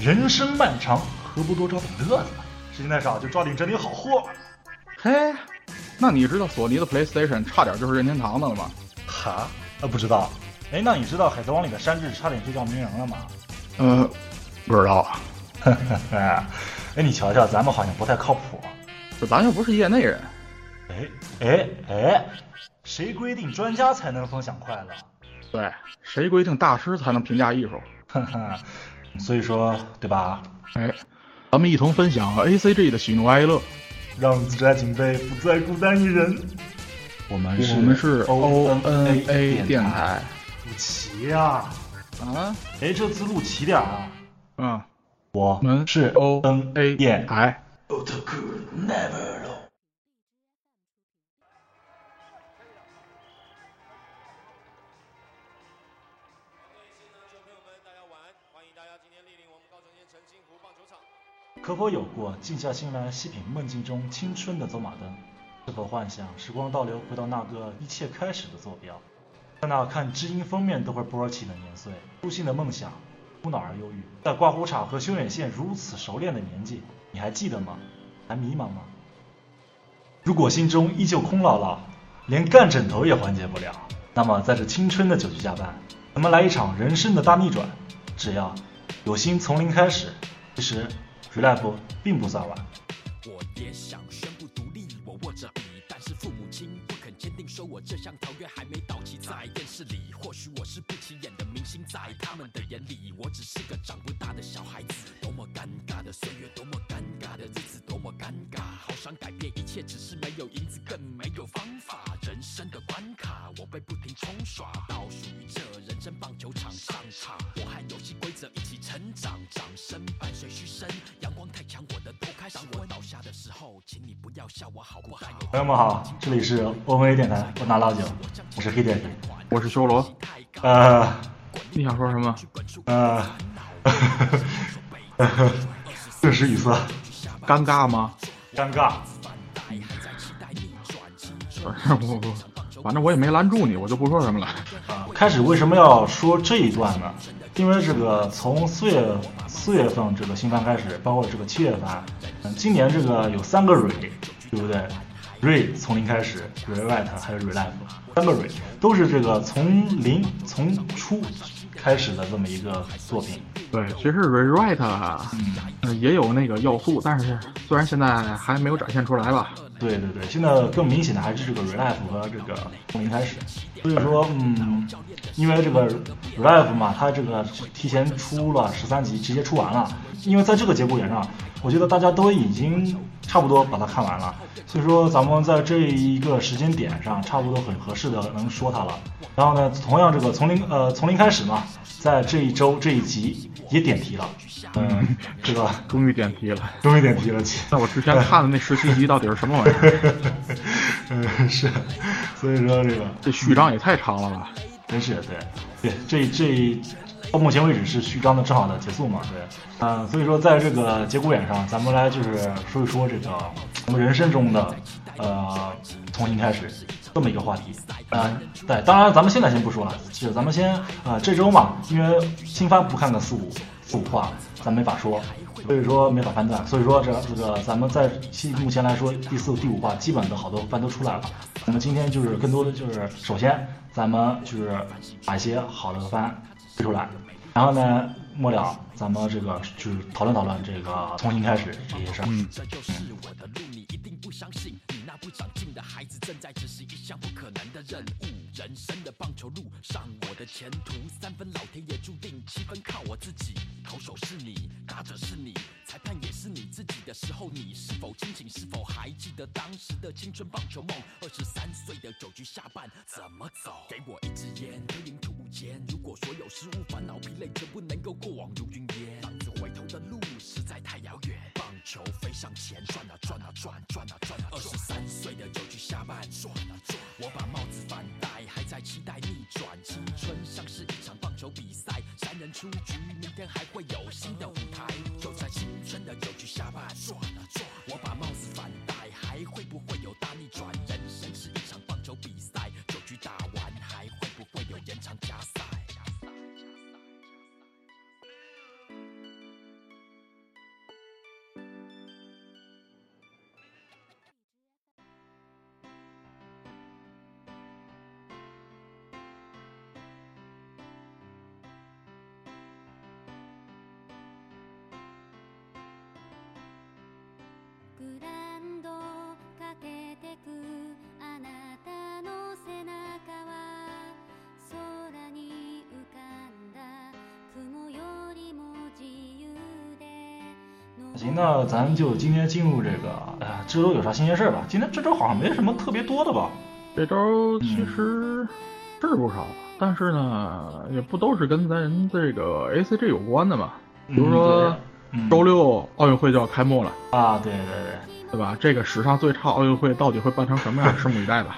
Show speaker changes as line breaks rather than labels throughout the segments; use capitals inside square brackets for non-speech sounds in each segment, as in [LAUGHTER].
人生漫长，何不多找点乐子嘛？时间太少，就抓紧整理好货吧。
嘿，那你知道索尼的 PlayStation 差点就是任天堂的了吗？
哈？啊，不知道。哎，那你知道《海贼王》里的山治差点就叫鸣人了吗？ [LAUGHS]
呃，不知道，啊，
哎，你瞧瞧，咱们好像不太靠谱。
这咱又不是业内人。
哎哎哎，谁规定专家才能分享快乐？
对，谁规定大师才能评价艺术？
哈哈， [LAUGHS] 所以说，对吧？
哎，咱们一同分享 ACG 的喜怒哀乐。
让自家警备不再孤单一人。我们
我们是
ONA
ONA 电台。
不齐呀、
啊，
哎，这字录齐点儿啊！
嗯，
我
我们是 ONA 电
电台。
台。
各位观众朋友们，大家晚安！欢迎大家今天莅临我们高城县澄清湖棒球场。
可否有过静下心来细品梦境中青春的走马灯？是否幻想时光倒流回到那个一切开始的坐标？在那看知音封面都会波起的年岁，入心的梦想，无脑而忧郁。在刮胡茬和修眼线如此熟练的年纪，你还记得吗？还迷茫吗？如果心中依旧空落落，连干枕头也缓解不了，那么在这青春的酒局下半，咱们来一场人生的大逆转。只要有心从零开始，其实 r e l a p 并不算晚。
我也想宣布独立，我握着笔，但是父母亲不肯坚定，说我这项条约还没到期。在电视里，或许我是不起眼的明星，在他们的眼里，我只是个长不大的小孩子。多么尴尬的岁月，多么尴尬的日子，多么尴尬。好想改变一切，只是没有银子，更没有方法。人生的关卡，我被不停冲刷，倒属于这人生棒球场上场。我和游戏规则一起成长，掌声伴随嘘声，阳光太强，我的头开始温。当我倒下的时候，请你不要笑我好不好？
朋友们好，这里是 OVA 电台，我拿老九，我是黑电影。
我是修罗。
呃，
你想说什么？
呃， [LAUGHS] 顿时语塞，
尴尬吗？
尴尬。
不是， [LAUGHS] 不不，反正我也没拦住你，我就不说什么了。
啊，开始为什么要说这一段呢？因为这个从四月四月份这个新番开始，包括这个七月番，嗯，今年这个有三个蕊，对不对？蕊从零开始蕊 r e t 还有蕊 life，三个蕊都是这个从零从初开始的这么一个作品。
对，其实 rewrite 啊、呃也有那个要素，但是虽然现在还没有展现出来吧。
对对对，现在更明显的还是这个 relife 和这个从零开始，所以说，嗯，因为这个 relife 嘛，它这个提前出了十三集，直接出完了。因为在这个节骨眼上，我觉得大家都已经差不多把它看完了，所以说咱们在这一个时间点上，差不多很合适的能说它了。然后呢，同样这个从零呃从零开始嘛，在这一周这一集也点题了，嗯，这个
终于点题了。
终于点题了。
那我之前看的那十七集到底是什么玩意儿？
嗯， [LAUGHS] 是，所以说这个
这序章也太长了吧？
真是对，对，这这到目前为止是序章的正好的结束嘛，对，嗯、所以说在这个节骨眼上，咱们来就是说一说这个我们人生中的呃从零开始这么一个话题，嗯、对，当然咱们现在先不说了，就是咱们先呃这周嘛，因为新番不看个四五四五话，咱没法说。所以说没法判断，所以说这这个咱们在期目前来说，第四、第五话基本的好多番都出来了。咱们今天就是更多的就是，首先咱们就是把一些好的番推出来，然后呢，末了咱们这个就是讨论讨论这个重新开始这些事儿。
嗯，
这就是我的路，你一定不相信。你那不长进的孩子正在执行一项不可能的任务。人生的棒球路上，我的前途三分老天爷注定，七分靠我自己。投手是你，打者是你，裁判也是你自己的时候，你是否清醒？是否还记得当时的青春棒球梦？二十三岁的酒局下半怎么走？给我一支烟，吞云吐雾间。如果所有失误、烦恼、疲累全不能够过往如云烟，浪子回头的路实在太遥远。棒球飞向前，转啊转啊转，转啊转啊转。二十三岁的酒局下半，转啊转。我把帽子反戴，还在期待逆转。青春像是一场棒球比赛，三人出局，明天还会有新的舞台。就在青春的酒局下半，转啊转。我把帽子反戴，还会不会有大逆转？人生是一场棒球比赛，酒局打完还会不会有延长加赛？
ブランドかけてくあなたの背中は空に浮かんだ雲よりも自由で
行，那咱就今天进入这个，哎呀，这周有啥新鲜事儿吧？今天这周好像没什么特别多的吧？
这周其实是不少，但是呢，也不都是跟咱这个 ACG 有关的嘛。比如说，
嗯
周六奥运会就要开幕了，
啊，对对对，
对吧？这个史上最差奥运会到底会办成什么样，拭目以待吧。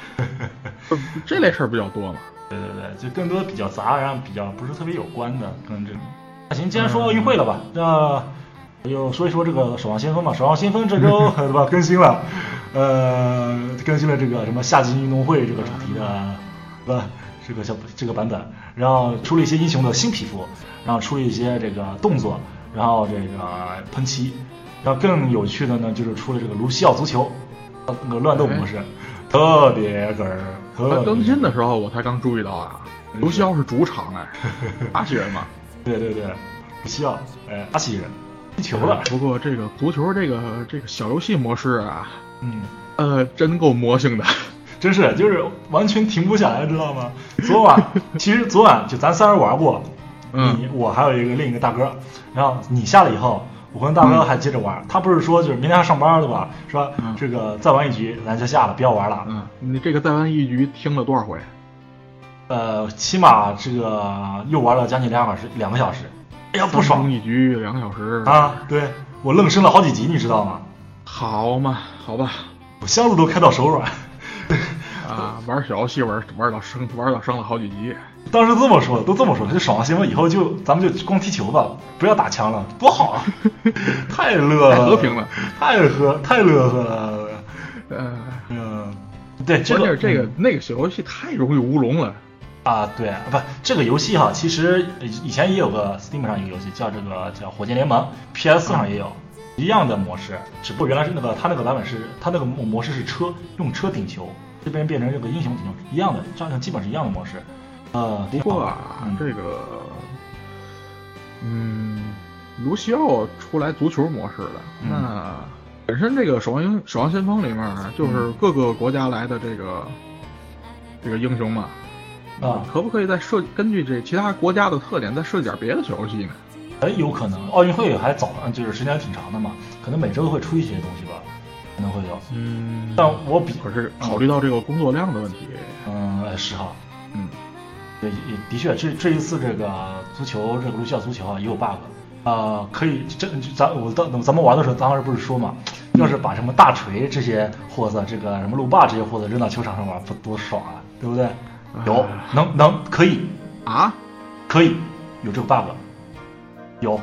这这类事儿比较多嘛。
对，就更多比较杂，然后比较不是特别有关的，跟这种。那行，既然说奥运会了吧，那又说一说这个《守望先锋》吧，《守望先锋》这周对吧更新了，呃，更新了这个什么夏季运动会这个主题的，不，这个小这个版本，然后出了一些英雄的新皮肤，然后出了一些这个动作，然后这个喷漆，然后更有趣的呢就是出了这个卢西奥足球，那个乱斗模式，特别哏儿，特别
它更新的时候我才刚注意到啊，卢西奥是主场哎，巴西人嘛。
对对对，不需要，哎，巴西人踢球了，
不过这个足球这个这个小游戏模式啊，
嗯，
呃，真够魔性的。
真是就是完全停不下来，知道吗？昨
[LAUGHS]
晚其实昨晚就咱三人玩过，
嗯
你我还有一个另一个大哥，然后你下了以后。我跟大哥还接着玩，他不是说就是明天还上班对吧？说
嗯
这个再玩一局咱就下了，不要玩了。
嗯，你这个再玩一局听了多少回？啊
呃，起码这个又玩了将近两个小时，两个小时，哎呀不
三分钟
爽
一局两个小时，
啊！对我愣升了好几级，你知道吗？
好嘛，好吧，
我香炉都开到手软。
啊，玩小游戏玩玩到升，玩到升了好几级，
当时这么说的，都这么说的，就爽完新闻以后就咱们就光踢球吧，不要打枪了，多好
[LAUGHS]
啊！太乐
太
了，
和平了，
太和太乐呵了。
呃，
嗯，对，这
关键
个嗯
是这个那个小游戏太容易乌龙了，
啊，对，不，这个游戏哈，其实以前也有个 Steam 上有个游戏叫这个叫《火箭联盟》，PS 上也有、一样的模式，只不过原来是那个它那个版本是它那个模模式是车用车顶球，这边变成这个英雄顶球，一样的，照样基本是一样的模式。呃，
不过啊
嗯，
这个，嗯，卢西奥出来足球模式了，
嗯
那本身这个守望英守望先锋里面呢就是各个国家来的这个这个英雄嘛，
啊，
可不可以再设根据这其他国家的特点再设计点别的小游戏呢？
很哎有可能奥运会还早，就是时间还挺长的嘛，可能每周都会出一些东西吧，可能会有。
嗯
但我比，
可是考虑到这个工作量的问题，
嗯，哎是哈，
嗯，
对，也的确，这这一次这个足球，这个卢西奥足球啊也有 bug，啊，可以，这咱我当咱们玩的时候，当时不是说嘛，
嗯
要是把什么大锤这些货色，这个什么路霸这些货色扔到球场上玩，不多爽啊，对不对？有
啊，
能能可以
啊，
可以有这个 bug，有，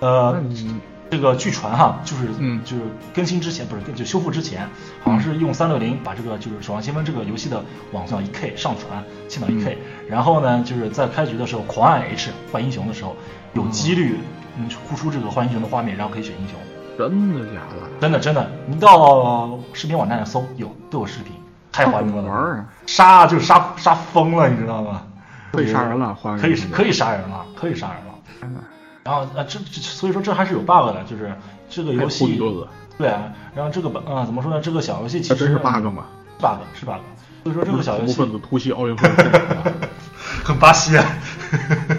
呃
那，你
这个据传哈，就是
嗯
就是更新之前不是就修复之前，好像是用三六零把这个就是《守望先锋》这个游戏的网速一 K 上传切到一 K，、然
嗯
后呢就是在开局的时候狂按 H 换英雄的时候，有
哦
几率嗯呼出这个换英雄的画面，然后可以选英雄。
真的假的？
真的真的，你到视频网站上搜有都有视频，太怀
怎
念
么玩
了，
儿啊？
杀就杀杀疯了，你知道吗？
可以杀人了，花园
可以可
以，
以杀人了，可以杀人了。然后啊，这这所以说这还是有 bug 的，就是这个游
还
戏
有裤子肚子
对啊，然后这个本啊、怎么说呢？这个小游戏其
啊这
实
真是 bug 吗？
是 bug 是 bug，所以说这个小游
恐怖分
戏
子突袭奥运会现场啊，
很巴西啊，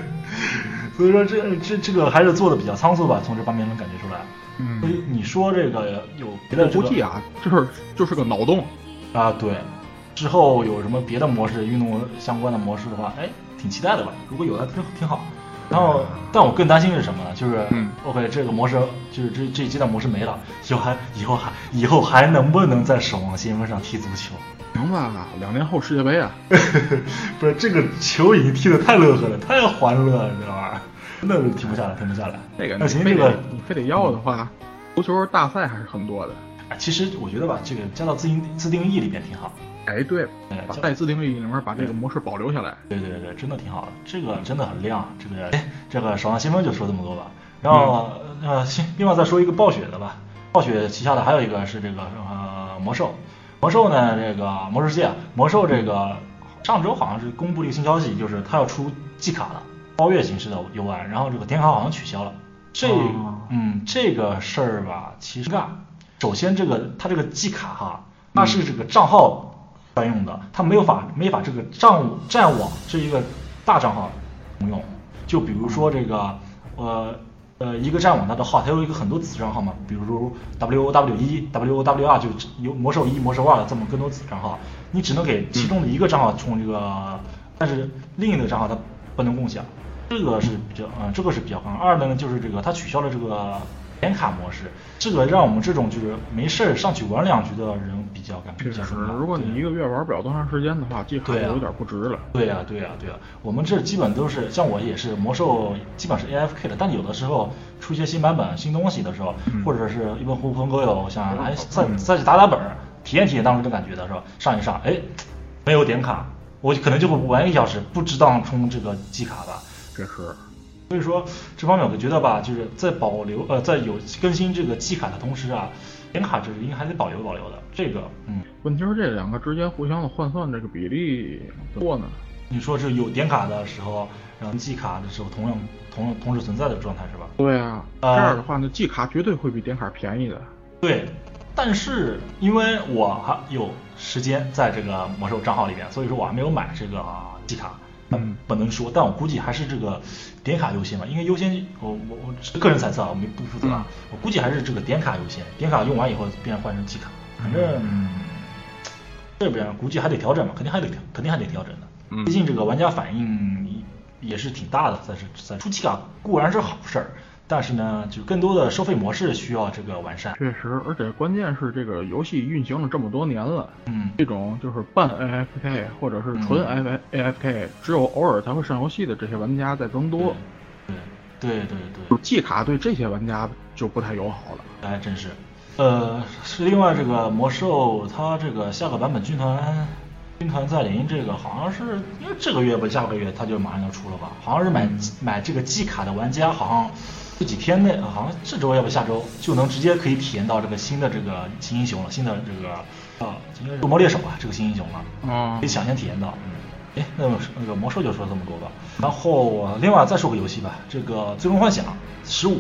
[LAUGHS] 所以说这这这个还是做的比较仓促吧，从这方面能感觉出来。
[LAUGHS] 嗯
所以你说这个有别
我
的这
估
个
计啊，就是就是个脑洞，
啊对，之后有什么别的模式运动相关的模式的话，哎，挺期待的吧？如果有的挺挺好。然后，但我更担心是什么呢？就是、
嗯
OK 这个模式，就是这这一阶段模式没了，以后还以后还以后还能不能在守望先锋上踢足球？ [LAUGHS]
行吧，两年后世界杯啊，
不是这个球已经踢得太乐呵了，太欢乐了，你知道吧？真的是停不下来，停不下来。
这个
那
你
行，
非
这
得
个
你非得要的话，足球大赛还是很多的。
啊其实我觉得吧，这个加到自定自定义里边挺好。
哎，对
哎，
把
这
带自定义里面把这个模式保留下来。
对对对，真的挺好的，这个真的很亮。这个哎，这个守望先锋就说这么多吧。然后、呃，先另外再说一个暴雪的吧。暴雪旗下的还有一个是这个呃魔兽，魔兽呢这个魔兽世界啊，魔兽这个上周好像是公布了一个新消息，就是它要出季卡了，包月形式的游玩，然后这个点卡好像取消了。这
哦
嗯这个事儿吧，其实啊，首先这个它这个季卡哈，它是这个账号专用的，它没有法没法这个账务战网这一个大账号通用。就比如说这个呃呃一个战网它的号，它有一个很多子账号嘛，比如 W O W 一 W O W 二就有魔兽一魔兽二这么更多子账号，你只能
嗯
给其中的一个账号充这个，但是另一个账号它不能共享。这个是比较，呃，这个是比较宽。二呢，就是这个它取消了这个点卡模式，这个让我们这种就是没事儿上去玩两局的人比较感比
确
较
实
尴尬，
如果你一个月玩不了多长时间的话，季卡
对啊
有点不值了。
对呀、对呀、对呀、我们这基本都是像我也是魔兽，基本是 AFK 的，但有的时候出一些新版本、新东西的时候，
嗯
或者是一帮狐朋狗友想哎再
嗯
再去打打本儿，体验体验当时的感觉的时候，上一上，哎，没有点卡，我可能就会玩一个小时，不值当充这个季卡吧。
确实，
所以说这方面我觉得吧，就是在保留呃，在有更新这个季卡的同时啊，点卡这个应该还得保留保留的。这个，嗯，
问题是这两个之间互相的换算这个比例怎么做呢？
你说是有点卡的时候，然后季卡的时候同样同样同时存在的状态是吧？
对啊，这
呃
样的话呢，季卡绝对会比点卡便宜的。
对，但是因为我还有时间在这个魔兽账号里面，所以说我还没有买这个季卡。
嗯
不能说，但我估计还是这个点卡优先吧，因为优先我我我只是个人猜测啊，我没不负责
嗯
啊，我估计还是这个点卡优先，点卡用完以后变换成季卡，
嗯
反正、这边估计还得调整嘛，肯定还得调，肯定还得调整的。
嗯
毕竟这个玩家反应也是挺大的，在是在初期卡固然是好事儿，但是呢，就更多的收费模式需要这个完善。
确实，而且关键是这个游戏运行了这么多年了，
嗯，
这种就是半 AFK 或者是纯 A AFK，、只有偶尔才会上游戏的这些玩家在增
嗯
多，
对对对
就
对，
是季卡对这些玩家就不太友好了。
还真是。呃，是另外这个魔兽，它这个下个版本军团军团再临这个好像是因为这个月吧，下个月它就马上要出了吧？好像是买、买这个季卡的玩家，好像这几天内，好像这周要不下周就能直接可以体验到这个新的这个新英雄了，新的这个啊，应该是恶魔猎手啊，这个新英雄了。
哦
可以抢先体验到。哎，那么那个魔兽就说这么多吧。然后呃另外再说个游戏吧，这个《最终幻想十五》，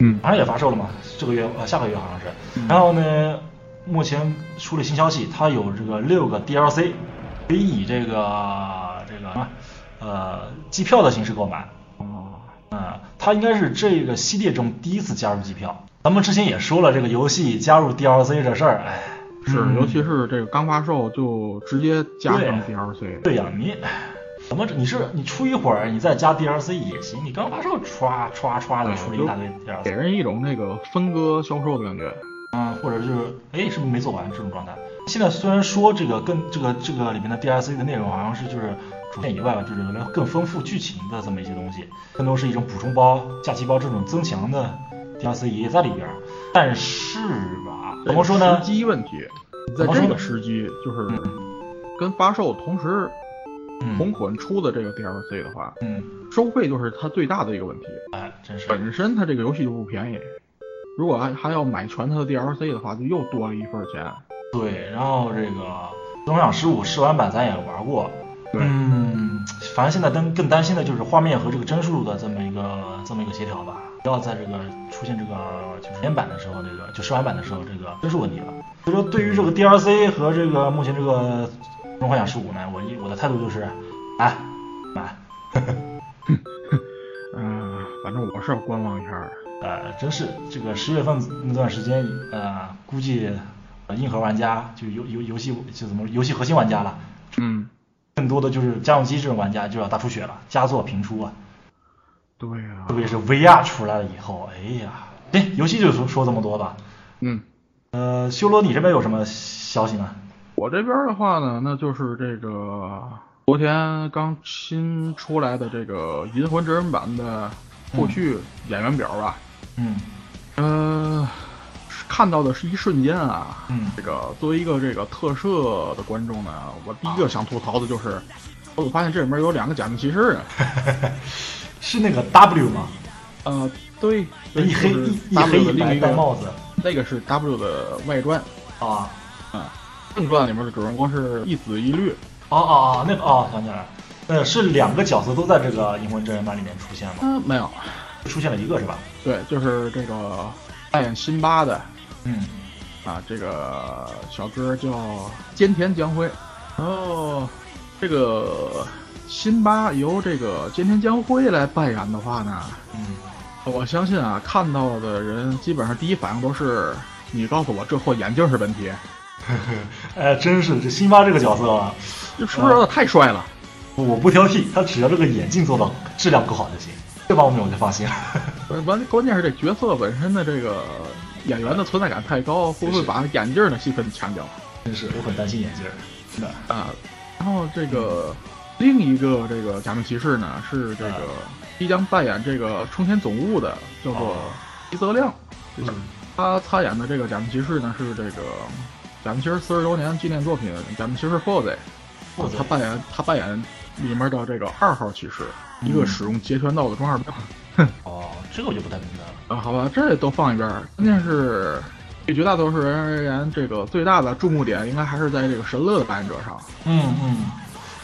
嗯
马上也发售了嘛，这个月呃下个月好像是。然后呢，目前出了新消息，它有这个六个 DLC，可以以这个这个什么呃机票的形式购买。
哦，
嗯，它应该是这个系列中第一次加入机票。咱们之前也说了，这个游戏加入 DLC 这事儿，哎，
是，
嗯
尤其是这个刚发售就直接加上
对
DLC
对呀、你怎么你是你出一会儿，你再加 DLC 也行，你刚发售歘歘歘的出了一大堆
给
DLC，
人一种那个分割销售的感觉。
嗯，或者就是哎是不是没做完这种状态。现在虽然说这个更这个这个里面的 DLC 的内容好像是就是主线以外吧，就是有了更丰富剧情的这么一些东西，更多是一种补充包、假期包这种增强的 DLC 也在里边儿。但是吧，怎么说呢？
时机问题，在
怎么说
这
呢
个时机就是
嗯
跟发售同时同
嗯
捆出的这个 DLC 的话，
嗯，
收费就是它最大的一个问题。
哎，真是
本身它这个游戏就不便宜，如果还还要买全它的 DLC 的话，就又多了一份钱。
对，然后这个《龙赏十五》试玩版咱也玩过，
对
嗯，反正现在担更担心的就是画面和这个帧数的这么一个这么一个协调吧，不要在这个出现这个就是连版的时候，这个就试玩版的时候这个帧数问题了。所以说，对于这个 DLC 和这个目前这个《最终幻想十五》呢，我一我的态度就是，买买，
嗯、反正我是要观望一下的。
呃，真是这个十月份那段时间，呃，估计呃硬核玩家就游游游戏就怎么游戏核心玩家了。
嗯，
更多的就是家用机这种玩家就要大出血了，佳作频出啊！
对呀、
特别是 VR 出来了以后，哎呀，哎，游戏就说说这么多吧。
嗯，
呃，修罗，你这边有什么消息吗？
我这边的话呢，那就是这个昨天刚新出来的这个《银魂》真人版的后续演员表吧。
嗯
呃，看到的是一瞬间啊。
嗯
这个作为一个这个特摄的观众呢，我第一个想吐槽的就是，我怎么发现这里面有两个假面骑士呢？
是那个 W 吗？
呃，对，
[LAUGHS] 一黑
就是
一一
W
黑
的
一
另
白
一个
戴帽子
那个是 W 的外传，
啊！
正传里面的主人公是一紫一绿，
哦哦哦，那个哦，想起来了，呃，是两个角色都在这个《银魂》真人版里面出现吗？
嗯、没有，
出现了一个是吧？
对，就是这个扮演辛巴的
嗯，
啊，这个小哥叫菅田将晖，然后这个辛巴由这个菅田将晖来扮演的话呢，
嗯，
我相信啊，看到的人基本上第一反应都是你告诉我这货眼镜是问题，
哎，真是这辛巴这个角色啊，
是不是有点太帅了？
我不挑剔，他只要这个眼镜做到质量够好就行，这方面我就放心了。
关关键是这角色本身的这个演员的存在感太高，会不会把眼镜的戏份抢掉？
真是，我很担心眼镜儿，真的。
啊，然后这个另一个这个假面骑士呢，是这
嗯啊
个即将扮演这个冲田总务的，叫做
哦
吉泽亮。
嗯
他参演的这个假面骑士呢，是这个假面骑士四十周年纪念作品《假面骑士 f o r z
我操
他扮演他扮演里面的这个二号骑士，一个
嗯
使用截拳道的中二病。
哦，这个我就不太明白了。
啊，好吧，这都放一边儿。关键是，对绝大多数人而言，这个最大的注目点应该还是在这个神乐的扮演者上，
嗯嗯，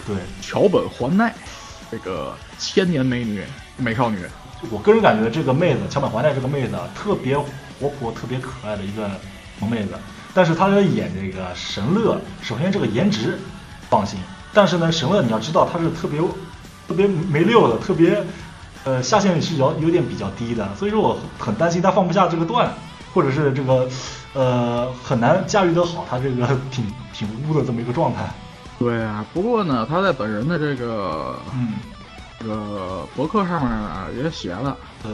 对
桥本环奈，这个千年美女、美少女。
我个人感觉这个妹子桥本环奈这个妹子啊特别活泼、特别可爱的一个萌妹子，但是她要演这个神乐，首先这个颜值放心，但是呢，神乐你要知道她是特别特别没溜的，特别呃下限是有有点比较低的，所以说我很担心她放不下这个段，或者是这个呃很难驾驭得好她这个 [LAUGHS] 挺挺污的这么一个状态。
对啊，不过呢，他在本人的这个
嗯，
这个博客上面啊也写了，
呃，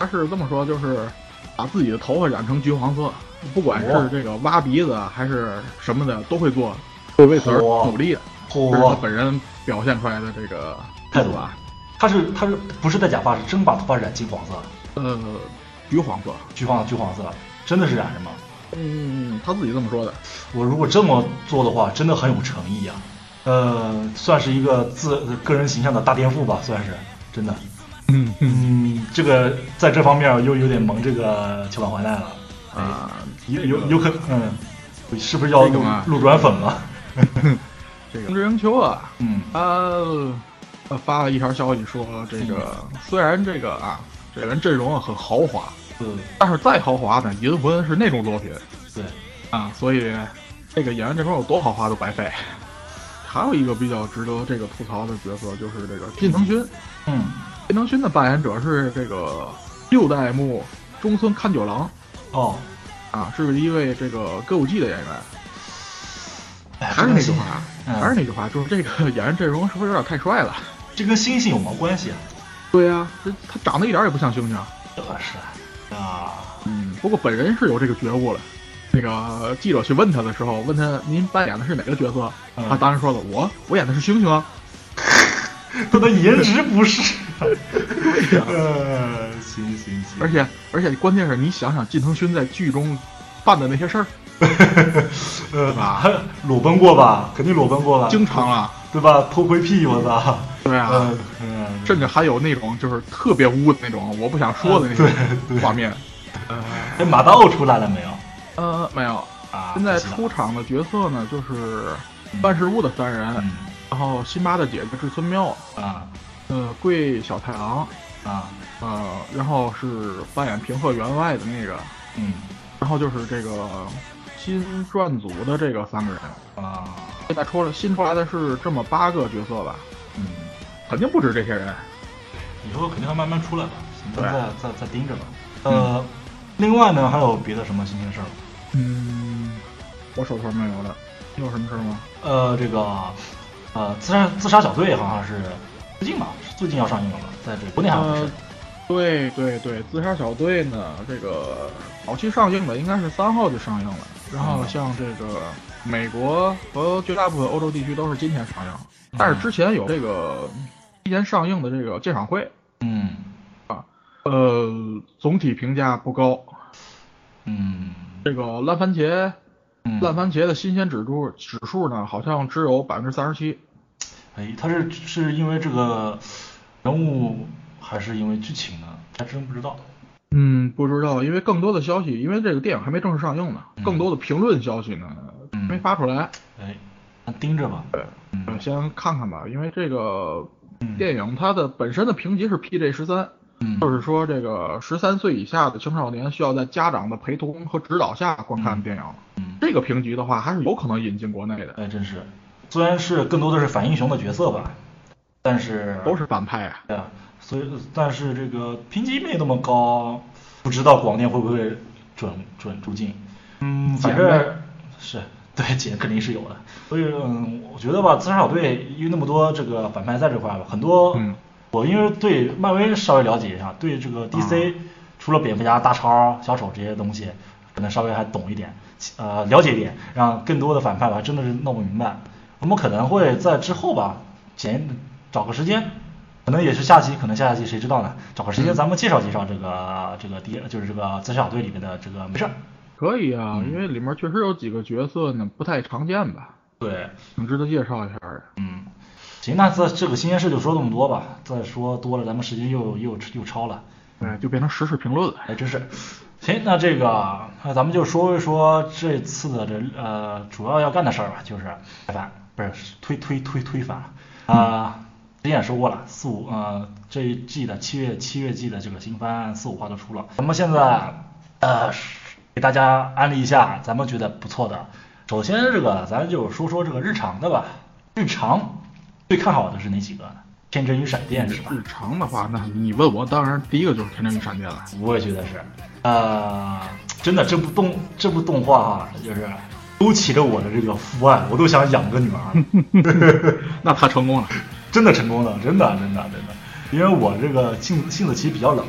他是这么说，就是把自己的头发染成橘黄色，不管是
哦
这个挖鼻子啊还是什么的，都会做，会为此而
哦
努力的。
嚯、
这是他本人表现出来的这个
态
态
度
度 [LAUGHS] 啊。
他是他是不是戴假发？是真把头发染金黄色，
呃，橘黄色。
橘黄橘黄色，真的是染的吗？
嗯，他自己这么说的。
我如果这么做的话，真的很有诚意啊。呃，算是一个自个人形象的大颠覆吧，算是真的。
嗯
嗯，这个在这方面又有点蒙这个桥本环奈了，
啊，
有有有可嗯，是不是要
这个
路
嘛
路转粉了？
这个宫崎秋啊，
嗯
他呃发了一条消息说，这个虽然这个啊，这人阵容啊很豪华，
嗯，
但是再豪华呢，银魂是那种作品
对，
啊，所以这个演员阵容有多豪华都白 [LAUGHS] 费。还有一个比较值得这个吐槽的角色就是这个近藤勋，
嗯，
近藤勋的扮演者是这个六代目中村勘九郎。
哦，
啊，是一位这个歌舞伎的演员。
哎
还是那句话啊，
嗯
还是那句话，就是这个演员阵容是不是有点太帅了？
这跟星星有毛关系啊？
对呀、这他长得一点也不像猩猩。
这是啊，
嗯，不过本人是有这个觉悟了。那个记者去问他的时候，问他您扮演的是哪个角色？
嗯
他当时说了，我我演的是猩猩啊。
他的颜值不
[LAUGHS]
是。
对哎呀
呃，行行行，
而且而且关键是你想想，近藤勋在剧中办的那些事儿，
嗯呃
吧，
裸奔过吧？肯定裸奔过吧？
经常啊，
对吧？偷窥屁，我操！
对啊，
嗯嗯，
甚至还有那种就是特别污的那种，我不想说的那种
嗯对对
画面。
哎，马达奥出来了没有？
呃，没有，
啊，
现在
可惜了
出场的角色呢，就是万事屋的三人，
嗯
然后辛巴的姐姐是村喵，
啊
呃，贵小太郎，
啊
呃，然后是扮演平贺员外的那个，
嗯
然后就是这个新撰组的这个三个人。
啊
现在出了新出来的是这么八个角色吧，
嗯，
肯定不止这些人。
以后肯定还慢慢出来吧，咱
对啊
再再再盯着吧。呃，另外呢，还有别的什么新鲜事儿吗？
嗯，我手头没有了，你有什么事儿吗？
呃，这个呃，自杀自杀小队好像是最近吧，是最近要上映了吧？在这国内好像是
呃，对对对，自杀小队呢，这个早期上映的应该是三号就上映了，然后像这个美国和绝大部分欧洲地区都是今天上映，但是之前有这个提前上映的这个鉴赏会，
嗯
呃，总体评价不高。
嗯
这个烂番茄，
嗯，
烂番茄的新鲜指数指数呢，好像只有百分之三十七。
哎，他是是因为这个人物，还是因为剧情呢？还真不知道。
嗯，不知道，因为更多的消息，因为这个电影还没正式上映呢，
嗯
更多的评论消息呢
嗯
没发出来。呃
哎，那盯着吧。
对，
嗯
先看看吧，因为这个
嗯
电影它的本身的评级是 PG 十三，
嗯，
就是说这个十三岁以下的青少年需要在家长的陪同和指导下观看电影。
嗯，
这个评级的话，还是有可能引进国内的，
哎，真是，虽然是更多的是反英雄的角色吧，但是
都是反派啊。
对啊，所以但是这个评级没那么高，不知道广电会不会准准入境。嗯，反
减
正
呗
是对减肯定是有的。所以嗯，我觉得吧，自杀小队因为那么多这个反派在这块儿吧，很多、
嗯
我因为对漫威稍微了解一下，对这个 DC、除了蝙蝠侠、大超、小丑这些东西，可能稍微还懂一点，呃，了解一点，让更多的反派吧，真的是弄不明白。我们可能会在之后吧，前找个时间，可能也是下期，可能下下期谁知道呢？找个时间咱们介绍介绍这个这个第就是这个自杀小队里面的这个没事儿。
可以啊，
嗯
因为里面确实有几个角色呢不太常见吧，
对，
挺值得介绍一下的。
嗯，行，那这这个新鲜事就说这么多吧，再说多了咱们时间又又又超了。
对，哎就变成时事评论了。
哎，真是。行，那这个那咱们就说一说这次的这呃主要要干的事儿吧，就是推翻，不是推推推推翻啊、之前也说过了，四五呃这一季的七月七月季的这个新番四五话都出了，咱们现在呃给大家安利一下，咱们觉得不错的。首先这个咱就说说这个日常的吧，日常最看好的是哪几个呢？天真与闪电是吧？
日常的话，那你问我，当然第一个就是《天真与闪电》了。
我也觉得是，呃，真的这部动这部动画哈、就是勾起了我的这个父爱，我都想养个女儿了，
那他成功了。
啊 [LAUGHS] 真的成功了，真的真的真的，因为我这个性性子其实比较冷，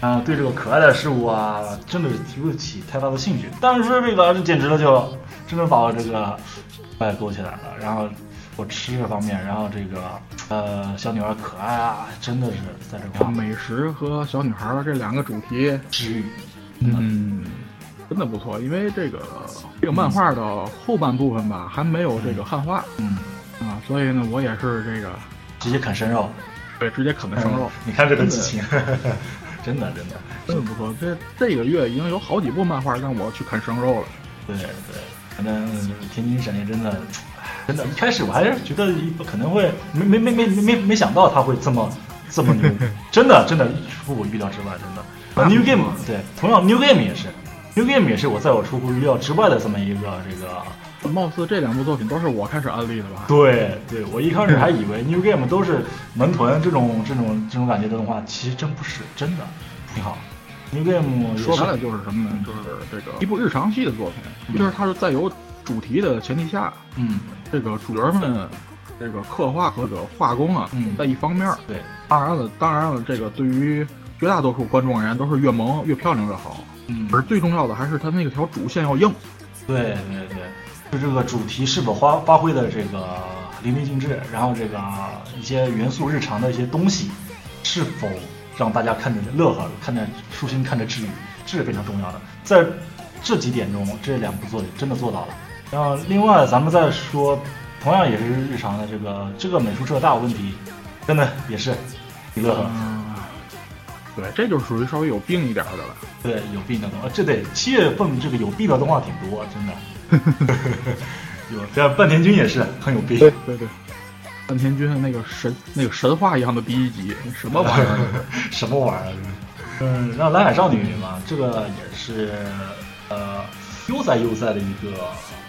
啊、对这个可爱的事物啊，真的提不起太大的兴趣。但是这个这简直了就，真的把我这个爱勾起来了。然后我吃这方面，然后这个呃小女孩可爱啊，真的是在这块儿
美食和小女孩儿这两个主题，
治愈，
嗯，真的不错。因为这个这个漫画的后半部分吧，还没有这个汉化
嗯，
啊，所以呢，我也是这个
直接啃生肉。
对直接啃的生肉
嗯，你看这个激情，
嗯
[LAUGHS] 真的真的，
真的不错。这这个月已经有好几部漫画让我去啃生肉了。
对对，反正天津闪电真的，唉真的，一开始我还是觉得可能会没没没没没没想到他会这么 [LAUGHS] 这么牛，真的真的出乎我预料之外，真的。
啊
呃 New Game 对，同样 New Game 也是，New Game 也是我在我出乎预料之外的这么一个这个。
貌似这两部作品都是我开始安利的吧？
对对，我一开始还以
[LAUGHS]
为 New Game 都是门豚这种这种这种感觉的动画，其实真不是，真的挺好。New Game 也是
说白了就是什么呢？就是这个一部日常系的作品，就是它是在有主题的前提下，
嗯，
这个主角们这个刻画和这个画工啊，
嗯
在一方面儿。
对，
当然了，当然了，这个对于绝大多数观众而言，都是越萌越漂亮越好。
嗯
而最重要的还是它那条主线要硬。
对对对，就这个主题是否发发挥的这个淋漓尽致，然后这个一些元素日常的一些东西，是否让大家看着乐呵，看着舒心，看着治愈，这是非常重要的。在这几点中，这两部作品真的做到了。然后另外咱们再说，同样也是日常的这个这个美术社大有问题，真的也是你乐呵。
嗯，对，这就属于稍微有病一点儿的了。
对，有病的动画，这对七月份这个有病的动画挺多，真的。
[LAUGHS]
有，这半田君也是很有病。
对对，半田君的那个神那个神话一样的第一集，什么玩意儿？ [LAUGHS]
什么玩意儿？嗯，让蓝海少女嘛，这个也是呃悠哉悠哉的一个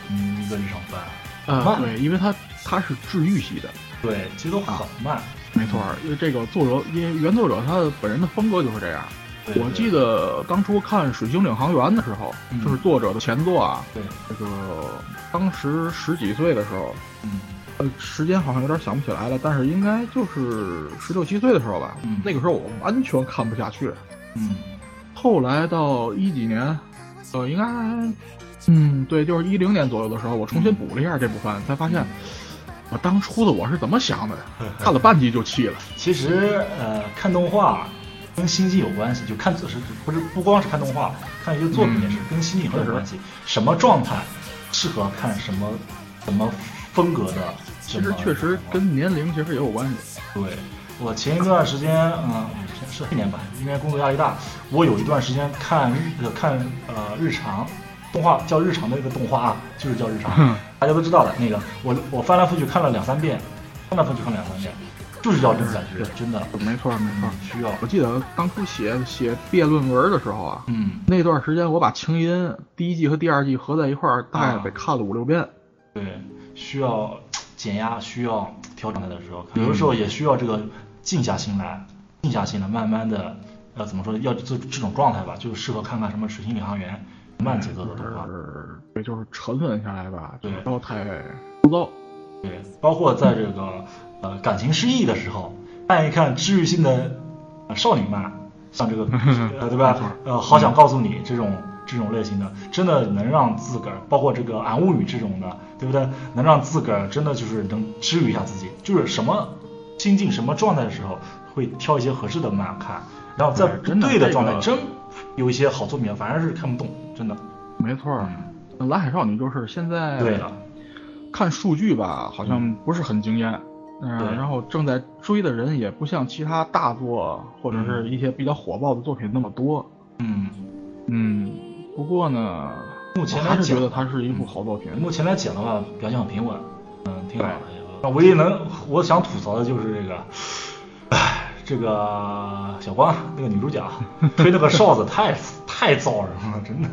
嗯一个日常番，
呃，
慢
对，因为它它是治愈系的，
对，节奏
啊
很慢。
没错儿。因为这个作者，因为原作者他本人的风格就是这样。
对
我记，得当初看《水星领航员》的时候，
嗯
就是作者的前作啊，
对，对
这个当时十几岁的时候，
嗯
呃，时间好像有点想不起来了，但是应该就是十六七岁的时候吧。
嗯
那个时候我完全看不下去。
嗯
后来到一几年，呃，应该，嗯，对，就是一零年左右的时候，我重新
嗯
补了一下这部番，才发现我当初的我是怎么想的，
嗯
看了半集就气
[LAUGHS]
了。
其实呃看动画跟心境有关系，就看是不是不光是看动画，看一些作品也是、跟心境很有
嗯
关系，什么状态适合看什么什么风格的。
其实
什么
确实跟年龄其实也有关系。
对，我前一段时间，嗯，是是去年吧，因为工作压力大，我有一段时间看日呃看呃日常动画，叫日常的一个动画啊，就是
嗯
叫日常，大家都知道的那个，我我翻来覆去看了两三遍，翻来覆去看了两三遍，就是要这种感觉，真的
没错没错
嗯。需要。
我记得当初写写毕业论文的时候啊，
嗯，
那段时间我把《情音》第一季和第二季合在一块儿，大
啊
概得看了五六遍。
嗯对，需要减压，需要调整它的时候，有的时候也需要这个静下心来，静下心来，慢慢的，呃，怎么说呢，要这这种状态吧，就是适合看看什么《水星领航员》慢节奏的动画。嗯
是，对，就是沉稳下来吧，就
对
是不要太
对，包括在这个呃感情失意的时候，看一看治愈性的呃少女漫，像
[LAUGHS]
这个呃对吧？呃，好
嗯
想告诉你这种这种类型的，真的能让自个儿，包括这个俺物语这种的，对不对？能让自个儿真的就是能治愈一下自己，就是什么心境、什么状态的时候，会挑一些合适的漫看，然后在
对
不
真的
对的
这
状态，
个
真有一些好作品反而是看不懂，真的。
没错儿。那蓝海少女就是现在
对了，
看数据吧，好像不是很惊艳。嗯、
对
然后正在追的人也不像其他大作或者是一些比较火爆的作品那么多。
嗯，
嗯，不过呢，
目前
我
来
还是
讲嗯
觉得它是一部好作品。
目前来讲的话，表现很平稳，嗯，挺好的
对。
那唯一能我想吐槽的就是这个，唉，这个小光那个女
[LAUGHS]
主角推那个哨子太太燥人了，真的。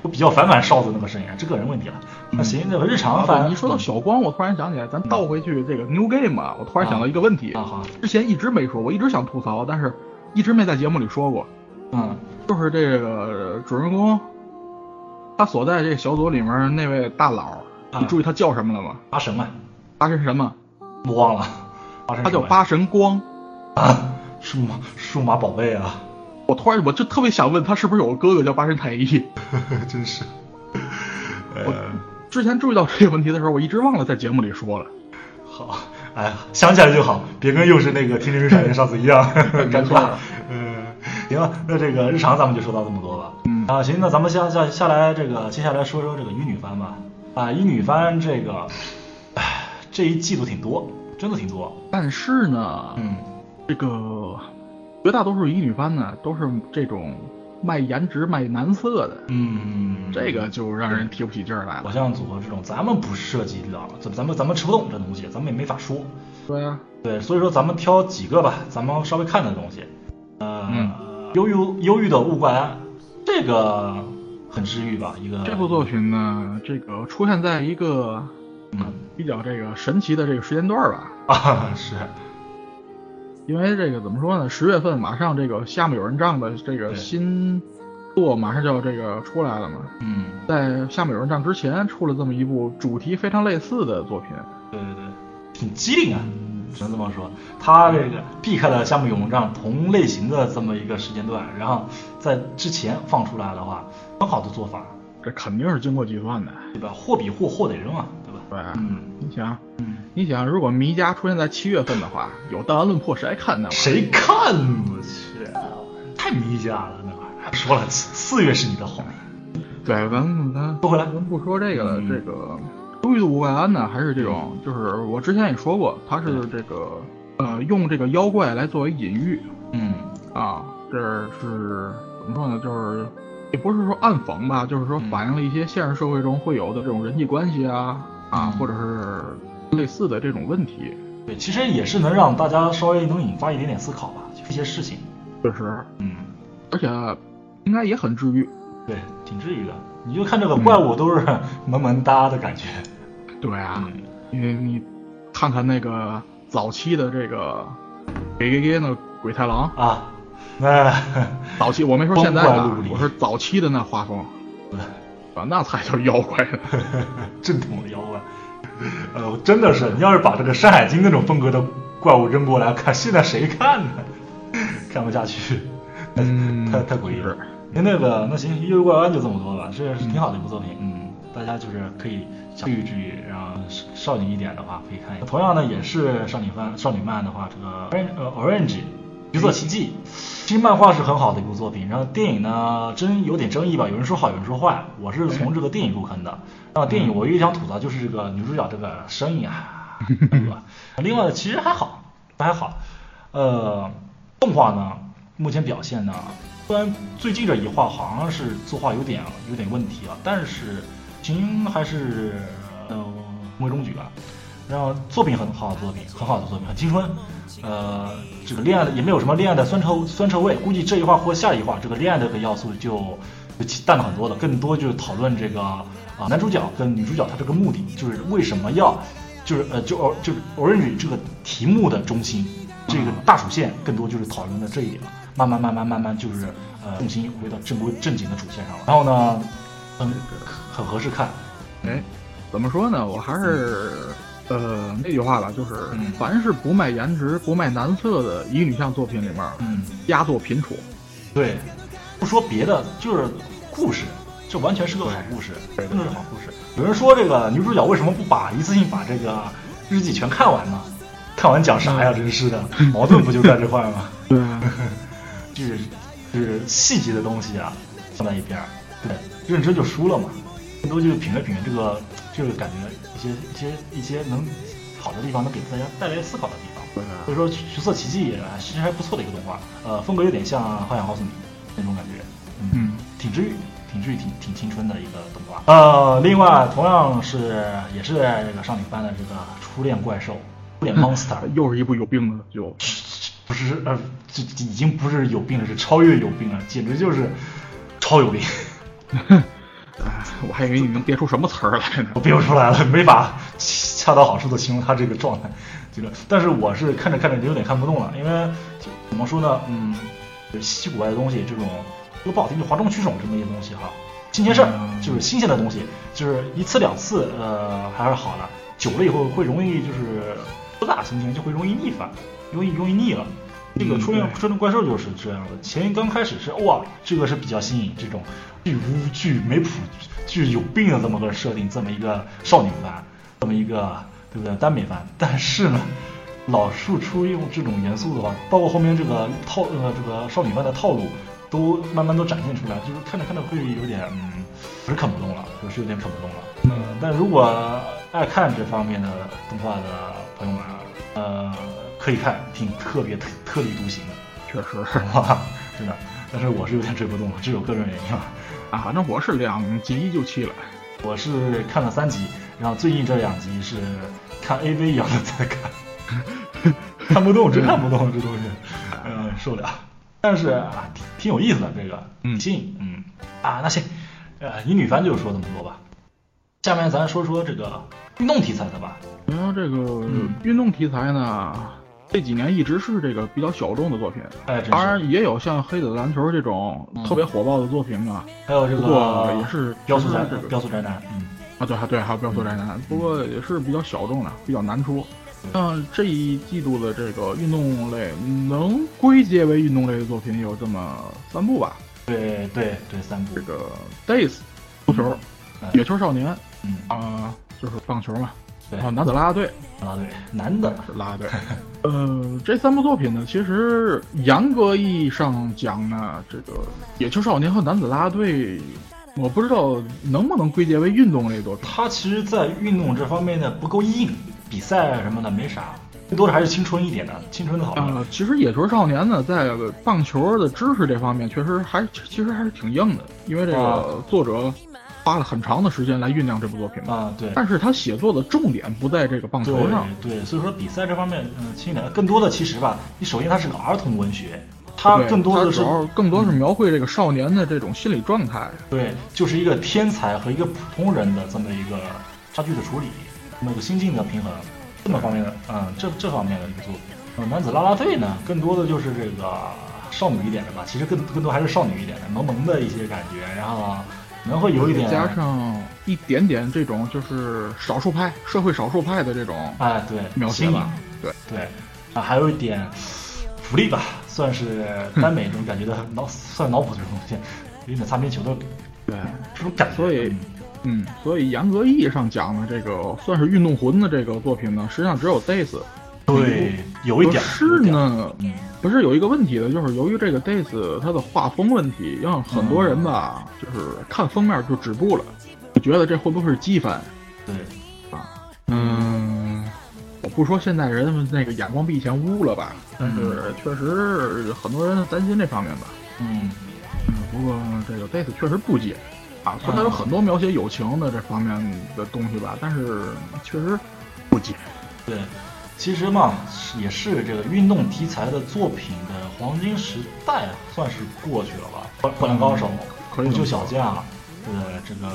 我比较反感哨子那个声音，这个人问题了。
嗯
那行，那个日常
啊
反嗯
对你说到小光，我突然想起来，咱倒回去这个 New Game 啊，我突然想到一个问题，
啊好，
之前一直没说，我一直想吐槽，但是一直没在节目里说过，
嗯
就是这个呃主人公，他所在这小组里面那位大佬，
啊
你注意他叫什么了吗？
八神嘛，
八神什么？
啊我忘了，八神
他叫
什么
八神光。
啊，数码数码宝贝啊，
我突然我就特别想问他是不是有个哥哥叫八神太一？
真是，呃，
之前注意到这个问题的时候，我一直忘了在节目里说了。
好，哎呀，想起来就好，别跟又是那个《天天日产》上次一
[LAUGHS]
样，尴尬。嗯，行了，那这个日常咱们就说到这么多吧。嗯啊，行，那咱们下下下来这个接下来说说这个一女番吧。啊，一女番这个，唉，这一季度挺多，真的挺多。
但是呢，
嗯，
这个绝大多数乙女番呢，都是这种卖颜值、卖男色的，
嗯，
这个就让人提不起劲儿来
偶
了。
像组合这种，咱们不涉及到，咱咱们咱们吃不动这东西，咱们也没法说。
对啊，
对，所以说咱们挑几个吧，咱们稍微看的东西。呃，
嗯
忧郁忧郁的物怪案，这个很治愈吧？一个
这部作，品呢，这个出现在一个
嗯
比较这个神奇的这个时间段儿吧，
啊是，
因为这个怎么说呢，十月份马上这个下面有人帐的这个
对
新作马上就要这个出来了嘛，
嗯，
在《下面有人帐》之前出了这么一部主题非常类似的作品，
对对对，挺机灵啊，只能这么说。他这个避开了夏目友人帐同类型的这么一个时间段，然后在之前放出来的话，很好的做法，
这肯定是经过计算的。
对吧？货比货，货得扔啊，对吧？
对，
嗯
你想，
嗯，
你想，如果迷家出现在七月份的话，有弹丸论破谁还看呢？
谁看？我去，太迷家了那玩意儿。说了，四四月是你的好。
对，咱们咱
说回来
咱不说这个了。
嗯
这个《忧郁的五百安》呢，还是这种，就是我之前也说过，它是这个呃，用这个妖怪来作为隐喻
嗯
啊，这是怎么说呢？就是也不是说暗讽吧，就是说
嗯
反映了一些现实社会中会有的这种人际关系啊
嗯
啊，或者是类似的这种问题。，
对，其实也是能让大家稍微能引发一点点思考吧，就是一些事情。
确实，
嗯，
而且应该也很治愈。
对，挺治愈的。你就看这个怪物都是萌萌哒的感觉。
对啊，
嗯
因为你看看那个早期的这个给给给那鬼太郎，
啊，那 [LAUGHS]
早期我没说现在
光怪
啊
陆离，嗯
我说早期的那画风，啊，那才叫妖怪呢。
正统的妖怪，呃，真的是，你要是把这个《山海经》那种风格的怪物扔过来看，现在谁看呢？看不下去，
[LAUGHS] 嗯
太太诡异了
是。
那那个，那行，《幽游怪湾》就这么多吧，这是挺好的一部作品，嗯，大家就是可以治愈治愈，然后少女一点的话可以看一下。同样呢，也是少女番、少女漫的话，这个 Orange- 呃 Orange 橘色奇迹，其实漫画是很好的一部作品，然后电影呢，真有点争议吧，有人说好，有人说坏，我是从这个电影入坑的。那电影我一直想吐槽就是这个女主角这个声音啊，太恶另外其实还好，还好。呃，动画呢，目前表现呢，虽然最近这一话好像是作画有点有点问题啊，但是行还是呃中规中矩啊。然后作品很好的作品，很好的作品，很青春。呃，这个恋爱的也没有什么恋爱的酸臭酸臭味，估计这一话或下一话，这个恋爱的这个要素就就淡了很多了，更多就是讨论这个啊、男主角跟女主角他这个目的，就是为什么要，就是呃就偶就是 orange 这个题目的中心，这个大主线更多就是讨论的这一点了。慢慢慢慢慢慢就是呃重心回到正规正经的主线上了。然后呢，嗯，很合适看，
哎，怎么说呢？我还是呃那句话了，就是、
嗯
凡是不卖颜值、不卖男色的乙女向作品里面，
嗯。
压作频出。
对，不说别的，就是故事，这完全是个好故事，真的是好故事。有人说这个女主角为什么不把一次性把这个日记全看完呢？看完讲啥呀？真是的，矛盾不就在这块儿吗？
对啊，
就是就是细节的东西啊，放在一边儿，对，认真就输了嘛。更多就是品味品味这个这个感觉，一些一些一些能好的地方，能给大家带来思考的地方。
[LAUGHS] 对啊
所以说《橘色奇迹》还其实还不错的一个动画，呃，风格有点像《幻想告诉你》那种感觉，
嗯，
挺治愈，挺治愈，挺挺青春的一个动画。呃，另外同样是也是这个上女番的这个《初恋怪兽》，初恋 Monster，
又是一部有病的，就
不是呃，这这已经不是有病了，是超越有病了，简直就是超有病，
哎，我还以为你能憋出什么词儿来呢
我。憋不出来了，没法恰到好处的形容他这个状态。这个，但是我是看着看着有点看不动了，因为就怎么说呢，嗯，就是稀奇古怪的东西，这种说不好听，就哗众取宠这么一些东西哈，新鲜事儿
嗯
就是新鲜的东西，就是一次两次呃还是好的，久了以后会容易就是不大心情就会容易逆反，容易容易腻了。这个
嗯
初恋
对
初恋怪兽就是这样的，前刚开始是哇，这个是比较新颖，这种巨无巨没谱巨有病的这么个设定，这么一个少女番，这么一个对不对耽美番，但是呢，老树出用这种元素的话，包括后面这个套呃这个少女番的套路，都慢慢都展现出来，就是看着看着会有点嗯，不是看不懂了，就是有点看不懂了。嗯，但如果爱看这方面的动画的朋友们啊，呃，可以看，挺特别特特立独行的，
确实
好吧？真的。但是我是有点追不动了，这有个人原因啊。
啊，反正我是两集就弃了。
我是看了三集，然后最近这两集是看 AV 一样的在看， [LAUGHS] 看不动，真看不动这东西，嗯、受不了。但是啊，挺挺有意思的这个，
嗯
新颖，嗯啊，那行，呃，乙女番就说这么多吧。下面咱说说这个运动题材的吧，
然后这个
嗯
运动题材呢，这几年一直是这个比较小众的作品，
哎，真
当
是，
然也有像《黑子篮球》这种
嗯
特别火爆的作品啊。
还有这
不过也
个
是
雕塑宅
这，个
雕塑宅男，嗯，
啊，对，还对，还有《标速宅男》，不过也是比较小众的，比较难出。像这一季度的这个运动类，能归结为运动类的作品有这么三部吧，
对对对，三部
这，个 Days 足球、
嗯
野球少年
嗯，
啊、就是棒球嘛，
对
然后男子啦啦队
啊对，男的，
是啦啦队。 [LAUGHS] 呃，这三部作品呢，其实严格意义上讲呢，这个野球少年和男子啦啦队，我不知道能不能归结为运动类作品。
他其实，在运动这方面呢不够硬，比赛什么的没啥，更多的还是青春一点的，青春的好吧。
啊，其实野球少年呢，在棒球的知识这方面，确实还其实还是挺硬的，因为这
啊
个作者花了很长的时间来酝酿这部作品嘛。
啊，对，
但是他写作的重点不在这个棒球上，
对对，所以说比赛这方面，嗯，轻一点，更多的其实吧，你首先它是个儿童文学，它
对
更多的
它
是嗯
主要更多是描绘这个少年的这种心理状态。
对，就是一个天才和一个普通人的这么一个差距的处理，这么一个心境的平衡，这么方面的，嗯，这这方面的一个作品。呃，男子啦啦队呢，更多的就是这个少女一点的吧，其实更更多还是少女一点的，萌萌的一些感觉，然后可能会有一点
加上一点点这种就是少数派、社会少数派的这种
哎，对，
描写
新颖
吧，对，
对，啊，还有一点福利吧，算是耽美这种感觉的脑， [LAUGHS] 算脑补这种东西，有点擦边球的
对，
这种感觉。
所以
嗯
嗯，所以严格意义上讲呢，这个算是运动魂的这个作品呢，实际上只有 Days。
对，有一点
是，呢，
有一点嗯
不是有一个问题的，就是由于这个 Days 它的画风问题，让很多人吧，就是看封面就止步了，就觉得这会不会是机翻？
嗯，对，
嗯，我不说现在人们那个眼光比以前污了吧，但是确实很多人担心这方面吧。
嗯，
嗯，不过这个 Days 确实不解啊，虽然有很多描写友情的这方面的东西吧，但是确实不解。
对，其实嘛，是也是这个运动题材的作品的黄金时代算是过去了吧？灌篮高手、
可以这
足球
么说
小将，呃，这个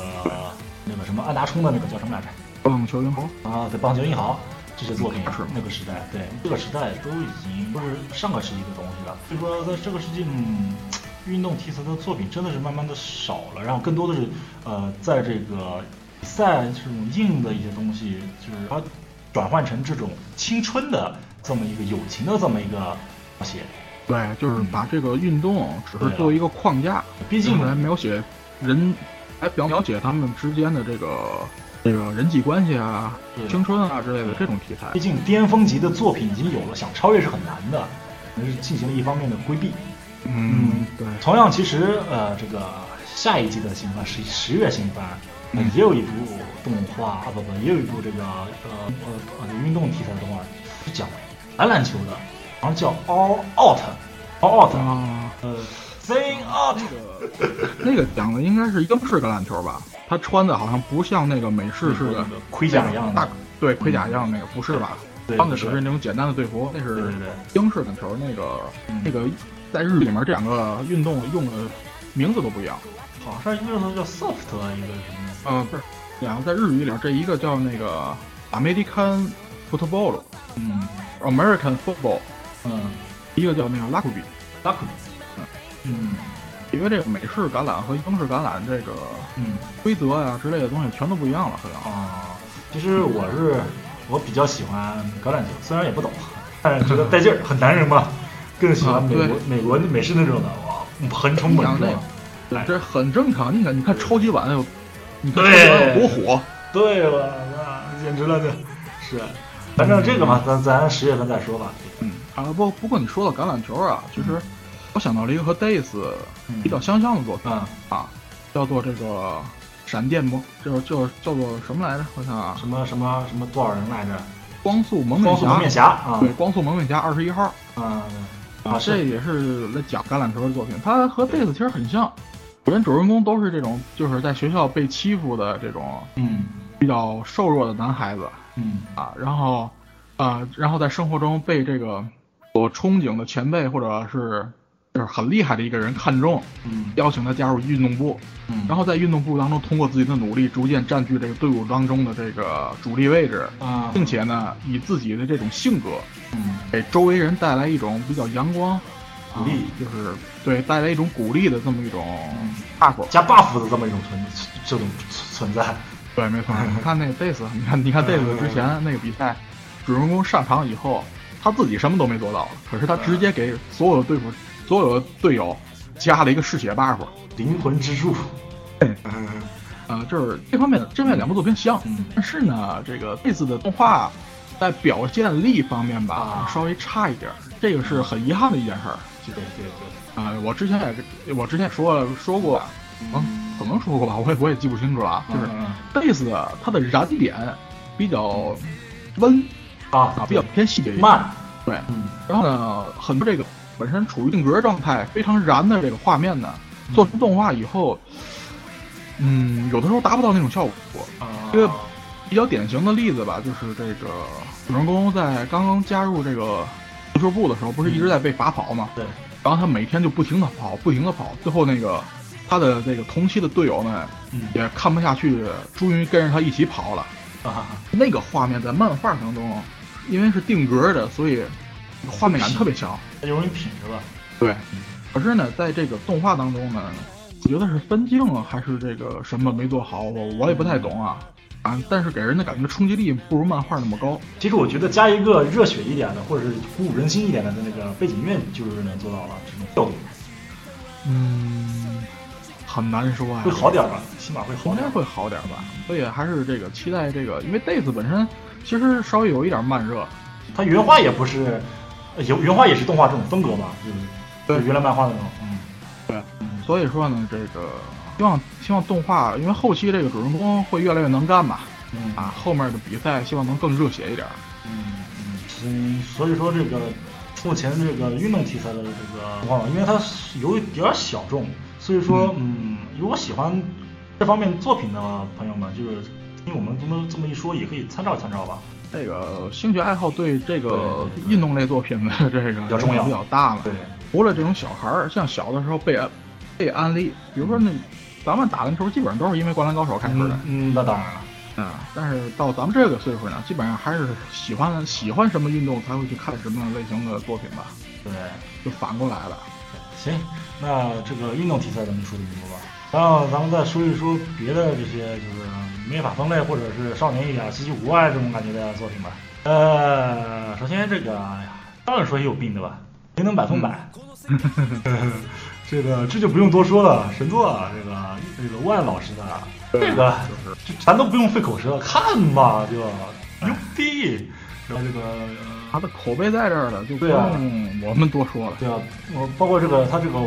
那个什么安达充的那个叫什么来着？
棒球英豪，
啊，对，棒球英豪这些作品
那是吗，
那个时代，对，这个时代都已经不是上个世纪的东西了。所以说，在这个世纪，嗯，运动题材的作品真的是慢慢的少了，然后更多的是，呃，在这个比赛这种硬的一些东西，就是它转换成这种青春的这么一个友情的这么一个描写。
对，就是把这个运动只
对
是
啊
作为一个框架，
毕竟
用来描写人，来表描写他们之间的这个这个人际关系啊
对、
青春啊之类的这种题材
毕。竟巅峰级的作品已经有了，想超越是很难的，可能是进行了一方面的规避。
嗯，对，
同样，其实呃，这个下一季的新番十十月新番、呃
嗯
也有一部动画啊，不不，也有一部这个呃呃呃运动题材的动画，是讲橄榄球的，好像叫 All Out，All Out，、
啊，
呃，Zing Out，
那个讲的应该是英式橄榄球吧？他穿的好像不像那个美式似的
嗯盔甲一样
大
的，，
对盔甲一样那个，不是吧？
对
穿的只
对
是那种简单的队服，那
对对
是
对，
英式橄榄球那个
嗯
那个在日语里面这两个运动用的名字都不一样。
好像一个叫 Soft 一个什么。
嗯，不是，两个在日语里面，这一个叫那个 American football，American
嗯
football，
嗯，
一个叫那个拉库比。
拉库，嗯
因为这个美式橄榄和英式橄榄这个
嗯
规则呀、之类的东西全都不一样了，好像。
啊，其实我是我比较喜欢橄榄球，虽然也不懂，但是觉得带劲儿，很男人嘛，更喜欢
啊
美
对
国、美国美式那种的，哇，横冲猛
你想
撞
那。对，哎这很正常。你看，你看超级碗有，你看超
对
级碗有多火，
对了，那简直了，这是。反正这个嘛，咱咱十月份再说吧。
嗯啊，不不过你说到橄榄球啊，其实我想到了一个和 Days 比较相像的作品、
嗯，
啊，叫做这个闪电魔，就是就叫做什么来着？我想啊，
什么什么什么多少人来着？
光速蒙面
光速蒙面侠啊
对，光速蒙面侠二十一号
啊啊！
这
是
也是来讲橄榄球的作品，它和 Days 其实很像，人主人公都是这种就是在学校被欺负的这种
嗯
比较瘦弱的男孩子
嗯
啊，然后啊、然后在生活中被这个所憧憬的前辈或者是就是很厉害的一个人看中，
嗯
邀请他加入运动部，
嗯，
然后在运动部当中通过自己的努力，逐渐占据这个队伍当中的这个主力位置，
啊，
并且呢以自己的这种性格
嗯
给周围人带来一种比较阳光、
鼓励
啊就是对带来一种鼓励的这么一种
嗯
up。
加 buff 的这么一种存这种存在。
对，没错。 [LAUGHS] 你看那个贝斯，你看你看贝斯之前那个比赛，主人公上场以后，他自己什么都没做到，可是他直接给所有的队伍、所有的队友加了一个嗜血 buff。
灵魂支柱。
嗯
嗯
呃，就是这方面的这方面两部作品像，
嗯
但是呢，这个贝斯的动画在表现力方面吧，
啊
稍微差一点儿，这个是很遗憾的一件事儿。其
对
实
对对，
啊、我之前也跟我之前说了说过，嗯，可能说过吧，我也我也记不清楚了啊。就是
嗯
贝斯啊它的燃点比较温啊
啊，
比较偏细节一点，
慢，
对。
嗯
然后呢，很多这个本身处于定格状态非常燃的这个画面呢，做成动画以后，嗯，有的时候达不到那种效果。
啊
这个比较典型的例子吧，就是这个主人公在刚刚加入这个足球部的时候，不是一直在被罚跑吗？
对，
然后他每天就不停的跑，不停的跑，最后那个他的这个同期的队友呢
嗯
也看不下去，终于跟着他一起跑了。
啊，
那个画面在漫画当中，因为是定格的，所以画面感特别强。
容易品是吧？
对，可是呢，在这个动画当中呢，我觉得是分镜啊，还是这个什么没做好，我我也不太懂啊啊，但是给人的感觉冲击力不如漫画那么高。
其实我觉得加一个热血一点的，或者是鼓舞人心一点的那个背景音乐，就是能做到了这种调度
嗯，很难说呀、
会好点吧，起码会好
应该
点。
会好点吧。所以还是这个期待这个，因为 Days 本身其实稍微有一点慢热，
它原画也不是，呃原原画也是动画这种风格吧，就是
对
就原来漫画那种，嗯，
所以说呢，这个希望希望动画，因为后期这个主人公会越来越能干吧，
嗯
啊，后面的比赛希望能更热血一点。
嗯嗯，所以所以说这个目前这个运动题材的这个情况，因为它是有比较小众，所以说嗯，如果喜欢这方面作品的朋友们，就是听我们这么这么一说，也可以参照参照吧。
这个兴趣爱好对这个
对对对
运动类作品的这个
比较重要
影响比较大嘛。
对，
除了这种小孩儿，像小的时候被安被安利，比如说那咱们打篮球基本上都是因为《灌篮高手》开始的
嗯，嗯，那当然了，
嗯，但是到咱们这个岁数呢，基本上还是喜欢喜欢什么运动才会去看什么类型的作品吧，
对。
就反过来了。
行，那这个运动题材咱们说一说吧，然后咱们再说一说别的这些就是美法分类或者是少年一点稀奇古怪这种感觉的作品吧。呃，首先这个哎呀当然说也有病对吧？灵能百分百，嗯 [LAUGHS] 这个这就不用多说了，神作啊，这个这个万老师的啊，这个
就是
这咱都不用费口舌，看吧，对吧？牛逼！然后这个呃
他的口碑在这儿了，就不
对啊
用我们多说了。
对啊，我包括这个它这个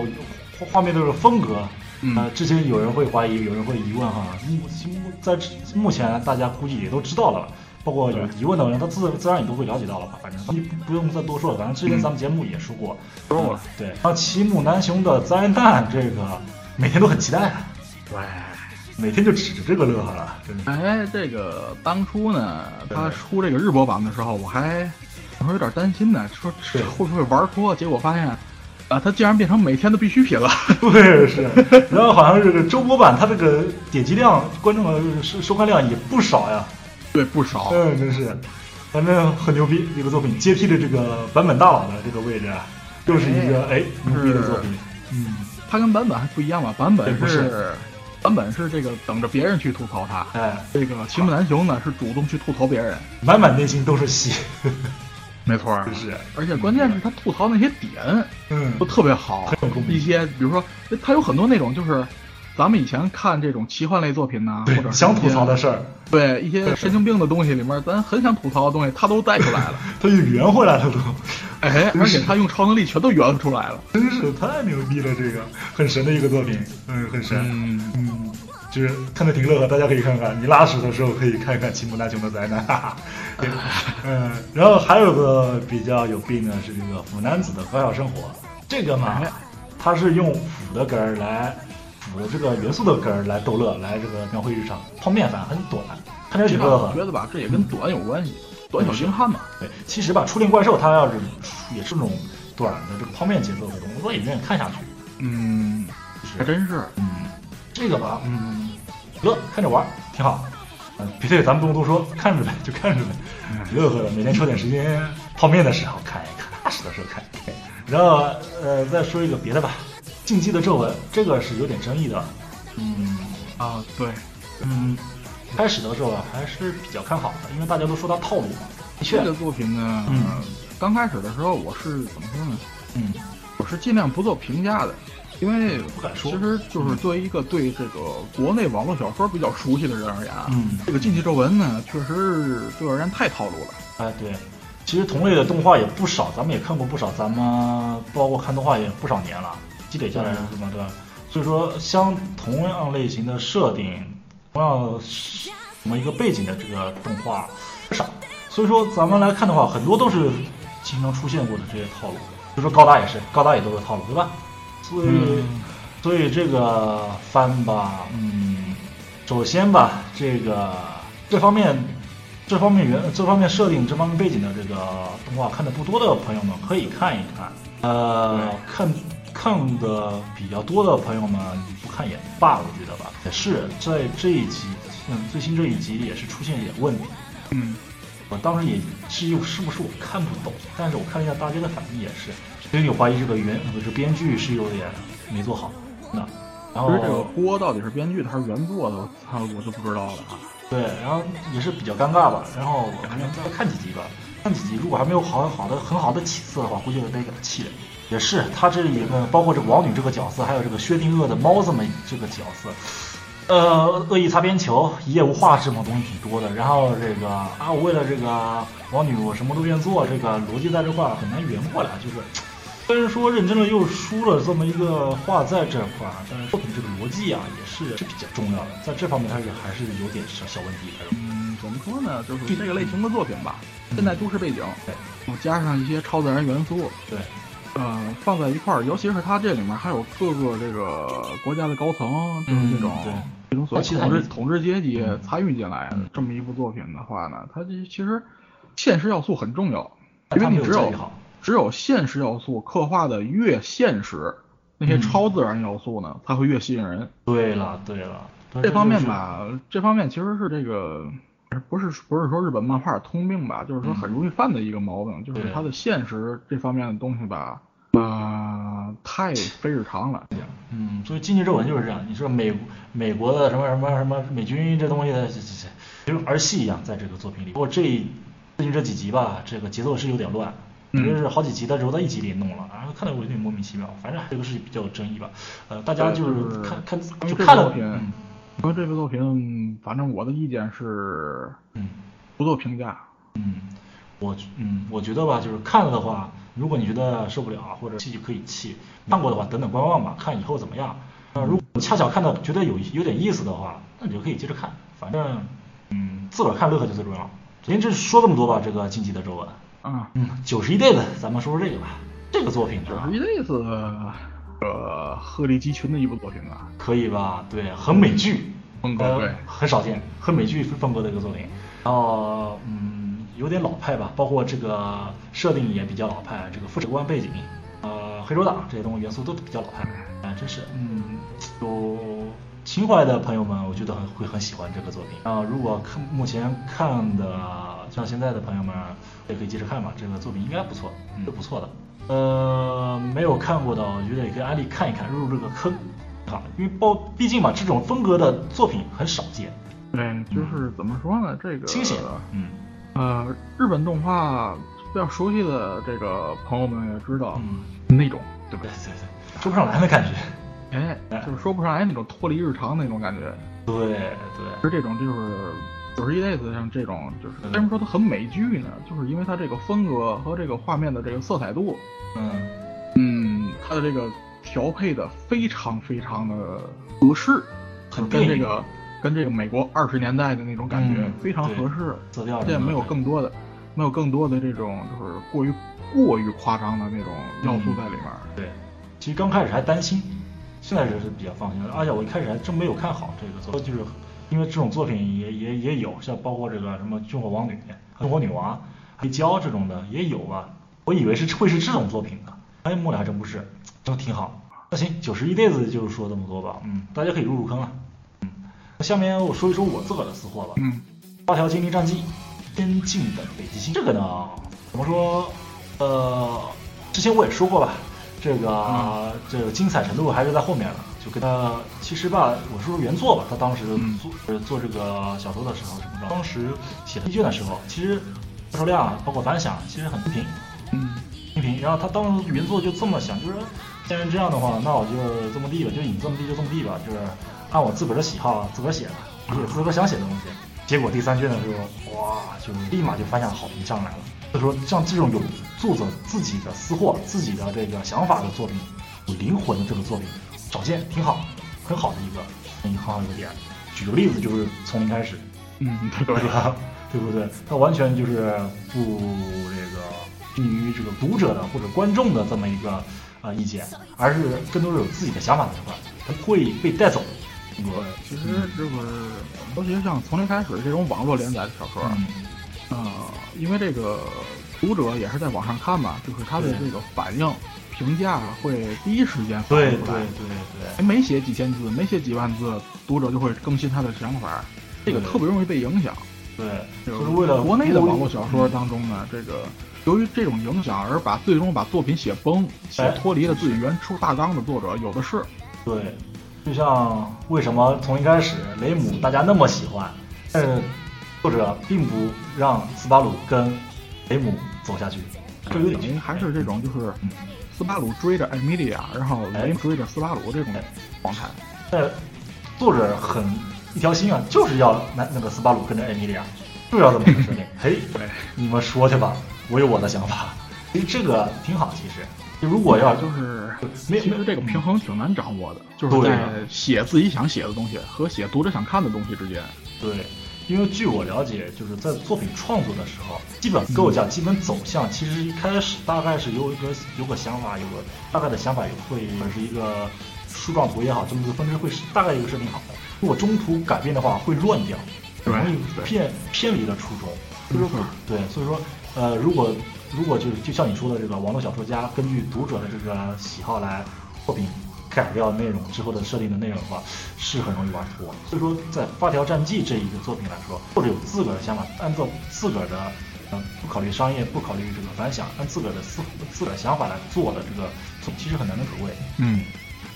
画画面的这个风格，
嗯
呃，之前有人会怀疑，有人会疑问哈，目目在目前大家估计也都知道了。包括有疑问的人，他自自然也都会了解到了吧？反正你不不用再多说了，反正之
嗯
前咱们节目也说过。
说过了
嗯对，然后齐木楠雄的灾难，这个每天都很期待，啊
对，
每天就指着这个乐呵了，真的。 [LAUGHS]
哎，这个当初呢，
对
他出这个日播版的时候，我还我还有点担心呢，说
对
会不会玩脱？结果发现，啊，他竟然变成每天的必需品了。 [LAUGHS]
对，是。然后好像这个周播版，它这个点击量、观众的收收看量也不少呀。
对，不少。
嗯，真是，反正很牛逼，这个作品接替了这个版本大佬的这个位置，啊，又是一个哎牛逼的作品。嗯，
他跟版本还不一样吧？版
对
本
不是
版本是这个等着别人去吐槽他，
哎，
这个齐木楠雄呢是主动去吐槽别人，
满满内心都是戏，
没错
真是，
而且关键是他吐槽那些点
嗯，
都特别好
很有共，鸣
一些比如说他有很多那种就是咱们以前看这种奇幻类作品呐、或者是
对，想吐槽的
一些
事儿，
对一些神经病的东西里面，咱很想吐槽的东西，他都带出
[LAUGHS]
来了，
他又圆回来了都，
哎，而且他用超能力全都圆出来了，
真是太牛逼了，这个很神的一个作品，嗯，很神，
嗯
嗯就是看的挺乐呵，大家可以看看。你拉屎的时候可以看看《齐木楠雄的灾难》哈哈。对嗯，然后还有个比较有病的是这个腐男子的高校生活，这个嘛
哎，
它是用腐的梗儿来腐的这个元素的梗儿来逗乐，来这个描绘日常。泡面反而很短，看着挺乐
我
呵
觉。得吧，这也跟短有关系，短小精悍嘛，
对，其实吧，《初恋怪兽》它要是也是那种短的这个泡面节奏的东西，我也愿意看下去。
嗯，
就是
还真是。
嗯，这个吧，嗯，乐看着玩儿挺好。嗯，别的咱们不用多说，看着呗，就看着呗，乐呵的。每天抽点时间，泡面的时候看一看，拉屎的时候看一看。然后呃，再说一个别的吧，《禁忌的皱纹》这个是有点争议的。嗯
啊，对，
嗯，开始的时候啊还是比较看好的，因为大家都说它套路嘛。的确
这，个作品呢，
嗯
刚开始的时候我是怎么说呢？
嗯，
我是尽量不做评价的，因为
不敢说
其实就是对于一个对这个国内网络小说比较熟悉的人而言，啊
嗯
这个《禁忌皱纹》呢，确实对我而言太套路了。
哎，对，其实同类的动画也不少，咱们也看过不少，咱们包括看动画也不少年了，积累下来的是嘛，对吧？所以说，相同样类型的设定，同样是我们一个背景的这个动画不少，所以说咱们来看的话，很多都是经常出现过的这些套路，比如说高达也是，高达也都是套路，对吧？所以，
嗯
所以这个番吧，嗯，首先吧，这个这方面这方面原这方面设定、这方面背景的这个动画看的不多的朋友们可以看一看，呃，看看的比较多的朋友们不看也罢，我觉得吧，也是在这一集，嗯，最新这一集也是出现一点问题。
嗯，
我当时也是又是不是我看不懂，但是我看了一下大家的反应也是，所以有怀疑这个原呃这编剧是有点没做好，那然
嗯其实这个
后
锅到底是编剧的还是原作的，我操，我就不知道了啊。
对，然后也是比较尴尬吧，然后我可能再看几集吧，看几集如果还没有好好的很好的起色的话，估计我得给他弃了。也是，他这里面包括这个王女这个角色，还有这个薛定谔的猫这么这个角色，呃，恶意擦边球、一夜无话这种东西挺多的。然后这个啊，我为了这个王女，我什么都愿做，这个逻辑在这块儿很难圆过来。就是虽然说认真的又输了这么一个话在这块儿，但是作品这个逻辑啊也是是比较重要的，在这方面它是还是有点小小问题的。
嗯，怎么说呢？就是这个类型的作品吧，现代都市背景，
对
然后加上一些超自然元素，
对，
呃，放在一块儿，尤其是它这里面还有各个这个国家的高层，就是
嗯
那种、
对
这种所谓
其他
统治
也
统治阶级
嗯
参与进来的这么一部作品的话呢，它这其实现实要素很重要，
但
因为
他没
你
有
只
教
有
育好。
只有现实要素刻画的越现实，那些
嗯
超自然要素呢，它会越吸引人。
对了，对了，对
这方面
就是
吧，这方面其实是这个，不是不是说日本漫画通病吧，就是说很容易犯的一个毛病，就是
嗯对
它的现实这方面的东西吧，呃，太非日常了。
嗯，所以经济皱纹就是这样。你说美美国的什么什么什么美军这东西的，这这这就跟儿戏一样，在这个作品里。不过这最近这几集吧，这个节奏是有点乱，
嗯
特别是好几集的时候在一集里弄了，然后看得我有点莫名其妙。反正这个是比较有争议吧。呃，大家
对
就是
就是
看看
关于
就
这
看
部
了，
作品
嗯
关于这部作品，反正我的意见是
嗯
不做评价。
嗯，我嗯我觉得吧，就是看了的话，如果你觉得受不了或者弃可以弃，看过的话等等观望吧，看以后怎么样。呃，如果恰巧看到觉得有有点意思的话，那你就可以接着看，反正嗯自个儿看乐呵就最重要。您这说这么多吧，这个《进击的皱纹》，
啊，
嗯，九十一 d 的，咱们说说这个吧，这个作品
九
呢
十一类似呃鹤立鸡群的一部作品吧。
可以吧？对，很美剧，
风格
呃
对
很少见，很美剧风格的一个作品。然后嗯，有点老派吧，包括这个设定也比较老派，这个复仇观背景，呃，黑手党这些东西元素都比较老派。啊，真是，嗯，有情怀的朋友们，我觉得很会很喜欢这个作品。啊，如果看目前看的，像现在的朋友们也可以接着看吧，这个作品应该不错，嗯，是不错的。呃，没有看过的，我觉得也可以安利看一看，入入这个坑啊，因为包毕竟嘛，这种风格的作品很少见，
对，就是啊怎么说呢，这个
嗯清醒，嗯
呃，日本动画比较熟悉的这个朋友们也知道，
嗯，
那种
对
对不
对
对？
对，说不上来的感觉， [LAUGHS]
哎，就是说不上来那种脱离日常那种感觉。
对
其
对，
实这种就是九十一类似像这种，就是
嗯
为什么说它很美剧呢？就是因为它这个风格和这个画面的这个色彩度，
嗯
嗯，它的这个调配的非常非常的合适，
很
跟
电
这
影
个跟这个美国二十年代的那种感觉、
嗯
非常
对
合适。
色调什
现在
么
没有
的
更多的，没有更多的这种就是过于过于夸张的那种要素在里面。
对，其实刚开始还担心，现在是比较放心了。而且我一开始还真没有看好这个作品，就是因为这种作品也也也有，像包括这个什么《军火王女》《军火女王》《黑胶》这种的也有啊。我以为是会是这种作品的，哎，木乃还真不是，都挺好。那行，九十一 days 就说这么多吧，嗯，大家可以入入坑啊。嗯，下面我说一说我自个儿的私货吧。
嗯，
八条精灵战记，边境的北极星。这个呢，怎么说？呃，之前我也说过吧，这个、这个精彩程度还是在后面了。就跟他其实吧，我说说原作吧，他当时
嗯
做、呃做这个小说的时候什么的，当时写第一卷的时候，其实销售量啊包括反响其实很不平，
嗯，
音频，然后他当时原作就这么想，就是说，既然这样的话，那我就这么地吧，就你这么地就这么地吧，就是按我自个儿的喜好自个儿写吧，就是自个儿想写的东西。结果第三卷的时候，哇，就立马就反响好评上来了。所以说，像这种有作者自己的私货、自己的这个想法的作品，有灵魂的这个作品，少见，挺好，很好的一个，很好的一个点。举个例子，就是从零开始，
嗯，对
对
对
吧？ [LAUGHS] 对不对？它完全就是不这个基于这个读者的或者观众的这么一个呃意见，而是更多是有自己的想法的话，它不会被带走。我
其实就是，尤其是像从零开始这种网络连载的小说，啊、
嗯，
呃因为这个读者也是在网上看嘛，就是他的
对
这个反应、评价会第一时间反
对
映
对
出来。
对
哎没写几千字，没写几万字，读者就会更新他的想法，这个
对
特别容易被影响。
对对，
就
就是为了
国内的网络小说当中呢，这个由于这种影响而把最终把作品写崩、
哎
写脱离了自己原初大纲的作者有的是。
对，就像为什么从一开始雷姆大家那么喜欢，但是作者并不让斯巴鲁跟雷姆走下去，这有
等
点
于还是这种就是
嗯
斯巴鲁追着艾米莉亚，然后
哎
雷姆追着斯巴鲁这种状态。
但作者很一条心啊，就是要那那个斯巴鲁跟着艾米莉亚，就要这么一个
[LAUGHS]
设定。嘿，你们说去吧，我有我的想法。其实这个挺好，其实就如果要就
就是
没
其实这个平衡挺难掌握的，就是
对
在写自己想写的东西和写读者想看的东西之间。
嗯对，因为据我了解，就是在作品创作的时候，基本构
嗯
架、基本走向，其实一开始大概是有一个有个想法，有个大概的想法，也会是一个树状图也好，这么一个分支会是大概一个设定好的。如果中途改变的话，会乱掉。
对
容易
对
偏偏离了初衷。所以
没
说
错，
对，所以说，呃，如果如果就是就像你说的这个网络小说家根据读者的这个喜好来作品改掉内容之后的设定的内容的话，是很容易玩脱。所以说，在《发条战记》这一个作品来说，作者有自个儿的想法，按照自个儿的。呃，不考虑商业，不考虑这个反响，按自个儿的思自个儿想法来做的这个，其实很难能可贵。
嗯，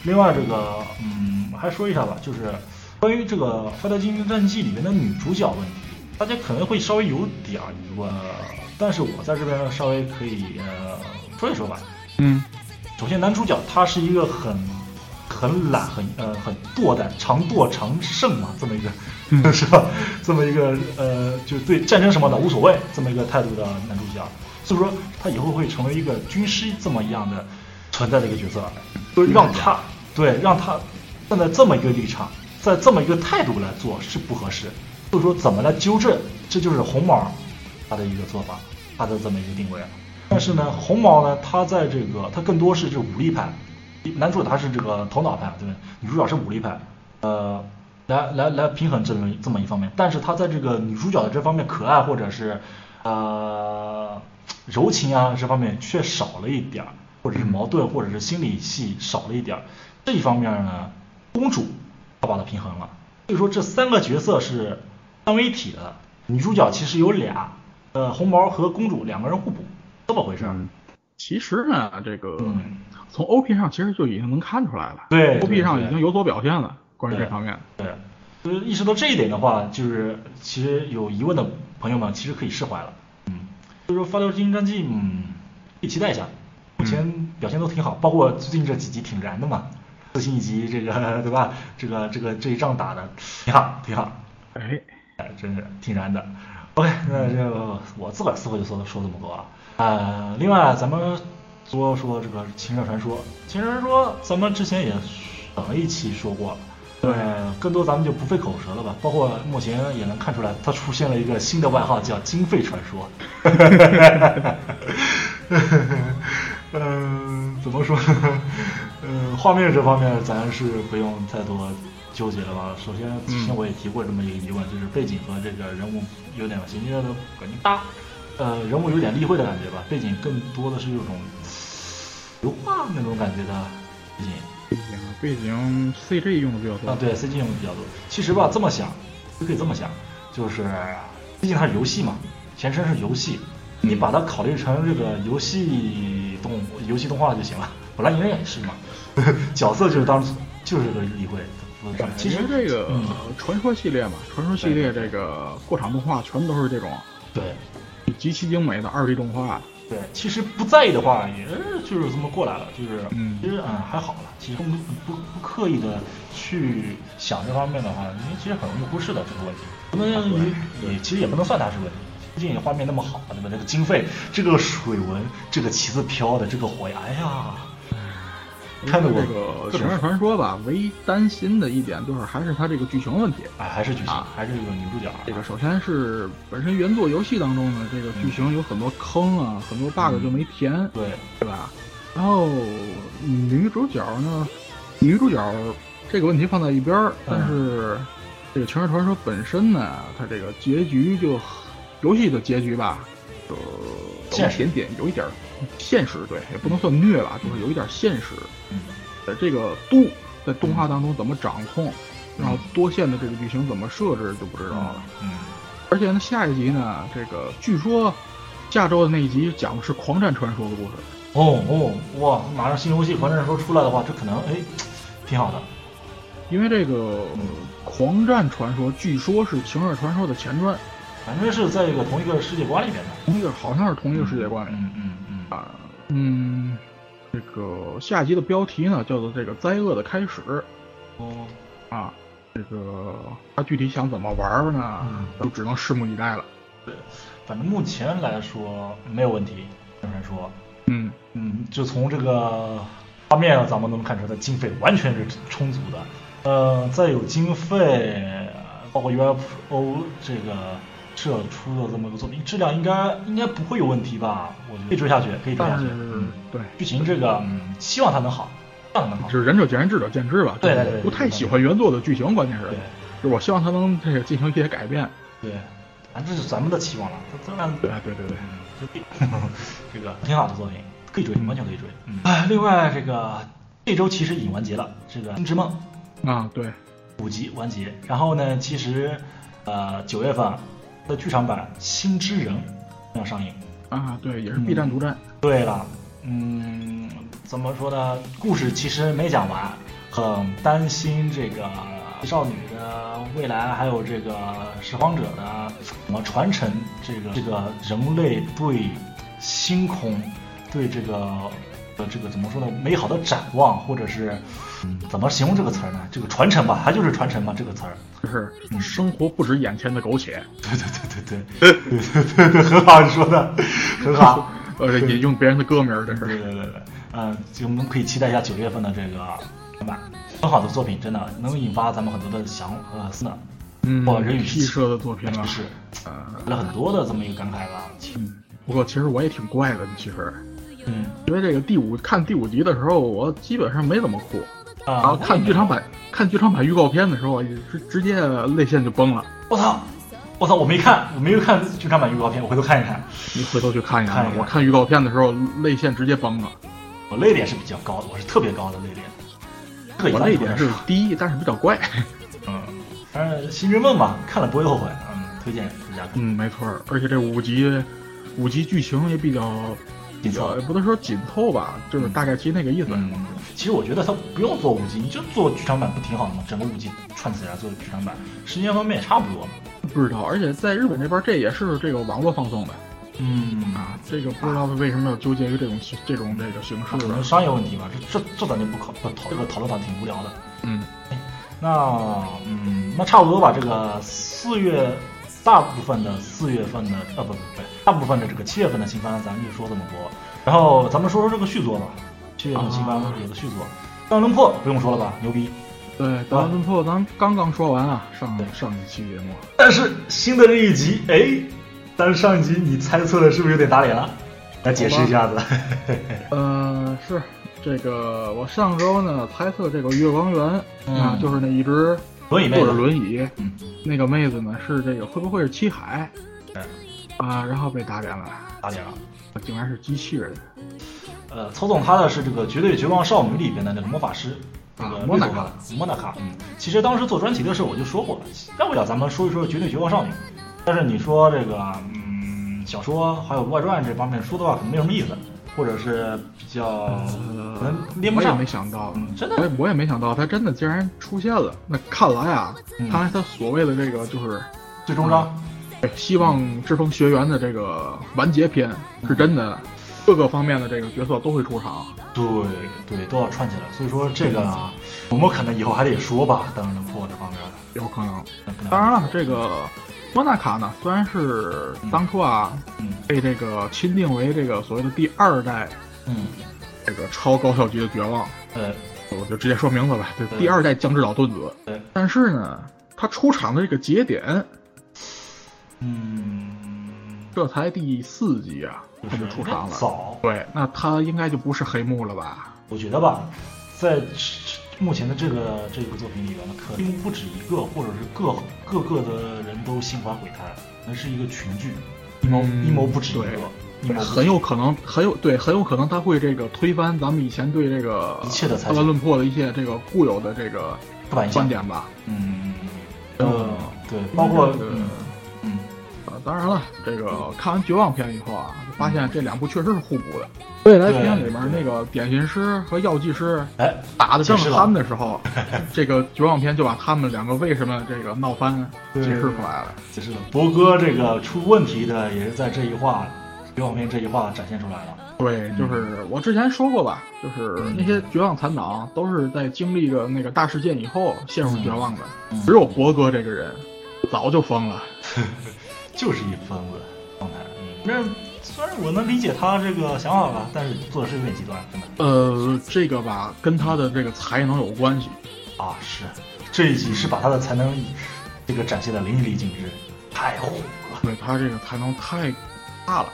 另外，这个嗯，还说一下吧，就是关于这个《发条精英战记》里面的女主角问题，大家可能会稍微有点儿疑问，啊但是我在这边稍微可以呃说一说吧。
嗯，
首先，男主角他是一个很很懒、很呃很惰的常惰常胜嘛，这么一个、[LAUGHS]
嗯
是吧？这么一个呃，就是对战争什么的无所谓这么一个态度的男主角，所以说他以后会成为一个军师这么一样的存在的一个角色，就是让他对让他站在这么一个立场，在这么一个态度来做是不合适，所以说怎么来纠正，这就是红毛他的一个做法，他的这么一个定位。啊但是呢，红毛呢，他在这个他更多是这武力派，男主角他是这个头脑派，对不对？女主角是武力派，呃，来来来平衡这么一这么一方面。但是他在这个女主角的这方面可爱或者是呃柔情啊这方面却少了一点儿，或者是矛盾或者是心理戏少了一点儿。这一方面呢，公主她把它平衡了。所以说这三个角色是三位一体的，女主角其实有俩，呃，红毛和公主两个人互补，这么回事儿。
其实呢，这个、
嗯
从 OP 上其实就已经能看出来了，
对对
，OP 上
对
已经有所表现了，关于
对
这方面。
对，就是意识到这一点的话，就是其实有疑问的朋友们其实可以释怀了。嗯，所以说《发条精英战记》，嗯，可以期待一下，目
嗯
前表现都挺好，包括最近这几集挺燃的嘛，最新一集这个对吧？这个这个这一仗打的挺好，挺好，
哎，
哎，真是挺燃的。OK，那就我自个儿私会就说说这么多了。呃，另外咱们说说这个《情热传说》，《情热传说》咱们之前也等一期说过了，
对
呃，更多咱们就不费口舌了吧。包括目前也能看出来，他出现了一个新的外号叫“经费传说” 。嗯、怎么说呢？ [LAUGHS] 嗯、画面这方面咱是不用太多纠结了吧。首先，之前我也提过这么一个疑问，就是背景和这个人物有点衔接的感觉搭，呃，人物有点立绘的感觉吧，背景更多的是有种油画那种感觉的背景。
背景背景 CG 用的比较多
啊，对 CG 用的比较多。其实吧，这么想，就可以这么想，就是毕竟它是游戏嘛，前身是游戏，你把它考虑成这个游戏动游戏动画就行了。本来人也是嘛，角色就是当就是这个例会。不是其实
因为这个、
啊嗯
传说系列嘛，传说系列
对
这个过场动画全部都是这种
对
极其精美的二 D 动画。
对，其实不在意的话，也就是这么过来了，就是
嗯
其实嗯还好了。其实不不不刻意的去想这方面的话，因为其实很容易忽视的这个问题。不能也也其实也不能算它是问题，毕竟画面那么好，对吧？这个经费，这个水纹，这个旗子飘的，这个火焰，哎呀，看得
因为
我
这个《
各
警
种
察传说》吧，唯一担心的一点就是还是它这个剧情问题。
哎，还是剧情
啊，
还是这个女主角，
这个首先是本身原作游戏当中呢，这个剧情有很多坑啊，很多 bug 就
嗯
没填，
对，
对吧？然后女主角呢，女主角这个问题放在一边儿，
嗯
但是这个《情人传说》本身呢，它这个结局就游戏的结局吧，就有
现
一
实
点点有一点儿现实，对，也不能算虐吧，就是有一点儿现实。
嗯，
呃，这个度在动画当中怎么掌
嗯
控，然后多线的这个剧情怎么设置就不知道了。
嗯，
而且呢，下一集呢，这个据说下周的那一集讲的是狂战传说的故事。
哦哦，哇，马上新游戏《狂战说》出来的话，这可能哎，挺好的，
因为这个
嗯
《狂战传说》据说是《情热传说》的前传，
反正是在一个同一个世界观里面的，
那个好像是同一个世界观里。
嗯嗯嗯，啊，
嗯，这个下集的标题呢叫做“这个灾厄的开始
哦，”
啊，这个它具体想怎么玩儿呢
嗯，
就只能拭目以待了。
对，反正目前来说没有问题，当然说，
嗯，
嗯，就从这个画面啊咱们能看出，它经费完全是充足的。呃，再有经费，包括 UFO 这个社出的这么个作品，质量应该应该不会有问题吧？我觉得可以追下去，可以追下
但
去。
是
嗯，
对，
剧情这个，嗯，希望它能好，希望它能好。
是仁者见仁，智者见智吧。
对对
就是
对
不太喜欢原作的剧情，关键是，
对
就是我希望它能这个进行一些改变。
对，反正这是咱们的期望了。当然，
对对对对，
就 [LAUGHS] 这这个挺好的作品，可以追，完全可以追。嗯，哎，另外这个这周其实已经完结了，这个《星之梦》
啊对，
五集完结。然后呢，其实呃九月份的剧场版《星之人》要上映。
啊对，也是
嗯
B 站独占。
对了，嗯，怎么说呢？故事其实没讲完，很担心这个少女的未来，还有这个拾荒者的怎么传承这个这个人类对星空、对这个呃这个怎么说呢？美好的展望，或者是嗯，怎么形容这个词儿呢？这个传承吧，它就是传承吧，这个词儿。
就是生活不止眼前的苟且，
对对对对对对对对对，很好，你说的很好。
呃，引用别人的歌名儿，这
对
是。
对对对，嗯，就我们可以期待一下九月份的这个看板，很好的作品，真的能引发咱们很多的想呃思考，
嗯
哇人与
，P 社的作品
真
啊
的， [LAUGHS] 是
啊，
有了很多的这么一个感慨吧。其实
嗯，不过其实我也挺怪的，其实，
嗯
因为这个第五看第五集的时候，我基本上没怎么哭，然
啊
后，看剧场版看剧场版预告片的时候，直直接泪腺就崩了。
我操，我操，我没看，我没有看剧场版预告片，我回头看一看。
你回头去看一
看
看
一
吧，
看
我看预告片的时候泪腺直接崩了。
我泪点是比较高的，我是特别高的泪点，这个一
我
般
泪
不太
点是
少
低，但是比较怪。 [LAUGHS]
嗯，反正《新之梦》吧，看了不会后悔，嗯，推荐大家
嗯，没错儿，而且这五集，五集剧情也比较
紧凑
呃。也不能说紧凑吧，就是大概其那个意思。
嗯，其实我觉得他不用做五 G，你就做剧场版不挺好的吗？整个五 G 串起来做剧场版，时间方面也差不多。
不知道，而且在日本这边这也是这个网络放送的
嗯啊，
啊，这个不知道为什么要纠结于这种形这种这个形式
可
了
能。商业问题吧，这这这咱就不考不讨这个讨论，咱挺无聊的。哎
嗯，
那嗯，那差不多吧。这个四月大部分的四月份的呃不不不，大部分的这个七月份的新番咱们就说这么多。然后咱们说说这个续作吧，七月份的新番
啊
有个续作，《当轮破》不用说了吧，牛逼。
对，《德兰顿破》咱刚刚说完啊，上
对
上一期节目，
但是新的这一集，哎，但是上一集你猜测的是不是有点打脸了？来解释一下子。
呃，是这个我上周呢猜测这个月光园、
嗯
啊，就是那一直
轮椅妹
坐着
子，
轮椅
嗯
那个妹子呢，是这个会不会是七海
对？
啊，然后被打脸了，
打脸了。
竟然是机器人
呃，操纵他的是这个《绝对绝望少女》里边的那个魔法师，这
啊
个，
莫
绿
娜
头发
卡
的，莫娜卡。嗯，其实当时做专题的时候我就说过了，要不了咱们说一说《绝对绝望少女》，但是你说这个嗯小说还有外传这方面说的话，可能没有什么意思，或者是比较可能连不
呃我也
上
没。想到，
嗯，真
我
的
也我也没想到他真的竟然出现了。那看来啊，
嗯
看来他所谓的这个就是
最终章。
对希望之风学员的这个完结篇是真的，各个方面的这个角色都会出场。
对对，都要串起来。所以说这个啊，我们可能以后还得说吧，当然能破这方面的
有可能。
那不能。
当然了，这个莫纳卡呢，虽然是当初啊
嗯
被这个钦定为这个所谓的第二代
嗯，
这个超高校级的绝望，
呃，
我就直接说名字吧，对，
对
第二代江之岛盾子
对。
但是呢，他出场的这个节点，
嗯，
这才第四集啊，他就是出场了。
早，
对，那他应该就不是黑幕了吧？
我觉得吧，在目前的这个这个作品里边呢，肯定不止一个，或者是各各个的人都心怀鬼胎，那是一个群剧，阴谋
嗯
阴谋不止一
对
个，阴谋不止
很有可能，很有对，很有可能他会这个推翻咱们以前对这个
一切的猜想
阿伦论破的一些这个固有的这个
刻板印
观
象。
点吧。
嗯，
嗯
呃，对，包括
这个
嗯嗯，
呃，当然了，这个看完《绝望篇》以后啊，就发现这两部确实是互补的。未来篇里面那个点心师和药剂师
哎，
打的正
解释了
酣的
[LAUGHS]
时候，这个《绝望篇》就把他们两个为什么这个闹翻
对
解释出来了。
解释了，博哥这个出问题的也是在这一话，刘小平这一话展现出来了。
对，就是我之前说过吧，就是
嗯
那些绝望残党都是在经历了那个大事件以后陷入绝望的，
嗯
只有博哥这个人早就疯了。
就是一疯子状态。嗯，那虽然我能理解他这个想法吧，但是做的是有点极端，真的
呃，这个吧跟他的这个才能有关系。
啊是。这一集是把他的才能这个展现的淋漓尽致，太火了。
对他这个才能太大了，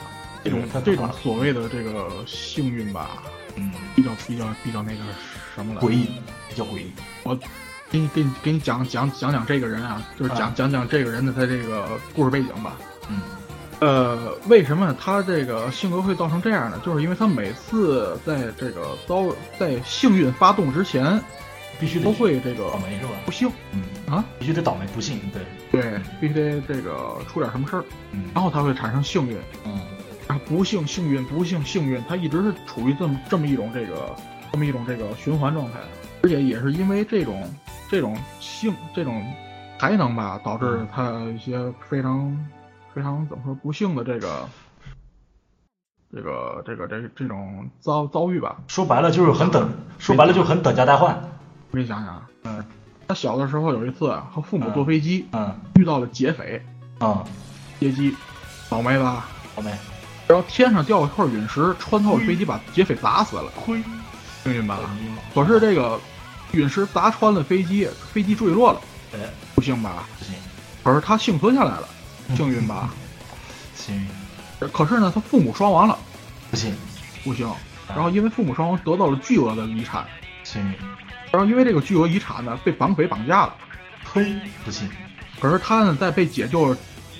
这种
太大了
这种所谓的这个幸运吧，
嗯，
比较比较比较那个什么了，
诡异，比较诡异。
我给你给你给你讲讲讲讲这个人啊，就是讲、
啊
讲讲这个人的他这个故事背景吧。
嗯，
呃，为什么他这个性格会造成这样呢？就是因为他每次在这个遭在幸运发动之前，
必须得
都会这个
倒霉是吧？
不幸
嗯，
啊，
必须得倒霉不幸，对，
对，必须得这个出点什么事儿，
嗯，
然后他会产生幸运，
嗯，
然后不幸幸运不幸幸运，他一直是处于这么这么一种这个这么一种这个循环状态，而且也是因为这种这种性这种才能吧，导
嗯
致他一些非常非常怎么说不幸的这个这个这个这个这种遭遭遇吧。
说白了就是很等，说白了就是很等价代换，
我给你想想啊，嗯，他小的时候有一次啊和父母坐飞机
嗯，
遇到了劫匪，
啊、
劫机倒霉吧。
倒霉，
然后天上掉一块陨石，穿透飞机把劫匪砸死了，
亏，
幸运吧？
嗯
可是这个陨石砸穿了飞机，飞机坠落了，
哎，
不幸吧？
不行，
可是他幸存下来了，幸运吧？
行，
可是呢，他父母双亡了，
不行，
不幸。然后因为父母双亡得到了巨额的遗产，
行，
然后因为这个巨额遗产呢，被绑匪绑架了。
嘿，不行，
可是他呢，在被解救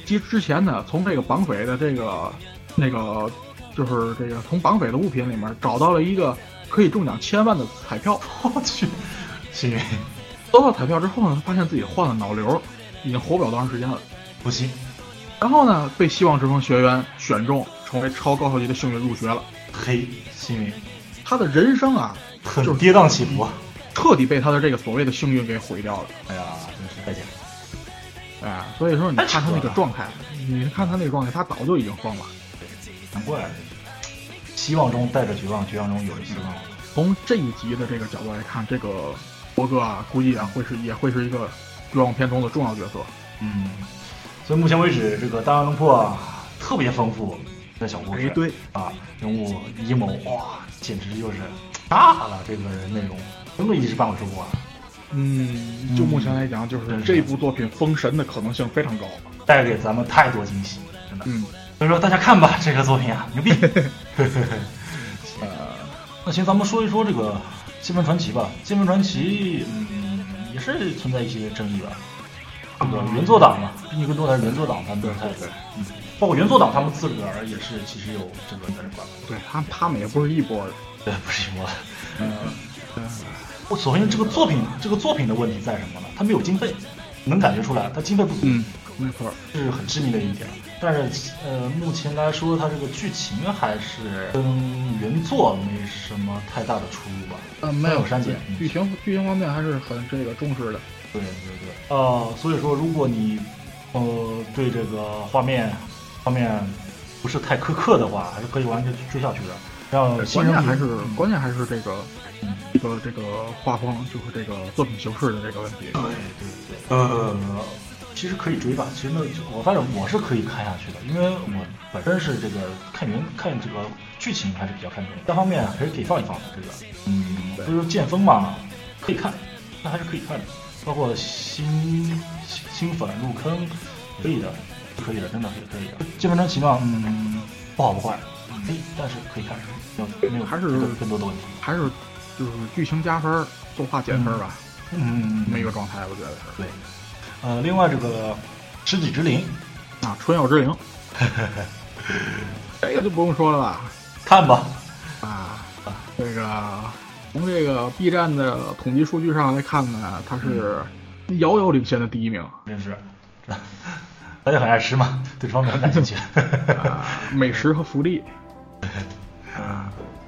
之之前呢，从这个绑匪的这个那个，就是这个从绑匪的物品里面找到了一个可以中奖千万的彩票。
我去，行，
得到彩票之后呢，发现自己患了脑瘤，已经活不了多长时间了。
不行，
然后呢，被希望之风学员选中，成为超高校级的幸运入学了。
嘿，幸运，
他的人生啊，
很
就是
跌宕起伏，啊
彻底被他的这个所谓的幸运给毁掉了。
哎呀，真是再见，
哎，所以说你
太
看他
扯
那个
了
状态，你看他那个状态，他早就已经疯了。
难怪，啊希望中带着绝望，绝望中有希望，啊
从这一集的这个角度来看，这个博哥啊，估计啊会是也会是一个欲望片中的重要角色。
嗯，所以目前为止，这个《大洋龙破》啊特别丰富的小故事，
哎对
啊，人物阴谋哇，简直就是炸了这个内容，根本一时半会儿说不完。
嗯，就目前来讲，就
真是
是这部作品封神的可能性非常高。
带给咱们太多惊喜，真的。
嗯，
所以说大家看吧，这 [LAUGHS] 个作品啊，牛逼。
呃，
那行，咱们说一说这个《金门传奇》吧，《金门传奇》嗯也是存在一些争议吧。这个原作党嘛，毕竟更多还是原作党他们
对
太
对对，
嗯，包括原作党他们自个儿也是其实有争论在这块儿，
对他他们也不是一波的。
对，不是我。
嗯，
我首先这个作品，这个作品的问题在什么呢？它没有经费，能感觉出来，它经费不足。
嗯，没错。
这是很致命的一点。但是呃，目前来说，它这个剧情还是跟原作没什么太大的出入吧。
呃，没有
有删减
剧情剧情方面还是很这个重视的。
对对对。呃，所以说，如果你呃对这个画面画面不是太苛刻的话，还是可以完全追下去的。让新人
关键呃还
去
是关键还是这个
嗯
这个这个画风，就是这个作品形式的这个问题。
对对对，呃，其实可以追吧。其实呢，我发现我是可以看下去的，因为我本身是这个看原看这个剧情还是比较看重的，单方面还是可以放一放的这个。嗯，所以说剑锋嘛，可以看，那还是可以看的。包括新新新粉入坑，可以的，可以的，真的是可以的。剑锋传奇嘛，嗯，不好不坏，可以，但是可以看，没有没有
还是
更多的问题。
还是就是剧情加分儿，作画减分儿吧，
嗯，
这么一个状态，我觉得是。
对，呃，另外这个《知己之灵》，
啊，《春药之 [LAUGHS] 灵》这个就不用说了吧？
看吧，
啊，这个从这个 B 站的统计数据上来看呢，它是遥遥领先的第一名。
真是， [LAUGHS] 大家很爱吃嘛，对这方面很感兴趣， [LAUGHS]
啊，美食和福 [LAUGHS] 利，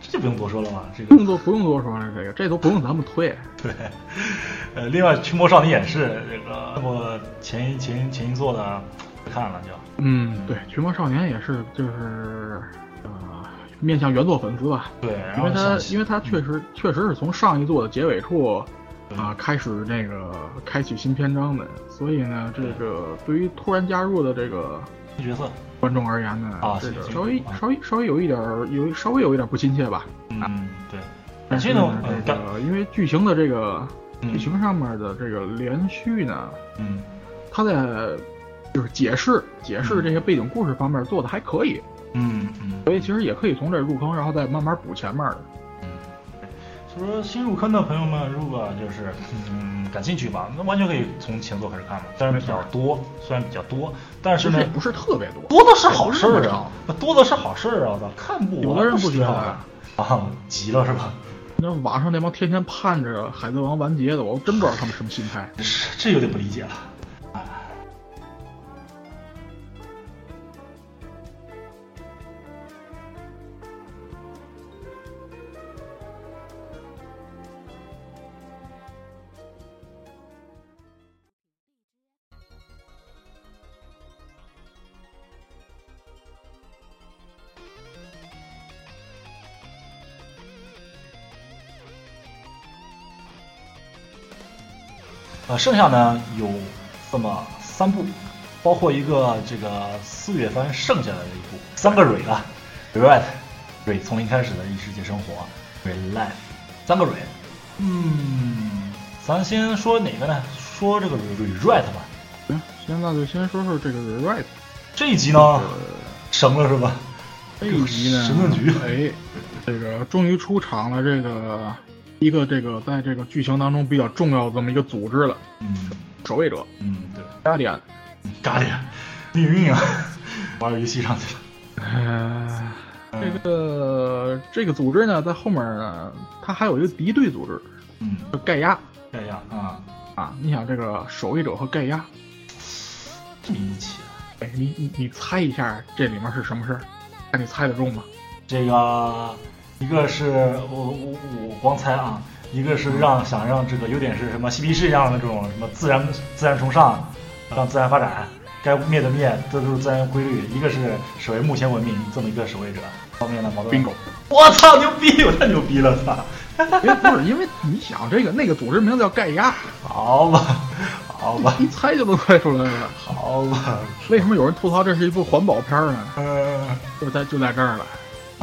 这就不用多说了嘛，这
不
个
用多不用多说了，这个这都不用咱们推。
对，呃，另外《驱魔少女》也是这个我前一前一前一座的不看了就，
嗯，对，《群魔少年》也是，就是呃，面向原作粉丝吧，
对，然
因
后
为它
想起嗯
因为它确实、确实是从上一作的结尾处啊、开始那个开启新篇章的，所以呢，这个对于突然加入的这个
新角色，
观众而言呢，
啊
这个
是
稍微
是啊
稍微稍微有一点儿有稍微有一点儿不亲切吧。
嗯，对，
但
感
是
谢
呢
呢，，呃，
这
感，
啊个因为剧情的这个
嗯
剧情上面的这个连续呢，
嗯，
它在就是解释解释这些背景故事方面做的还可以。
嗯嗯。
所以其实也可以从这儿入坑，然后再慢慢补前面的。
所说新入坑的朋友们，如果就是嗯感兴趣吧，那完全可以从前作开始看嘛。但是比较多，虽然比较多，但是
其实
呢
也，不是特别多，
多的是好事
也不
儿
是特别
啊
少，
多的是好事儿啊！我操，看不完
有的人
不
不觉得好
啊啊，急了是吧？
那网上那帮天天盼着《海贼王》完结的，我真不知道他们什么心态。
是这有点不理解了。呃，剩下呢有这么三部，包括一个这个四月份剩下的一部，三个蕊啊了，Red 蕊从零开始的异世界生活蕊 Life 三个蕊，嗯，咱先说哪个呢？说这个蕊 Red 吧，
行，现在就先说说这个 Rewrite
这一集呢神了是吧？
这一集呢，
啊神盾局
哎，这个终于出场了，这个一个这个在这个剧情当中比较重要的这么一个组织了，
嗯
守卫者
嗯，对，
加点，
嘎点命运啊， [LAUGHS] 玩游戏上去了，嗯
呃，这个这个组织呢，在后面呢，它还有一个敌对组织，
嗯，
就盖亚
这样啊，
啊。你想这个守卫者和盖亚，
这一起。
哎，你你你猜一下这里面是什么事儿？看你猜得中吗？
这个一个是我我我光猜啊，一个是让想让这个有点是什么嬉皮士一样的这种什么自然自然崇尚，让自然发展，该灭的灭，这都是自然规律。一个是守卫目前文明这么一个守卫者方面的矛盾。
bingo。
我操，牛逼！我太牛逼了，操！
因为哎不是因为你想这个那个组织名字叫盖亚，
嗯好吧，好吧，
一猜就能猜出来了。
好吧，
为什么有人吐槽这是一部环保片儿呢？
嗯、
就在就在这儿了。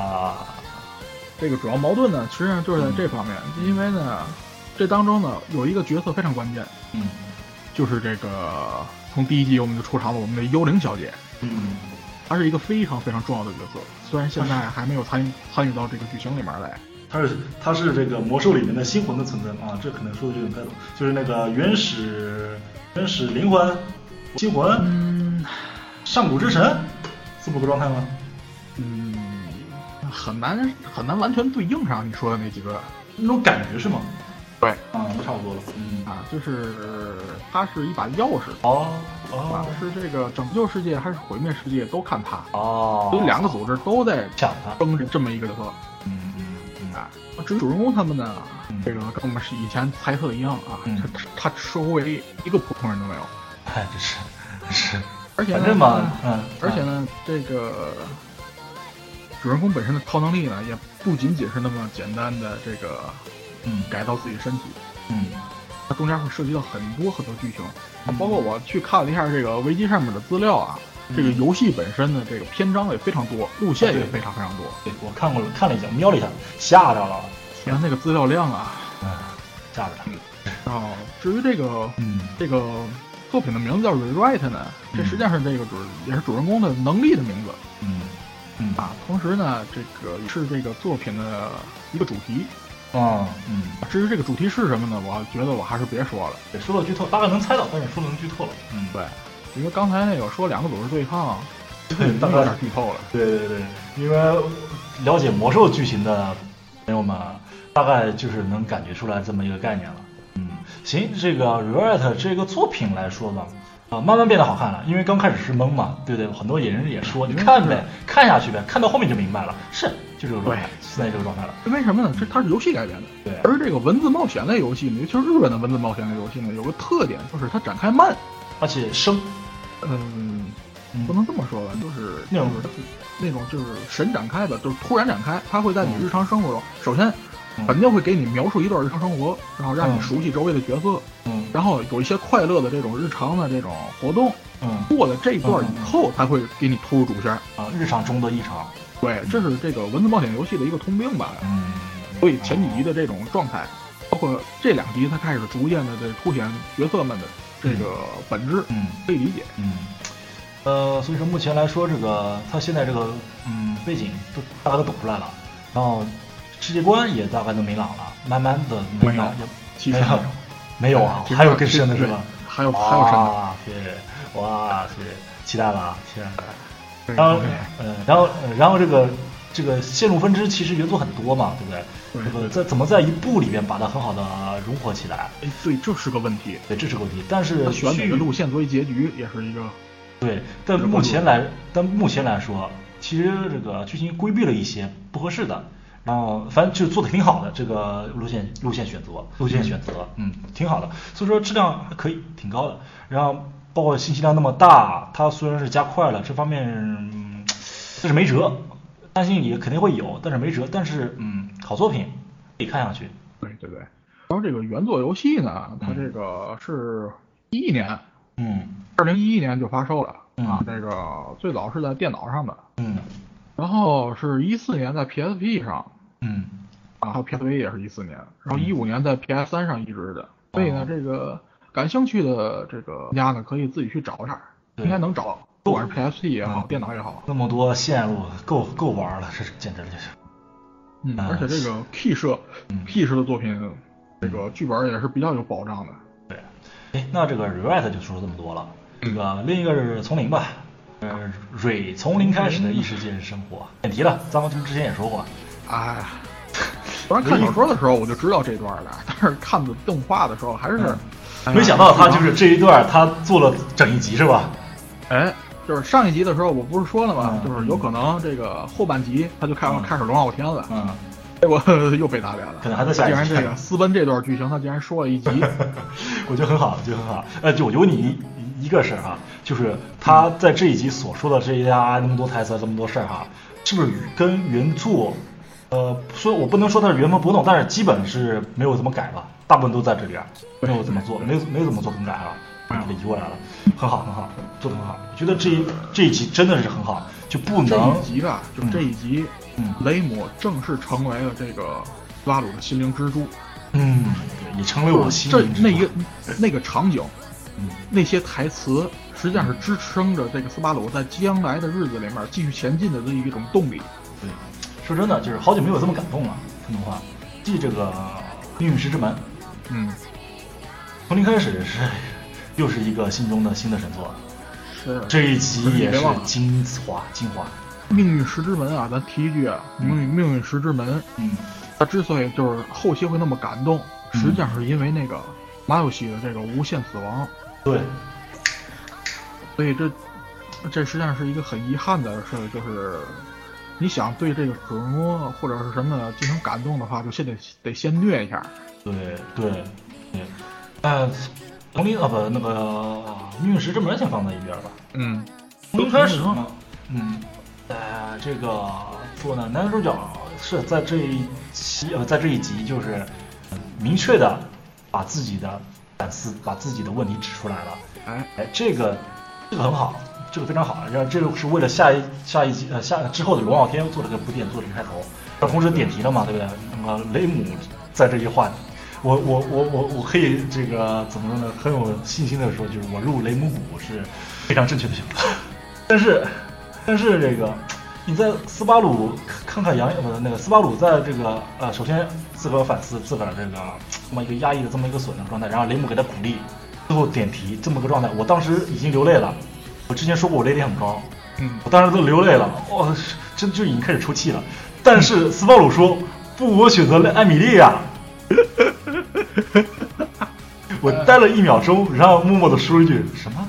啊，
这个主要矛盾呢，实际上就是在这方面，
嗯
因为呢，这当中呢有一个角色非常关键，
嗯
就是这个从第一集我们就出场了我们的幽灵小姐，
嗯，
她是一个非常非常重要的角色，虽然现在还没有参与参与到这个剧情里面来。
他是他是这个魔兽里面的星魂的存在嘛啊，这可能说的有点太多，就是那个原始原始灵魂、星魂、
嗯
上古之神这么个状态吗？
嗯，很难很难完全对应上你说的那几个
那种感觉是吗？
对
啊，那差不多了。嗯，
啊，就是它是一把钥匙，
哦
啊，
哦
是这个拯救世界还是毁灭世界都看它，
哦，
所以两个组织都在
抢他。
争这么一个角色。
嗯嗯嗯
啊，至于主人公他们呢，这个跟我们是以前猜测的一样啊，
嗯
他他他周围一个普通人都没有，
哎，这是 [LAUGHS] 是，
而且呢
反正嘛，嗯，
而且呢，这个主人公本身的超能力呢，也不仅仅是那么简单的这个
嗯
改造自己身体，
嗯
它中间会涉及到很多很多剧情，包括我去看了一下这个维基上面的资料啊。这个游戏本身的这个篇章也非常多，路线也非常非常多。
嗯啊对我看过了，看了一下，瞄了一下，嗯吓着了，
你看那个资料量啊，
嗯，吓着了。
然后至于这个
嗯
这个作品的名字叫《Rewrite》呢，这实际上是这个主也是主人公的能力的名字
嗯嗯
啊。同时呢，这个也是这个作品的一个主题。
啊嗯。
至于这个主题是什么呢？我觉得我还是别说了。
对，说到剧透，大概能猜到，但是说的能剧透了。嗯，
对，因为刚才那个说两个组织对抗，
对 [LAUGHS]
已经有点剧透了。
对对对，因为了解魔兽剧情的朋友们，啊大概就是能感觉出来这么一个概念了。嗯，行，这个《Riot》这个作品来说吧，啊、慢慢变得好看了，因为刚开始是懵嘛，对不对？很多演员也说，你
嗯
看呗，看下去呗，看到后面就明白了，是就这个状态
对，
现在这个状态了。
为什么呢？这它是游戏改编的，
对
而这个文字冒险类游戏呢，尤其是日本的文字冒险类游戏呢，有个特点就是它展开慢。
而且声，
嗯，
嗯
不能这么说吧，就是
那种
就是那种就是神展开的，就是突然展开，它会在你日常生活中，首先
嗯
肯定会给你描述一段日常生活，然后让你
嗯
熟悉周围的角色，
嗯
然后有一些快乐的这种日常的这种活动，
嗯
过了这一段以后，才会给你突入主线。
啊，日常中的异常，
对，这是这个文字冒险游戏的一个通病吧。
嗯，
所以前几集的这种状态，包括这两集，它开始逐渐的这凸显角色们的这个本质，
嗯。
可以理解。
嗯，呃，所以说目前来说，这个他现在这个嗯背景都大家都懂出来了，然后世界观也大概都明朗了，慢慢的
没有其实
没有，哎没有啊，还有更深的是吧？啊
还有还有深的，
哇塞，哇塞，期待了啊，期待了。
对
然后
对，
呃，然后，呃然后这个这个线路分支其实元素很多嘛，对不对？
对
这个在怎么在一部里边把它很好的融合起来，
哎，对，这是个问题。
对，这是个问题。但是
那选哪
据
个路线作为结局也是一个，
对，但目前来，但目前来说，其实这个剧情规避了一些不合适的，然后反正就做的挺好的，这个路线路线选择，路线选择，嗯，挺好的，所以说质量还可以，挺高的。然后包括信息量那么大，它虽然是加快了，这方面、嗯、但是没辙，担心也肯定会有，但是没辙。但是嗯，好作品可以看下去，
对对对。然后这个原作游戏呢，它这个是一一年，
嗯
二零一一年就发售了
嗯
啊。这个最早是在电脑上的，
嗯
然后是一四年在 PSP 上，
嗯
啊，还有 PSV 也是一四年，然后一五年在 PS 三上移植的。所以
哦
呢，这个感兴趣的这个玩家呢，可以自己去找一下，
对
应该能找到，不管是 PSP 也好，
嗯
电脑也好，
那么多线路够够玩了，这是简直就是。
嗯，
嗯
而且这个 K 社
嗯
K 社的作品，这个剧本也是比较有保障的。
对，哎，那这个 rewrite 就说这么多了。这个另一个是从零吧，呃，蕊从零开始的异世界生活，免提了，咱们之前也说过。
哎，当然看小说的时候我就知道这段了，但是看的动画的时候还是
嗯没想到他就是
这。
这一段，他做了整一集是吧？
哎，就是上一集的时候我不是说了吗？
嗯
就是有可能这个后半集他就开
嗯
开始龙傲天了。
嗯，
结果 [LAUGHS] 又被打脸了，
可能还在下一
他
集
竟然这个私奔这段剧情，他竟然说了一集，
[LAUGHS] 我觉得很好，就很好。呃，就有你一一个事儿哈，就是他在这一集所说的这一啊那么多台词啊这么多事儿哈，是不是跟原作？呃，所以我不能说它是原封不动，但是基本是没有怎么改吧，大部分都在这里边儿，
对
没有怎么做，没有没有怎么做更改啊，把它移过来了，很好很好，做的很好。我觉得这一这一集真的是很好，就不
这
能
一集吧，就这一集，
嗯
雷姆正式成为了这个拉鲁的心灵支柱。
嗯，对也成为我心
这
里
那一个那个场景，
嗯
那些台词，实际上是支撑着这个斯巴鲁在将来的日子里面继续前进的这一种动力。
对，说真的，就是好久没有这么感动了。说动话，继这个《命运石之门》
嗯，
从零开始是又是一个心中的新的神作，
是
这一集也
别
是
忘了
精华精华。
命运石之门啊，咱提一句啊，
嗯
命运命运石之门，
嗯
它之所以就是后期会那么感动，
嗯
实际上是因为那个马有喜的这个无限死亡，
对，
所以这这实际上是一个很遗憾的事儿，就是你想对这个主人公或者是什么进行感动的话，就先得得先虐一下。
对对对，呃，从零啊不那个《命运石之门》先放在一边吧。
嗯，
从零开始呢，嗯，呃，这个说呢，男主角是在这一期呃，在这一集就是呃明确的把自己的反思，把自己的问题指出来了。
哎，
哎，这个这个很好，这个非常好，然后这个是为了下一下一集呃下之后的龙傲天做了个铺垫，做了个开头，然后同时点题了嘛，对不对？那么雷姆在这句话，我我我我我可以这个怎么说呢？很有信心的说，就是我入雷姆谷是非常正确的选择，但是但是这个。你在斯巴鲁看看杨，不是那个斯巴鲁在这个呃，首先自个儿反思自个儿这个这么一个压抑的这么一个损的状态，然后雷姆给他鼓励，最后点题这么个状态，我当时已经流泪了。我之前说过我泪点很高，
嗯，
我当时都流泪了，我、真就已经开始抽泣了。但是斯巴鲁说不，我选择了艾米莉啊亚。我呆了一秒钟，然后默默的说了一句什么？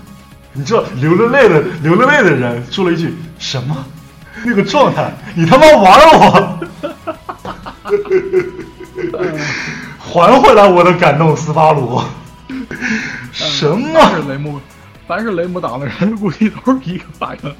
你知道流了泪的流了泪的人说了一句什么？那个状态，你他妈玩了我！ [LAUGHS] 还回来我的感动，斯巴鲁。 [LAUGHS] 什么？
凡是雷姆，凡是雷姆党的人， [LAUGHS] 估计都是一个反应。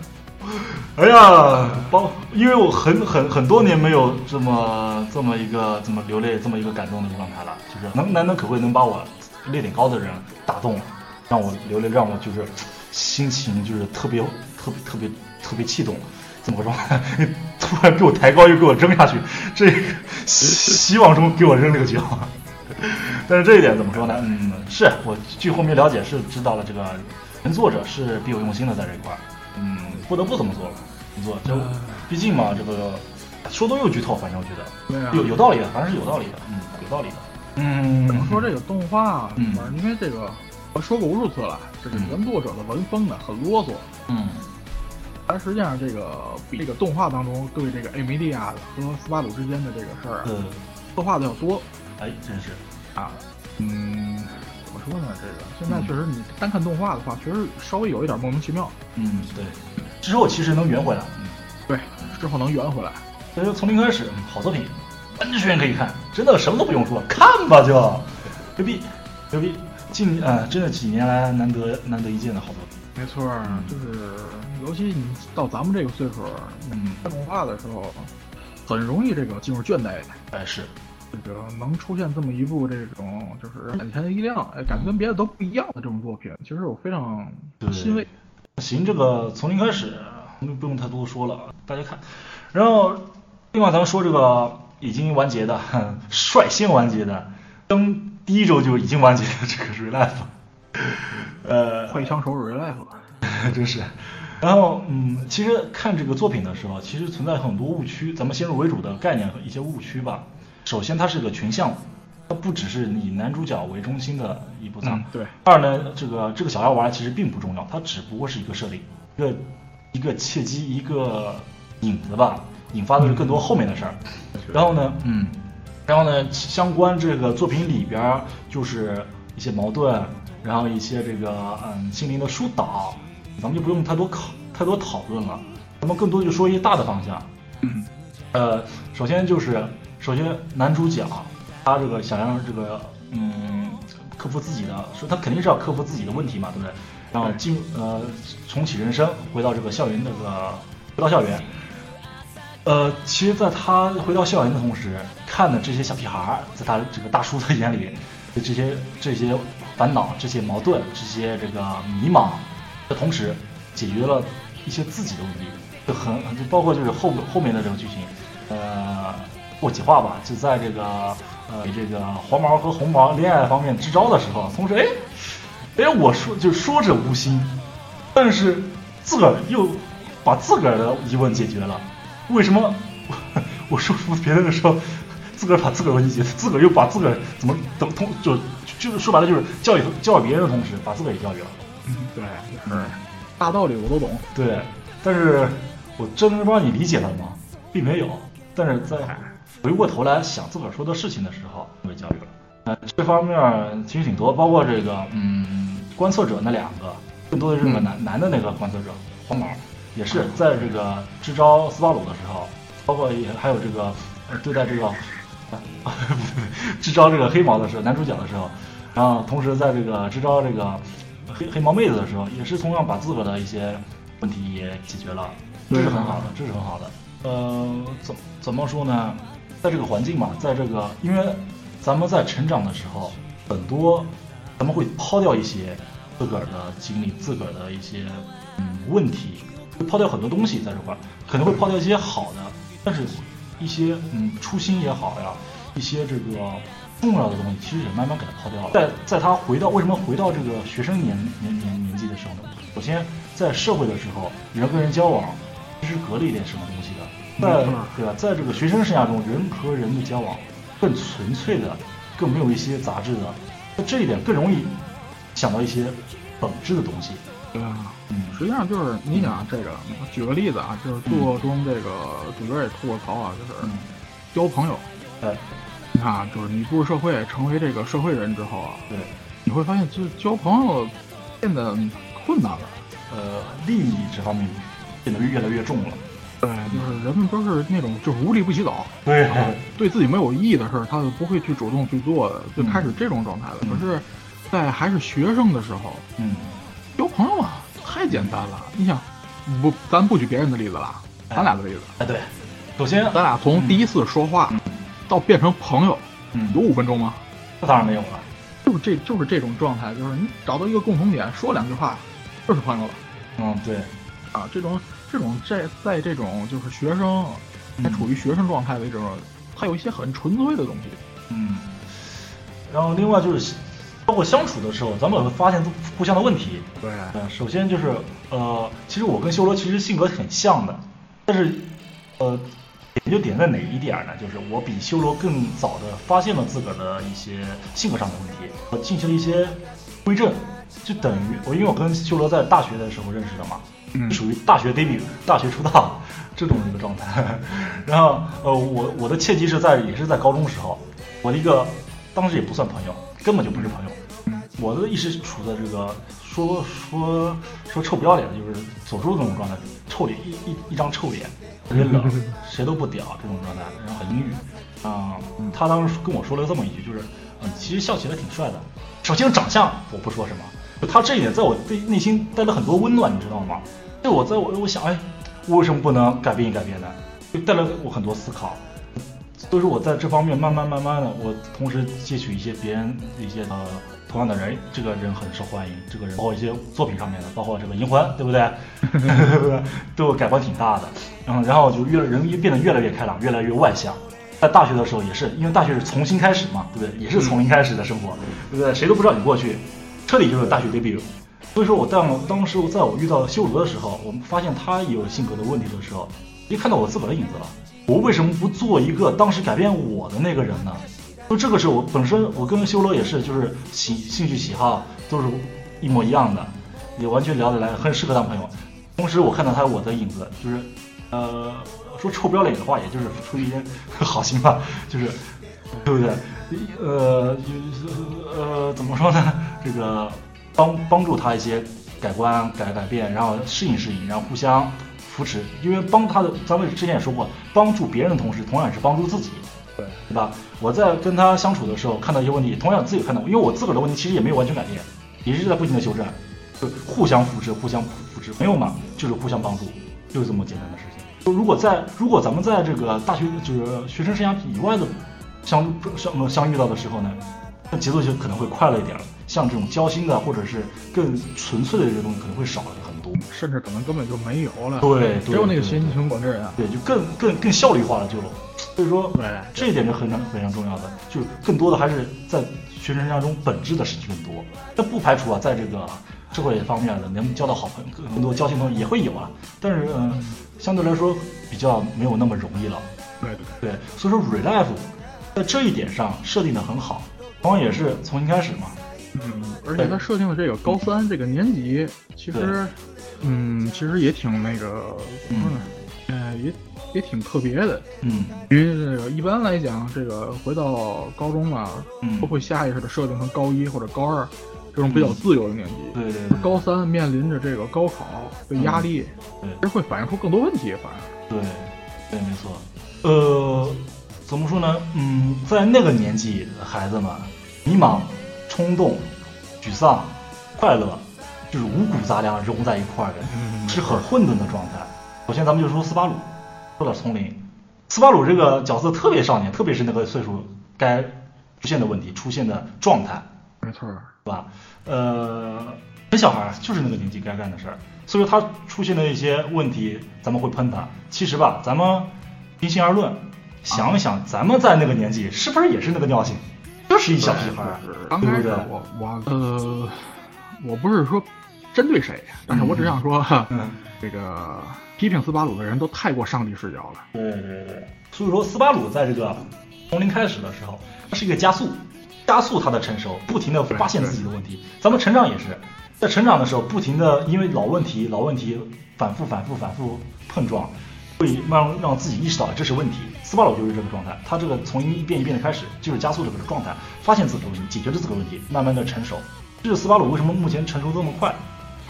哎呀，包，因为我很很很多年没有这么这么一个这么流泪这么一个感动的状态了，就是能难能可贵能把我泪点高的人打动，让我流泪，让我就是心情就是特别特别特别特别气动，怎么说？ [LAUGHS] 突然给我抬高又给我扔下去，这个希希望中给我扔了个球。但是这一点怎么说呢？嗯，是我据后面了解是知道了，这个原作者是别有用心的在这一块儿，嗯，不得不这么做了，这么做就毕竟嘛，这个说多又剧透，反正我觉得
对啊，
有有道理的，反正是有道理的，嗯，有道理的。嗯，
怎么说这个动画里面
嗯，
因为这个我说过无数次了，这个
嗯
原作者的文风呢很啰嗦，
嗯，
但实际上这个比这个动画当中对这个艾米莉亚和斯巴鲁之间的这个事儿啊，
呃，
刻画的要多
哎，真是，
啊。嗯，怎么说呢？这个现在确实你单看动画的话，确实稍微有一点莫名其妙。
嗯，对，之后其实能圆回来，嗯，
对，之后能圆回来。
所以说从零开始，嗯好作品，完全可以看，真的什么都不用说，看吧就，牛逼，牛逼，近呃，真的几年来难得难得一见的好作品，
没错儿，就是尤其你到咱们这个岁数，
嗯
看动画的时候，很容易这个进入倦怠。
哎是，
这个能出现这么一部这种就是眼前一亮，哎，感觉跟别的都不一样的这种作品，其实我非常
对
欣慰。
行，这个从零开始，我们不用太多说了，啊大家看。然后，另外咱们说这个已经完结的， [LAUGHS] 哼率先完结的，登第一周就已经完结的这个 Relife，呃， [LAUGHS]
快枪手 relife，
真是。然后，嗯，其实看这个作品的时候，其实存在很多误区。咱们先入为主的概念和一些误区吧。首先，它是个群像，它不只是以男主角为中心的一部作品。
嗯对
二呢，这个这个小药丸其实并不重要，它只不过是一个设定，一个一个契机，一个引子吧，引发的是更多后面的事儿。然后呢，嗯，然后呢，相关这个作品里边儿就是一些矛盾，然后一些这个嗯心灵的疏导，咱们就不用太多考太多讨论了，咱们更多就说一些大的方向。呃，首先就是首先男主角他这个想让这个嗯克服自己的，说他肯定是要克服自己的问题嘛，对不对？然后进入呃重启人生，回到这个校园那个回到校园，呃，其实，在他回到校园的同时，看的这些小屁孩儿，在他这个大叔的 [LAUGHS] 眼里，这些这些烦恼、这些矛盾、这些这个迷茫的同时，解决了一些自己的问题，就很就包括就是后后面的这个剧情，呃，过几话吧，就在这个呃这个黄毛和红毛恋爱方面支招的时候，同时哎哎，我说就说者无心，但是自个儿又把自个儿的疑问解决了。为什么我 [LAUGHS] 我说服别人的时候，自个儿把自个儿问题解决，自个儿又把自个儿怎么怎么通就就是说白了就是教育教育别人的同时，把自个儿也教育了。
嗯对，就是大道理我都懂。
对，但是我真的让你理解了吗？并没有。但是在回过头来想自个儿说的事情的时候，被教育了。呃，这方面儿其实挺多，包括这个嗯，观测者那两个，更多的是个男、男的那个观测者黄毛，也是在这个支招斯巴鲁的时候，包括也还有这个呃对待这个 [LAUGHS] 啊支招这个黑毛的时候，男主角的时候，然后同时在这个支招这个黑黑毛妹子的时候，也是同样把自个的一些问题也解决了，这是很好的，这是很好的。呃，怎怎么说呢？在这个环境嘛，在这个因为咱们在成长的时候，很多咱们会抛掉一些自个儿的经历、自个儿的一些嗯问题，会抛掉很多东西在这块儿，可能会抛掉一些好的，但是一些嗯初心也好呀，一些这个重要的东西，其实也慢慢给它抛掉了。在在他回到为什么回到这个学生年年年年纪的时候呢？首先在社会的时候，人跟人交往其实是隔了一点什么东西的，在
没错
对吧？在这个学生生涯中，人和人的交往更纯粹的，更没有一些杂质的，在这一点更容易想到一些本质的东西。
对啊，
嗯，
实际上就是你想啊这个，举个例子啊，就是作中这个主角也吐过槽啊，就是
嗯，
交朋友。
哎，
你看啊，就是你步入社会，成为这个社会人之后啊，
对，
你会发现，就是交朋友变得困难了。
呃，利益这方面变得越来越重了。
对，就是人们都是那种就是无利不起早，
对
然后对自己没有意义的事儿，他就不会去主动去做的，就开始这种状态了。
嗯
可是，在还是学生的时候，
嗯，
交朋友啊，太简单了。你想，不，咱不举别人的例子了，咱俩的例子，
哎对，首先，
咱俩从第一次说话到变成朋友，
嗯
有，五分钟吗？
那当然没有了。
就是这就是这种状态，就是你找到一个共同点，说两句话，就是朋友了
嗯，对，
啊。这种这种在在这种就是学生还处于学生状态的这种，它有一些很纯粹的东西。
嗯，然后另外就是，包括相处的时候，咱们也会发现互相的问题。
对，
呃，首先就是呃，其实我跟修罗其实性格挺像的，但是呃，研究点在哪一点呢？就是我比修罗更早的发现了自个儿的一些性格上的问题，我进行了一些归正，就等于我因为我跟修罗在大学的时候认识的嘛，
嗯
属于大学 debut、大学出道这种一个状态。 [LAUGHS] 然后呃，我我的契机是在也是在高中时候，我的一个当时也不算朋友，根本就不是朋友，我的一直处在这个说说说臭不要脸的，就是左叔这种状态，臭脸一一一张臭脸，特别冷，谁都不屌这种状态，然后很阴郁。啊、他当时跟我说了这么一句，就是，嗯，其实笑起来挺帅的。首先长相我不说什么，他这一点在我对内心带来很多温暖，你知道吗？对我在我我想，哎，我为什么不能改变一改变呢？就带来我很多思考。都是我在这方面慢慢慢慢的，我同时汲取一些别人的一些呃同样的人，这个人很受欢迎，这个人包括一些作品上面的，包括这个《银魂》，对不 [LAUGHS] 对？对我改观挺大的。嗯，然后就越人越变得越来越开朗，越来越外向。在大学的时候也是，因为大学是从新开始嘛，对不对？也是从零开始的生活，对不对？谁都不知道你过去，彻底就是大学 debut。所以说我当我当时我在我遇到修罗的时候，我们发现他也有性格的问题的时候，一看到我自个儿的影子了。我为什么不做一个当时改变我的那个人呢？就这个是我本身，我跟修罗也是，就是喜兴趣喜好都是一模一样的，也完全聊得来，很适合当朋友。同时，我看到他我的影子，就是，呃，说臭不要脸的话，也就是出于一些 [LAUGHS] 好心吧，就是，对不对？呃，呃，呃怎么说呢？ [LAUGHS] 这个帮帮助他一些改观、改改变，然后适应适应，然后互相扶持。因为帮他的，咱们之前也说过，帮助别人的同时，同样也是帮助自己。
对，
对吧？我在跟他相处的时候看到一些问题，同样自己看到，因为我自个儿的问题其实也没有完全改变，也是在不停的修正，就互相扶持，互相扶持，朋友嘛，就是互相帮助，就是这么简单的事情。就如果在如果咱们在这个大学就是学生生涯以外的相相呃相遇到的时候呢，那节奏就可能会快了一点了。像这种交心的或者是更纯粹的这些东西可能会少了很多。
甚至可能根本就没有了，
对，
只有那个
心
心情管这人啊。
对，就更更更效率化了，就所以说
对
这一点是非常非常重要的，就是更多的还是在学生生涯中本质的事情更多，但不排除啊，在这个社会方面的能交到好朋友，更多交心朋友也会有啊，但是嗯、呃相对来说比较没有那么容易了。
对对
对，所以说 Relife 在这一点上设定的很好，同样也是从一开始嘛，
对，嗯，而且他设定的这个高三这个年级，其实，嗯，其实也挺那个怎么说呢？呃，也也挺特别的。
嗯
因为这个一般来讲，这个回到高中啊，
嗯，
都会下意识的设定成高一或者高二这种比较自由的年纪。
对对对
高三面临着这个高考的压力，
嗯对
其实会反映出更多问题，反而
对，对，没错。呃，怎么说呢？嗯，在那个年纪，的孩子们迷茫、冲动、沮丧、快乐，就是五谷杂粮融在一块儿的，是很混沌的状态。首先，咱们就说斯巴鲁，说点丛林。斯巴鲁这个角色特别少年，特别是那个岁数该出现的问题、出现的状态，
没错儿。
是吧？呃，跟小孩儿就是那个年纪该干的事儿，所以说他出现的一些问题，咱们会喷他。其实吧，咱们平心而论，想一想，咱们在那个年纪是不是也是那个尿性？就是一小屁孩儿，
刚
对
开
不
始
对？
我我呃，我不是说针对谁，但是我只想说，
嗯，
这个批评斯巴鲁的人都太过上帝视角了。 [LAUGHS]
对对对。所以说，斯巴鲁在这个从零开始的时候，它是一个加速，加速它的成熟，不停的发现自己的问题。咱们成长也是，在成长的时候，不停的因为老问题、老问题反复、反复、反复碰撞，会让让自己意识到这是问题。斯巴鲁就是这个状态，他这个从一遍一遍的开始，就是加速这个状态，发现自己的问题，解决了自己的问题，慢慢的成熟。这是斯巴鲁为什么目前成熟这么快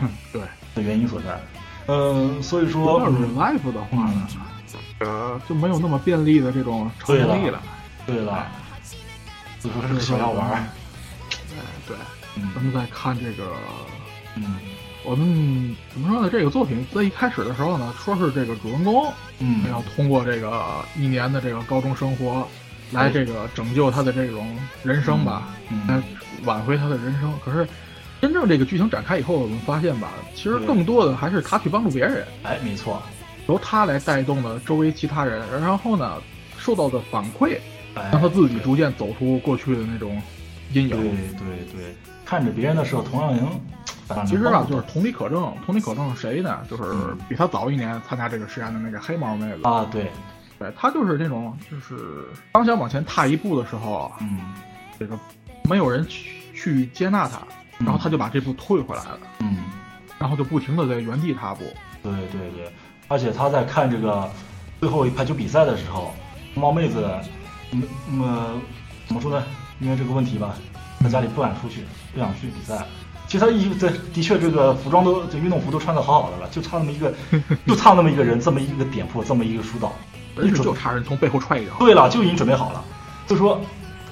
哼，对。
的原因所在。嗯，所以说，嗯
要是 life 的话呢，呃，就没有那么便利的这种成功力了。
对了，所以说这个小药丸儿，
哎，对，
嗯
咱们再看这个，
嗯
我们怎么说呢？这个作品在一开始的时候呢，说是这个主人公
嗯，
要通过这个一年的这个高中生活，来这个拯救他的这种人生吧，
嗯
来挽回他的人生。可是，真正这个剧情展开以后，我们发现吧，其实更多的还是他去帮助别人，
哎，没错，
由他来带动了周围其他人，然后呢，受到的反馈，
哎，
让他自己逐渐走出过去的那种阴
对
影。
对对，看着别人的时候，同样也能反
其实啊，就是是同理可证，同理可证是谁呢？就是比他早一年参加这个实验的那个黑毛妹子。
啊，对，
对他就是这种，就是刚想往前踏一步的时候啊，
嗯
这个没有人去去接纳他，然后他就把这步退回来了，
嗯，
然后就不停的在原地踏步。
对对对，而且他在看这个最后一排球比赛的时候，猫妹子，嗯嗯呃，怎么说呢？因为这个问题吧，在家里不敢出去，不想去比赛。其实他衣服在的确这个服装都这运动服都穿的好好的了，就差那么一
[LAUGHS]
个，就差那么一个人，这么一个点破，这么一个疏导，
而且就差人从背后踹一脚。
对了，就已经准备好了。就说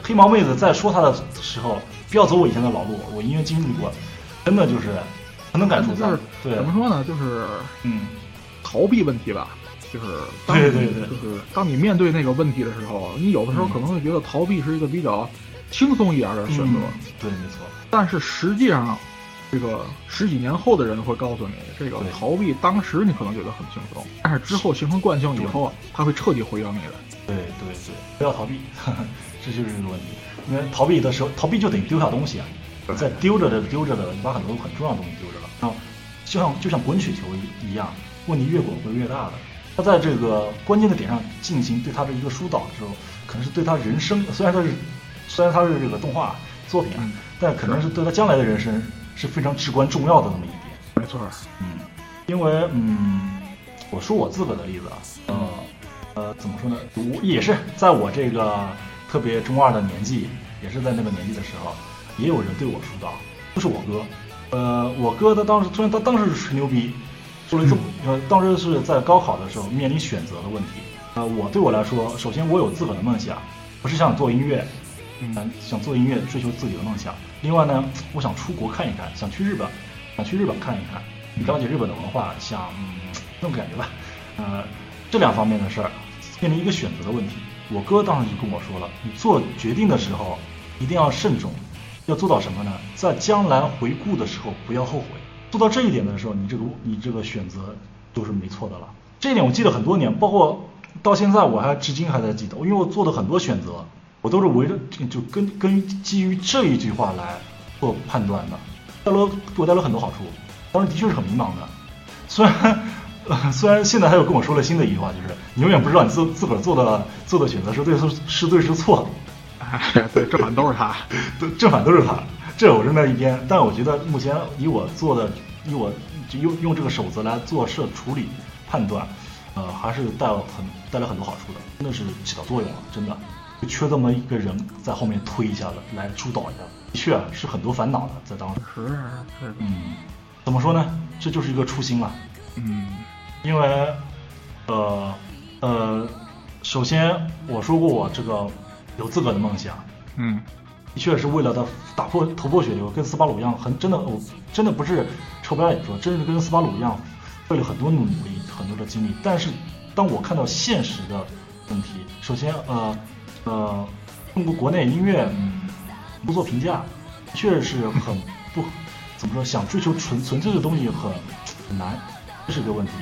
黑毛妹子在说她的时候，不要走我以前的老路，我因为经历过，真的就是很能感触
就
到
是。
对
怎，么说呢？就是
嗯，
逃避问题吧，就是当
对
你
对嗯对
就是当你面对那个问题的时候，你有的时候可能会觉得逃避是一个比较轻松一点的选择，
嗯对，没错，
但是实际上，这个十几年后的人会告诉你，这个
对
逃避当时你可能觉得很轻松，但是之后形成惯性以后，啊它会彻底毁掉你的。
对对对，不要逃避， [LAUGHS] 这就是这个问题。因为逃避的时候，逃避就等于丢下东西啊，在丢着的丢着的，你把很多很重要的东西丢着了。然后就像就像滚雪球一一样，问题越滚会越大的。他在这个关键的点上进行对他的一个疏导的时候，可能是对他人生，虽然他是虽然他是这个动画作品啊，
嗯
但可能是对他将来的人生是非常至关重要的那么一点。
没
[LAUGHS]
错儿，
嗯，因为嗯，我说我自个的例子啊，呃呃，怎么说呢？我也是在我这个特别中二的年纪，也是在那个年纪的时候，也有人对我疏导，就是我哥。呃，我哥他当时虽然他当时是吹牛逼，说了这么呃，当时是在高考的时候面临选择的问题。呃，我对我来说，首先我有自个的梦想，我是想做音乐，嗯，想做音乐，追求自己的梦想。另外呢，我想出国看一看，想去日本，想去日本看一看，了解日本的文化，想嗯那种感觉吧。呃，这两方面的事儿面临一个选择的问题。我哥当时就跟我说了，你做决定的时候一定要慎重，要做到什么呢？在将来回顾的时候不要后悔。做到这一点的时候，你这个你这个选择就是没错的了。这一点我记得很多年，包括到现在我还至今还在记得，因为我做的很多选择，我都是围着就根根基于这一句话来做判断的，带来给我带来很多好处。当时的确是很迷茫的， [LAUGHS] 虽然、呃虽然现在他又跟我说了新的一句话，就是你永远不知道你自自个儿做的做的选择是对是是对是错，
哎，对，这反都是他。
对 [LAUGHS] 正反都是他，这我扔在一边。但我觉得目前以我做的，以我就用用这个守则来做事处理判断，呃，还是带有很带来很多好处的，真的是起到作用了，真的。就缺这么一个人在后面推一下子，来主导一下，的确啊是很多烦恼的，在当时。
是，这个，
嗯，怎么说呢？这就是一个初心了。啊
嗯，
因为，呃，呃，首先我说过我这个有自个的梦想，
嗯，
的确是为了他打破头破血流，跟斯巴鲁一样，很真的，我真的不是臭不要脸说，真是跟斯巴鲁一样，费了很多努力，很多的精力。但是当我看到现实的问题，首先呃呃，中国国内音乐嗯不做评价，的确是很不怎么说，想追求纯纯粹的东西很很难，这是个问题。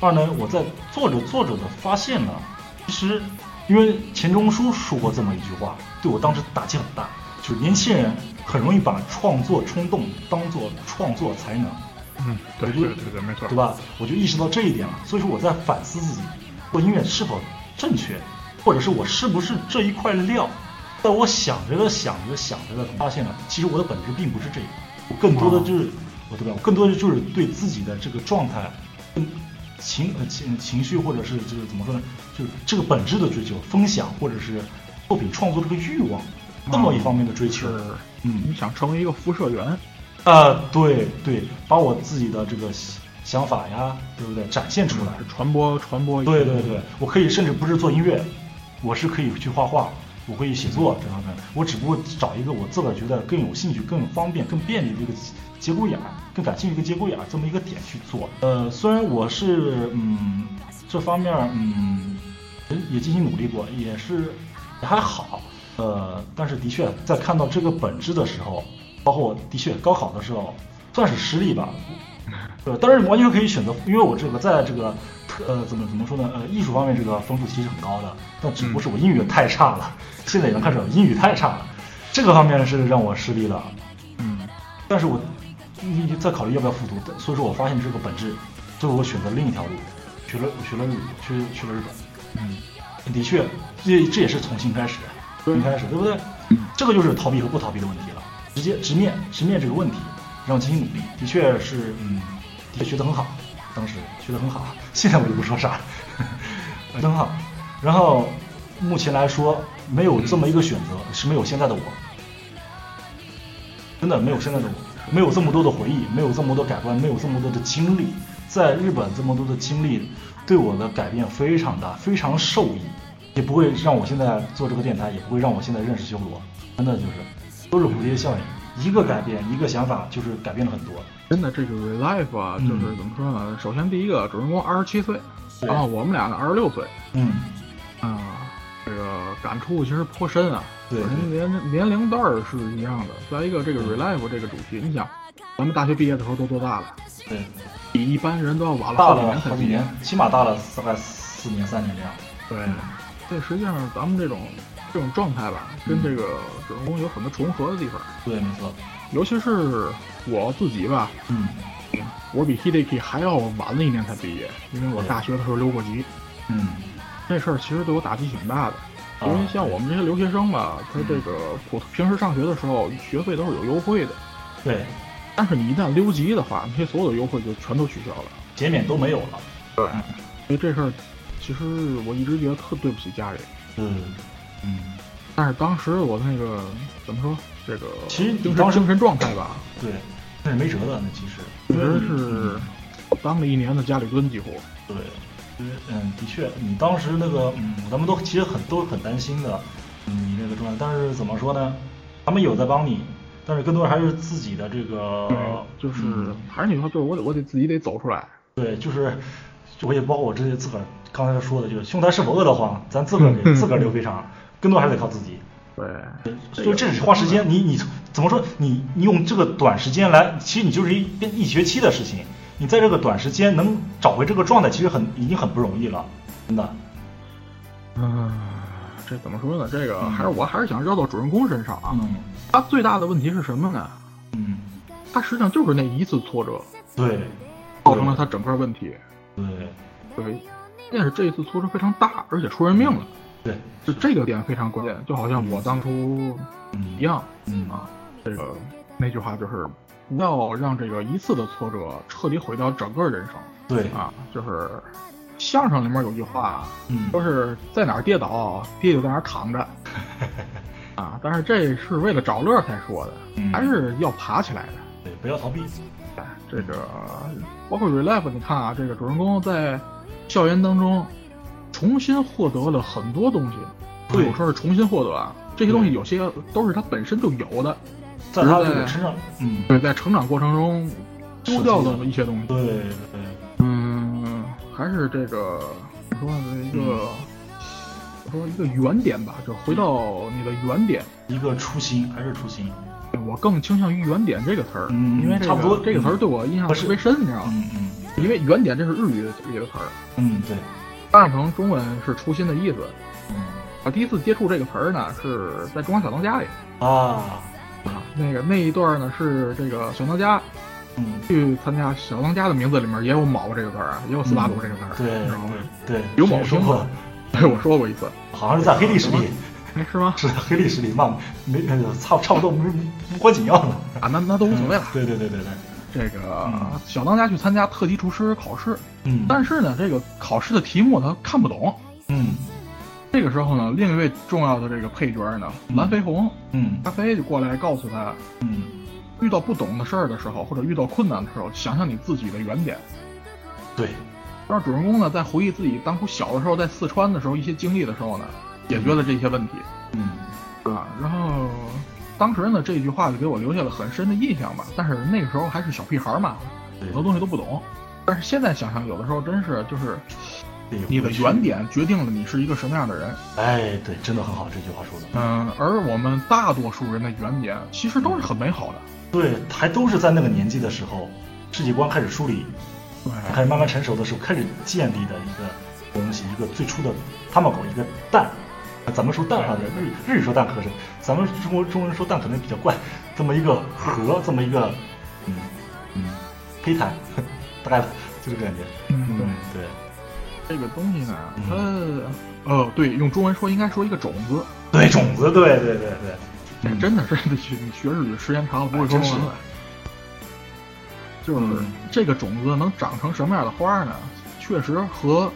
二呢，我在做着做着的发现呢，其实因为钱钟书说过这么一句话，对我当时打击很大，就是年轻人很容易把创作冲动当做创作才能。
嗯，对
我觉得
对对对，没错，
对？吧？我就意识到这一点了，所以说我在反思自己做音乐是否正确，或者是我是不是这一块料。在我想着的想着想着的，发现了其实我的本质并不是这个，我更多的就是我对吧？我更多的就是对自己的这个状态、嗯情呃情情绪或者是就是怎么说呢？就是这个本质的追求，分享或者是作品创作这个欲望，这么一方面的追求。
是，
嗯
你想成为一个辐射源，
啊，对对，把我自己的这个想想法呀，对不对，展现出来。
传播传播，
对对对，我可以甚至不是做音乐，我是可以去画画，我可以写作这方面，我只不过找一个我自个儿觉得更有兴趣、更方便、更便利的一个节骨眼儿，更感兴趣的一个节骨眼儿这么一个点去做。呃，虽然我是嗯这方面儿嗯也进行努力过，也是也还好，呃，但是的确在看到这个本质的时候，包括我的确高考的时候算是失利吧，对，呃当然完全可以选择，因为我这个在这个特呃怎么怎么说呢呃艺术方面这个分数其实很高的，但只不过是我英语太差了，现在也能看出来我英语太差了，这个方面是让我失利了。
嗯，
但是我你你在考虑要不要复读，但所以说我发现这个本质，所以我选择另一条路，学了我学了日语，去去了日本。
嗯，
的确，这这也是从新开始，
对
从开始，对不对？这个就是逃避和不逃避的问题了，直接直面直面这个问题，然后进行努力，的确是，嗯，的确学得很好，当时学得很好， [LAUGHS] 现在我就不说啥了， [LAUGHS] 学得很好。然后目前来说，没有这么一个选择，是没有现在的我，真的没有现在的我，没有这么多的回忆，没有这么多改观，没有这么多的经历，在日本这么多的经历对我的改变非常大，非常受益，也不会让我现在做这个电台，也不会让我现在认识修罗，真的就是都是蝴蝶效应，一个改变一个想法就是改变了很多。
真的，这个 real life 啊，
嗯
就是怎么说呢？首先第一个，主人公二十七岁，
对
然后我们俩呢二十六岁，
嗯，
啊、这个感触其实颇深啊。
对
首先年年龄段儿是一样的，再一个这
嗯
个 real life 这个主题，你想，咱们大学毕业的时候都多大了？
对，
比一般人都要晚了
大
好几
了
年
好
才
几
毕业
年。，起码大了大概四年三年这样。
对，所以实际上咱们这种这种状态吧，跟这个
嗯
主人公有很多重合的地方，
对，没错。
尤其是我自己吧，
嗯
我比 Hideki 还要晚了一年才毕业，因为我大学的时候留过级。
嗯，
这事儿其实对我打击挺大的，
啊嗯
因为像我们这些留学生吧，他这个普平时上学的时候学费都是有优惠的，
对，
但是你一旦溜级的话，那些所有的优惠就全都取消了。
减免都没有了。
对，所以这事儿其实我一直觉得特对不起家人，
嗯嗯，
但是当时我的那个怎么说，这个
其实你
精
当
神
时
精神状态吧，
对，那是没辙的，那其实
确实
嗯
是当了一年的家里蹲，几乎。
对，就是嗯，的确，你当时那个，嗯，咱们都其实很都很担心的，嗯，你那个状态，但是怎么说呢？他们有在帮你，但是更多还是自己的这个，
就是、
嗯
还是那句话，就是我得我得自己得走出来。
对，就是，就我也包括我这些自个儿刚才说的，就是兄台是否饿得慌，咱自个儿
[LAUGHS]
给自个儿留赔偿，更多还是得靠自己。
对，
就这只是花时间，你你怎么说？你你用这个短时间来，其实你就是一跟一学期的事情，你在这个短时间能找回这个状态，其实很已经很不容易了，真的。
啊嗯、这怎么说呢？这个还是我还是想绕到主人公身上啊。
嗯
他最大的问题是什么呢？
嗯，
他实际上就是那一次挫折
对
造成了他整个问题。
对
对，但是这一次挫折非常大，而且出人命了，
对，
就这个点非常关键。就好像我当初
嗯
一样
嗯
啊，这个那句话就是不要让这个一次的挫折彻底毁掉整个人生。
对
啊，就是相声里面有句话，
嗯
说是在哪儿跌倒，爹就在哪儿躺着，啊，但是这是为了找乐儿才说的，
嗯
还是要爬起来的。
对，不要逃避。
哎这个包括 Relive，你看啊，这个主人公在校园当中重新获得了很多东西，不
对
有说是重新获得啊，这些东西有些都是他本身就有的，
在他这个身上，嗯，
对，在成长过程中丢掉
是
了
的
一些东西。
对对，
嗯，还是这个怎么说呢？一
嗯
个、我说一个原点吧，就回到你的原点。
一个初心还是初心。
我更倾向于“原点”这个词儿，
嗯
因为、这个、
差不多
这个词儿对我印象
不是
特别深，你知道吗？
嗯嗯
因为“原点”这是日语里的词儿，
嗯，对，
翻译成中文是“初心”的意思。
嗯
我第一次接触这个词儿呢，是在《中华小当家》里
啊，
啊。那个那一段呢，是这个小当家
嗯，
去参加小当家的名字里面也有“卯”这个词儿啊，也有“斯巴鲁”这个词儿，
嗯对
你知道吗？
对对，
有啊卯
说
听过
过，，
对我说过一次，
好像是在黑历史里。
哎，是吗？
是在黑历史里嘛，没呃差差不多没无关紧要了。
啊，那那都无所谓了。
对对对对对，
这个
嗯
小当家去参加特级厨师考试，
嗯
但是呢，这个考试的题目他看不懂。
嗯
这个时候呢，另一位重要的这个配角呢，蓝飞鸿，
嗯
阿飞就过来告诉他，
嗯，
遇到不懂的事儿的时候，或者遇到困难的时候，想想你自己的原点。
对，
让主人公呢，在回忆自己当初小的时候在四川的时候一些经历的时候呢，解决了这些问题
嗯
啊。然后当时呢，这句话就给我留下了很深的印象吧。但是那个时候还是小屁孩儿嘛，
对
很多东西都不懂。但是现在想想，有的时候真是就是
对
你的
回去
原点决定了你是一个什么样的人。
哎，对，真的很好，这句话说的，
嗯，而我们大多数人的原点其实都是很美好的。
对，还都是在那个年纪的时候，世界观开始梳理，
对，
开始慢慢成熟的时候，开始建立的一个东西，一个最初的他们狗一个蛋。咱们说蛋啊，日日语说蛋可是，咱们中国中国人说蛋可能比较怪，这么一个盒，这么一个， [LAUGHS] 嗯嗯，胚胎，大概就这个感觉。嗯
嗯，对
嗯，对，
这个东西呢，它呃，对，用中文说应该说一个种子，
对，种子，对对对对，
这
嗯哎
真的是 [LAUGHS] 你学学日语时间长了不会说
真
中
是
文了。就是
嗯
这个种子能长成什么样的花呢？确实和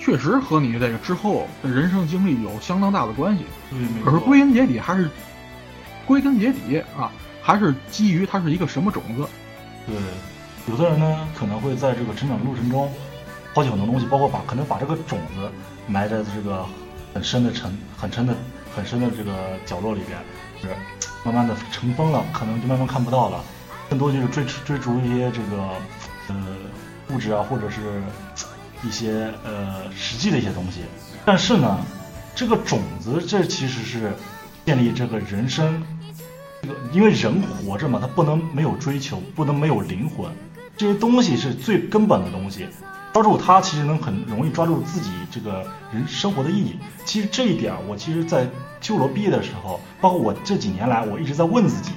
确实和你这个之后的人生经历有相当大的关系。
嗯，
可是归根结底还是归根结底啊，还是基于它是一个什么种子。
对，有的人呢可能会在这个成长路程中抛弃很多东西，包括把可能把这个种子埋在这个很深的沉、很深的、很深的这个角落里边，就是慢慢的尘封了，可能就慢慢看不到了，更多就是追追逐一些这个呃物质啊，或者是一些呃实际的一些东西。但是呢，这个种子这其实是建立这个人生这个，因为人活着嘛，他不能没有追求，不能没有灵魂，这些东西是最根本的东西。抓住它，其实能很容易抓住自己这个人生活的意义。其实这一点儿，我其实在修罗毕业的时候，包括我这几年来，我一直在问自己，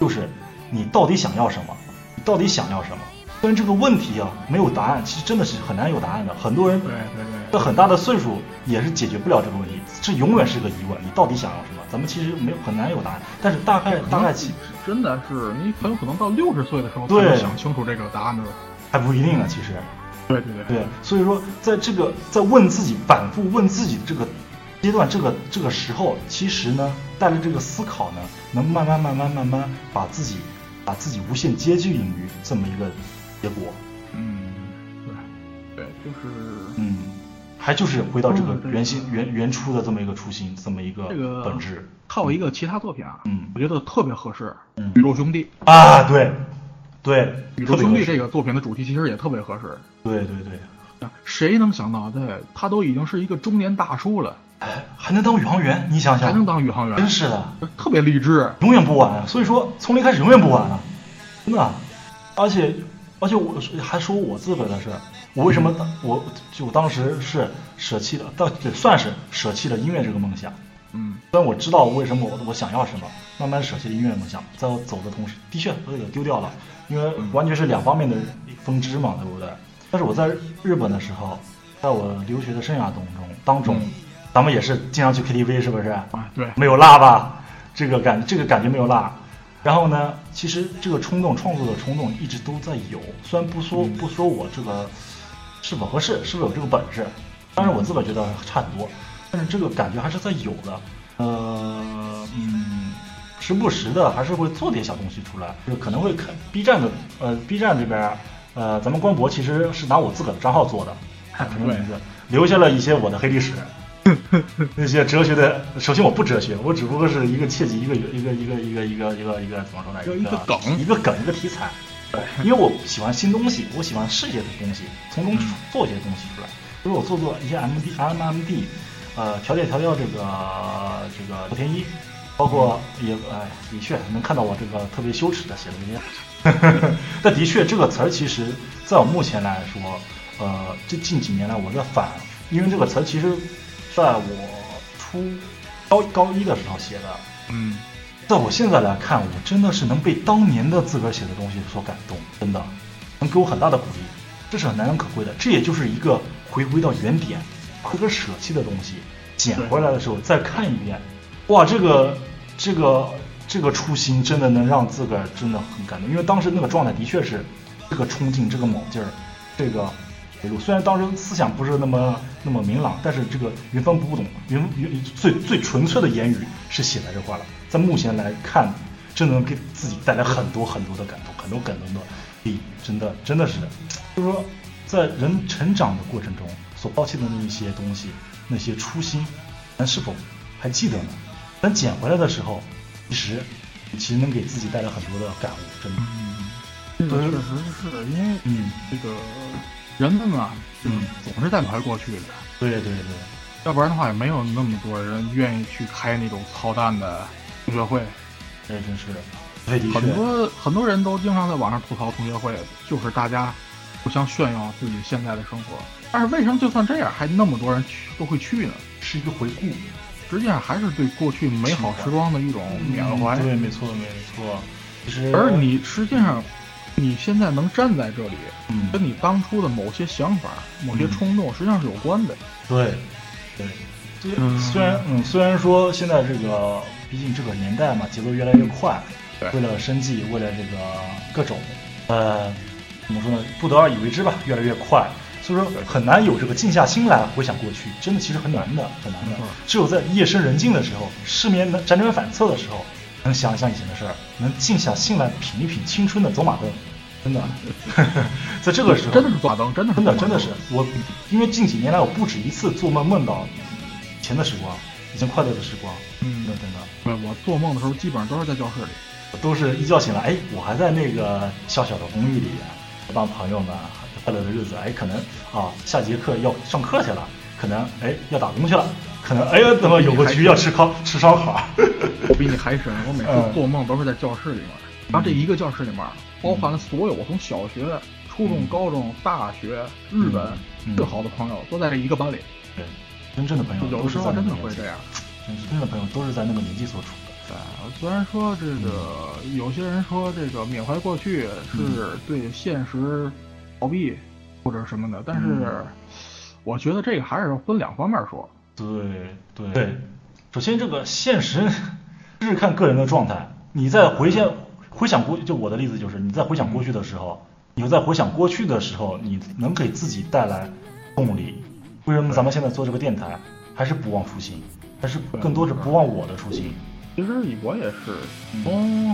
就是你到底想要什么？你到底想要什么？虽然这个问题啊没有答案，其实真的是很难有答案的。很多人
对
到很大的岁数也是解决不了这个问题，这永远是个疑问。你到底想要什么？咱们其实没有很难有答案，但是大概大概其
真的是你很有可能到六十岁的时候才
对
能想清楚这个答案的。
还不一定啊呢。其实，
对对对
对，所以说在这个在问自己、反复问自己这个阶段、这个这个时候，其实呢，带着这个思考呢，能慢慢、慢慢、慢慢把自己把自己无限接近于这么一个结果。
嗯，对对，就是
嗯，还就是回到这个
嗯对
原心、原原初的这么一个初心，这么一个
这个
本质。
还有一个其他作品啊，
嗯
我觉得特别合适，
嗯
宇宙兄弟》
啊，对，对，
《宇
特
宙
别
兄弟
合》适
这个作品的主题其实也特别合适。
对对对，
啊谁能想到，对他都已经是一个中年大叔了，
哎，还能当宇航员，你想想，
还能当宇航员
真，是的，
特别励志。
永远不晚啊。所以说，从零开始永远不晚啊，真的啊。而且，而且我是还说我自个的事儿，我为什么当我就当时是舍弃了，到对算是舍弃了音乐这个梦想。
嗯，
虽然我知道我为什么我我想要什么，慢慢舍弃了音乐梦想，在我走的同时，的确我也丢掉了，因为完全是两方面的分支嘛，对不对？但是我在日本的时候，在我留学的生涯当中当中，咱们也是经常去 KTV，是不是？
啊，对，
没有辣吧？这个感这个感觉没有辣。然后呢，其实这个冲动创作的冲动一直都在有，虽然不说不说我这个是否合适，是否有这个本事，当然我自个觉得差很多，但是这个感觉还是在有的。呃，嗯，时不时的还是会做点小东西出来，就是可能会看 B 站的，呃，B 站这边儿，呃，咱们官博其实是拿我自个的账号做的，看什么名字，留下了一些我的黑历史。 [LAUGHS] 那些哲学的，首先我不哲学，我只不过是一个切记一个一个一个一个一个一个一个怎么说呢？
一个梗
一个梗，一个题材。因为我喜欢新东西，我喜欢试一些东西，从中
嗯
做一些东西出来。比如我做做一些 M D M M D，呃，调教调教这个这个田一，包括也哎，的确能看到我这个特别羞耻的写的一些。但的确，这个词儿其实在我目前来说，呃，这近几年来我在反，因为这个词儿其实在我初高高一的时候写的，
嗯，
在我现在来看，我真的是能被当年的自个儿写的东西所感动，真的能给我很大的鼓励，这是很难能可贵的。这也就是一个回归到原点，把这个舍弃的东西捡回来的时候再看一遍，哇，这个这个这个初心真的能让自个儿真的很感动，因为当时那个状态的确是这个冲劲、这个卯劲儿、这个回路。虽然当时思想不是那么那么明朗，但是这个云帆不懂，云云最最纯粹的言语是写在这块了。在目前来看，真的能给自己带来很多很多的感动，很多感动的意义，真的真的是的。就是说，在人成长的过程中所抛弃的那一些东西，那些初心，咱是否还记得呢？咱捡回来的时候，其实其实能给自己带来很多的感悟，真的。
这嗯个确实是因为
嗯，
这个人们啊，
嗯
总是在怀过去的，
对对对，
要不然的话也没有那么多人愿意去开那种操蛋的同学会。
这真是的，对的确，
很多很多人都经常在网上吐槽同学会，就是大家互相炫耀自己现在的生活。但是为什么就算这样，还那么多人去都会去呢？
是一个回顾，
实际上还是对过去美
嗯
好时光的一种缅怀。
对，没错，没错。其实，
而你实际上你现在能站在这里，
嗯，
跟你当初的某些想法、某些冲动实际上是有关的。
对，对。虽
嗯
虽然嗯，虽然说现在这个，毕竟这个年代嘛，节奏越来越快，
对
为了生计，为了这个各种，呃，怎么说呢？不得而以为之吧，越来越快，所以说很难有这个静下心来回想过去，真的其实很难的，很难的
没错。
只有在夜深人静的时候，失眠能辗转反侧的时候，能想一想以前的事儿，能静下心来品一品青春的走马灯，真
[LAUGHS]
的，在这个时候
真的是挂灯，真的是
真的
挂
真的
灯
是我，因为近几年来我不止一次做梦梦到以前的时光，以前快乐的时光，
嗯
真的真的，
对，我做梦的时候基本上都是在教
[LAUGHS]
室里。
都是一觉醒来，哎，我还在那个小小的公寓里，一帮朋友们快乐的日子，哎，可能啊下节课要上课去了，可能哎要打工去了，可能哎呀怎么有个局要吃烤吃烧烤， [LAUGHS]
我比你还神，我每
嗯
次做梦都是在教室里面，然后这一个教室里面包含了所有我从小学、初中、高中、大学、日本
嗯嗯
最好的朋友都在这一个班里。
对，真正的朋友
有
都
的
是
时
在
候
那
真
个
的
年
会
纪
这样。。
真是真的朋友都是在那个年纪所处的，
对，呃虽然说这个
嗯
有些人说这个缅怀过去是对现实逃避或者什么的，但是
嗯
我觉得这个还是分两方面说。
对对对，首先这个现实是看个人的状态。你在回想回想过，就我的例子就是，你在回想过去的时候，你在回想过去的时候，你能给自己带来动力。为什么咱们现在做这个电台，还是不忘初心，还是更多是不忘我的初心？
其实我也是从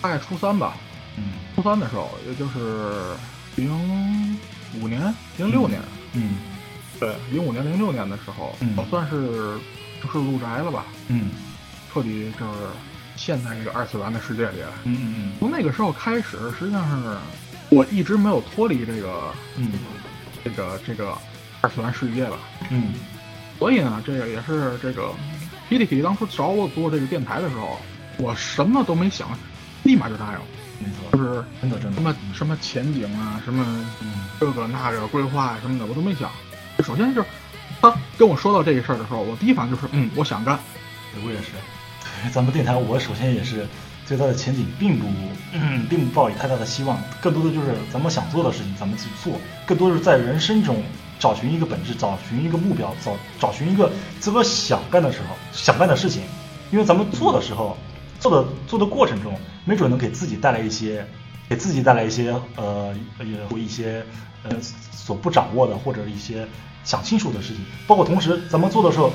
大概初三吧，
嗯
初三的时候，也就是零五年、零六年，
嗯
对，零五年、零六年的时候，
嗯
我算是就是入宅了吧，
嗯
彻底就是陷在这个二次元的世界里。
嗯嗯
从那个时候开始，实际上是我一直没有脱离这个
嗯
这个这个二次元世界吧。
嗯
所以呢，这个也是这个 p d k 当初找我做这个电台的时候，我什么都没想，立马就答应了，
没
就
错，
是
真的真
什
的
么。什么前景啊，什么
嗯
这个那个规划啊什么的，我都没想。首先就是他跟我说到这个事儿的时候，我第一反应就是，嗯，我想干。
对我也是，对咱们电台，我首先也是对它的前景并不、嗯并不抱以太大的希望，更多的就是咱们想做的事情，咱们去做，更多是在人生中找寻一个本质，找寻一个目标，找找寻一个自个儿想干的时候想干的事情，因为咱们做的时候，做的做的过程中，没准能给自己带来一些，给自己带来一些呃也会一些呃所不掌握的或者一些想清楚的事情，包括同时咱们做的时候。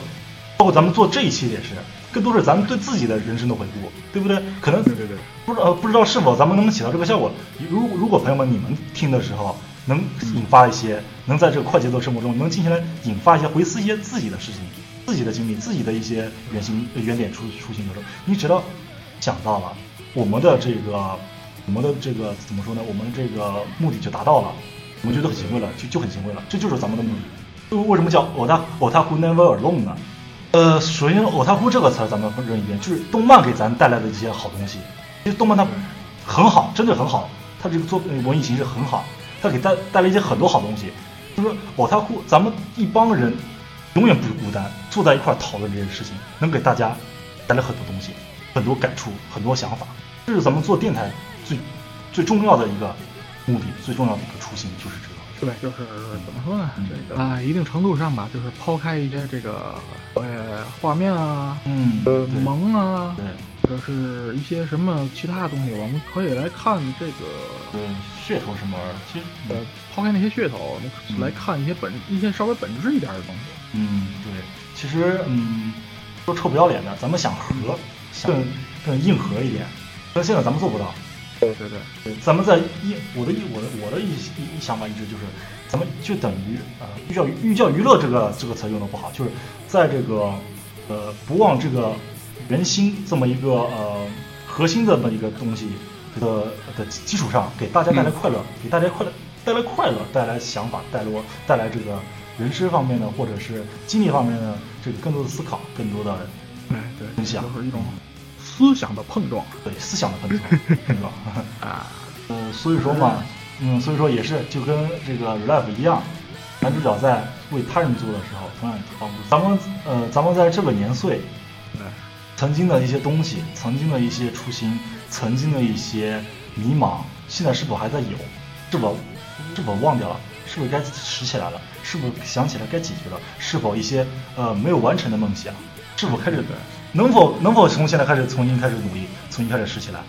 包括咱们做这一期也是，更多是咱们对自己的人生的回顾，对不对？可能
对对对，
不知道呃不知道是否咱们能不能起到这个效果。如如果朋友们你们听的时候能引发一些，能在这个快节奏生活中能进行来引发一些回思一些自己的事情、自己的经历、自己的一些原型呃原点出出行的时候，你只要想到了我们的这个我们的这个怎么说呢？我们这个目的就达到了，我们觉得很欣慰了，就就很欣慰了，这就是咱们的目的。为什么叫 ota otaku never alone 呢？呃，首先 otaku 这个词儿咱们认一遍，就是动漫给咱带来的一些好东西。其实动漫它很好，真的很好，它这个作呃文艺形式很好，它给带带来一些很多好东西。就是 otaku，咱们一帮人永远不孤单，坐在一块儿讨论这些事情，能给大家带来很多东西，很多感触，很多想法。这是咱们做电台最最重要的一个目的，最重要的一个初心就是这个。
对，就是怎么说呢
嗯，
这个啊，一定程度上吧，就是抛开一些这个呃画面啊、
嗯，
呃
对
萌啊，
对
或者是一些什么其他东西，我们可以来看这个
对，噱头什么玩意儿，其实
呃，抛开那些噱头，
嗯
来看一些本一些稍微本质一点的东西。
嗯，对，其实嗯，说臭不要脸的，咱们想和，想更硬核一点，但现在咱们做不到。
对对对，
对咱们在一我的一我的我的一一一想法一直就是，咱们就等于呃寓教于寓教于乐这个这个词用的不好，就是在这个呃不忘这个原心这么一个呃核心的这么一个东西的的基础上，给大家带来快乐，给大家快乐带来快乐，带来想法，带来我带来这个人生方面的或者是经历方面的这个更多的思考，更多的
对哎对，
分享
就是一种思想的碰撞
对思想的碰撞，碰撞。
啊。
呃，所以说嘛，嗯，所以说也是就跟这个 relive 一样，男主角在为他人做的时候，同样也帮助咱们呃，咱们在这个年岁，
对，
曾经的一些东西，曾经的一些初心，曾经的一些迷茫，现在是否还在有？是否是否忘掉了？是否该拾起来了？是否想起来该解决了？是否一些呃没有完成的梦想？是否开始能否能否从现在开始重新开始努力，重新开始拾起来，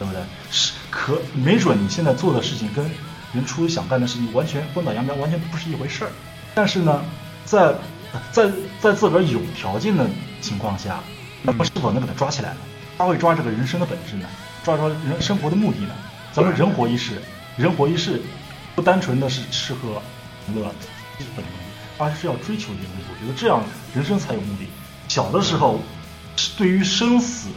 对不对？是可没准你现在做的事情跟原初想干的事情完全分道扬镳，完全不是一回事儿。但是呢，在在在自个儿有条件的情况下，那么是否能给他抓起来呢？抓会抓这个人生的本质呢？抓抓人生活的目的呢？咱们人活一世，人活一世，不单纯的是吃喝玩乐基本的东西，而是要追求一些东西。我觉得这样人生才有目的。小的时候，是对于生死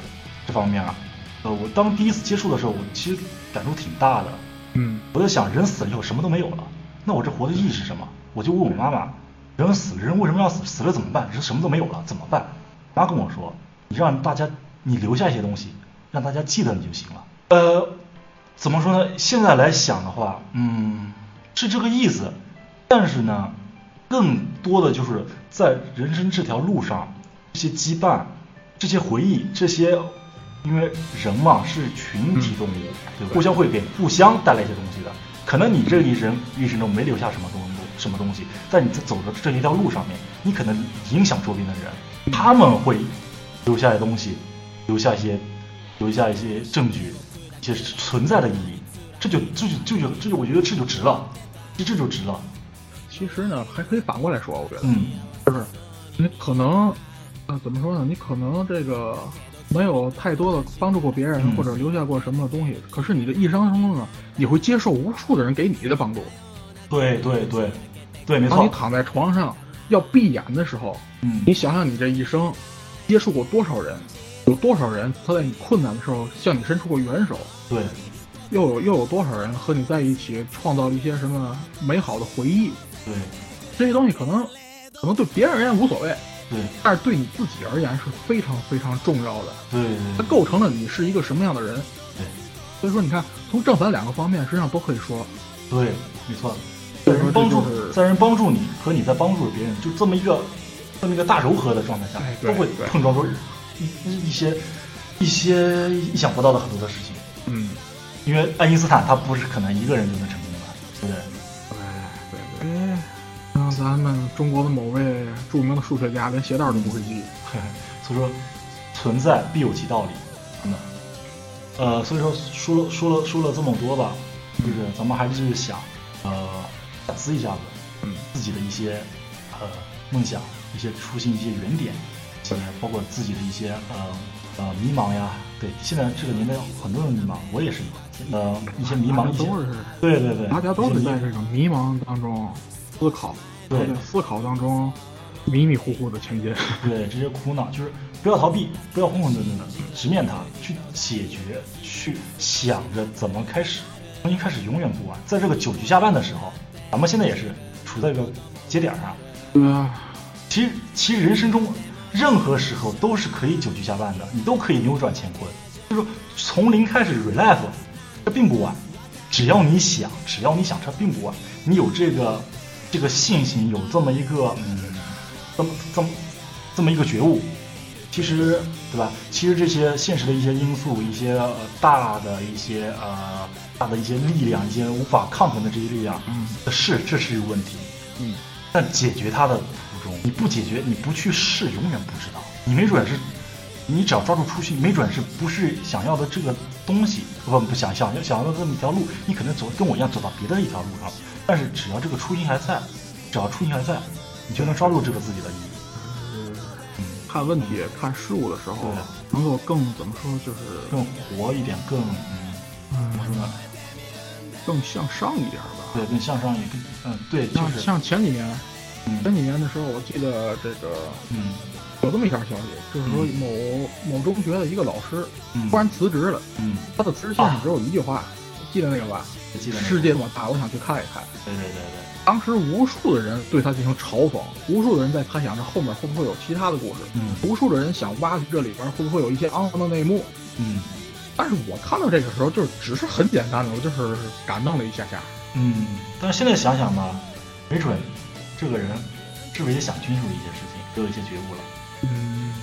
这方面啊，呃，我当第一次接触的时候，我其实感触挺大的。
嗯，
我在想，人死了以后什么都没有了，那我这活的意义是什么？我就问我妈妈，人死人为什么要死？死了怎么办？人什么都没有了怎么办？妈跟我说，你让大家你留下一些东西，让大家记得你就行了。呃，怎么说呢？现在来想的话，嗯，是这个意思，但是呢，更多的就是在人生这条路上，这些羁绊、这些回忆、这些，因为人嘛是群体动物，
嗯对吧
互相会给互相带来一些东西的。可能你这一人一生中没留下什么东什么东西，在你走的这一条路上面，你可能影响周边的人，他们会留下一些东西，留下一些留下一些证据，一些存在的意义，这就这就这就这就我觉得这就值了，这这就值了。
其实呢，还可以反过来说，我觉得，
嗯，
就是你可能，呃，怎么说呢？你可能这个没有太多的帮助过别人，
嗯
或者留下过什么东西，可是你的一生当中呢，你会接受无数的人给你的帮助。
对对对，对，没
当你
错。
躺在床上要闭眼的时候，
嗯
啊你想想你这一生接触过多少人，有多少人他在你困难的时候向你伸出过援手，
对，
又有又有多少人和你在一起创造了一些什么美好的回忆？
对
这些东西可能可能对别人而言无所谓，
对
但是对你自己而言是非常非常重要的。
对
它构成了你是一个什么样的人。
对
所以说，你看，从正反两个方面，实际上都可以说。
对，没错。在
所以说
人
这
帮助
就是，
在人帮助你和你在帮助别人，就这么一个这么一个大柔和的状态下
哎，对
都会
对
碰撞出一一一些一些意想不到的很多的事情。
嗯，
因为爱因斯坦他不是可能一个人就能成功的，对
[LAUGHS]
不对？
哎对对。像咱们中国的某位著名的数学家，连鞋带都不会系。
所以说，存在必有其道理，真的。呃，所以说说了说了说了这么多吧，就是咱们还是就是想，呃，反思一下子
嗯
自己的一些呃梦想、一些初心、一些原点，一些包括自己的一些呃呃迷茫呀。对，现在这个年代很多人迷茫，我也是，呃，一些迷茫，一些
嗯都是，
对对对，
大家都是
一些
在
迷
这个迷茫当中思考，
对
在思考当中迷迷糊糊的前进。
对这些苦恼，就是不要逃避，不要浑浑沌沌的，直面它，去解决，去想着怎么开始。从一开始永远不晚。在这个九局下半的时候，咱们现在也是处在一个节点上。
对啊，
其实，其实人生中任何时候都是可以九局下半的，你都可以扭转乾坤。就是说，从零开始 relive，这并不晚。只要你想，只要你想，这并不晚。你有这个这个信心，有这么一个嗯，这么这么这么一个觉悟，其实对吧？其实这些现实的一些因素，一些、呃、大的一些呃大的一些力量，一些无法抗衡的这些力量，
嗯
是这是一个问题，
嗯，
但解决它的途中，你不解决，你不去试，永远不知道。你没准是，你只要抓住初心，没准是不是想要的这个东西，不不想想要想要的这么一条路，你可能走跟我一样走到别的一条路上，但是只要这个初心还在，只要初心还在，你就能抓住这个自己的意义。
看问题、看事物的时候
对，
能够更怎么说，就是
更活一点，更嗯，
嗯
怎么说呢？
更向上一点儿吧。
对，更向上一点，更嗯，对，就
像
是
像前几年，前
嗯
几年的时候，我记得这个
嗯
有这么一条消息，就是说
嗯
某某中学的一个老师
嗯，
突然辞职了，
嗯，
他的辞职信上只有一句话，记得那个吧？
我记得那个
世界这么大，我想去看一看。
对对对对，
当时无数的人对他进行嘲讽，无数的人在猜想着后面会不会有其他的故事，
嗯
无数的人想挖掘这里边会不会有一些肮脏的内幕。
嗯
但是我看到这个时候，就是只是很简单的，我就是感动了一下下。
嗯，但是现在想想吧，没准这个人是不是也想清楚一些事情，都有一些觉悟了。
嗯，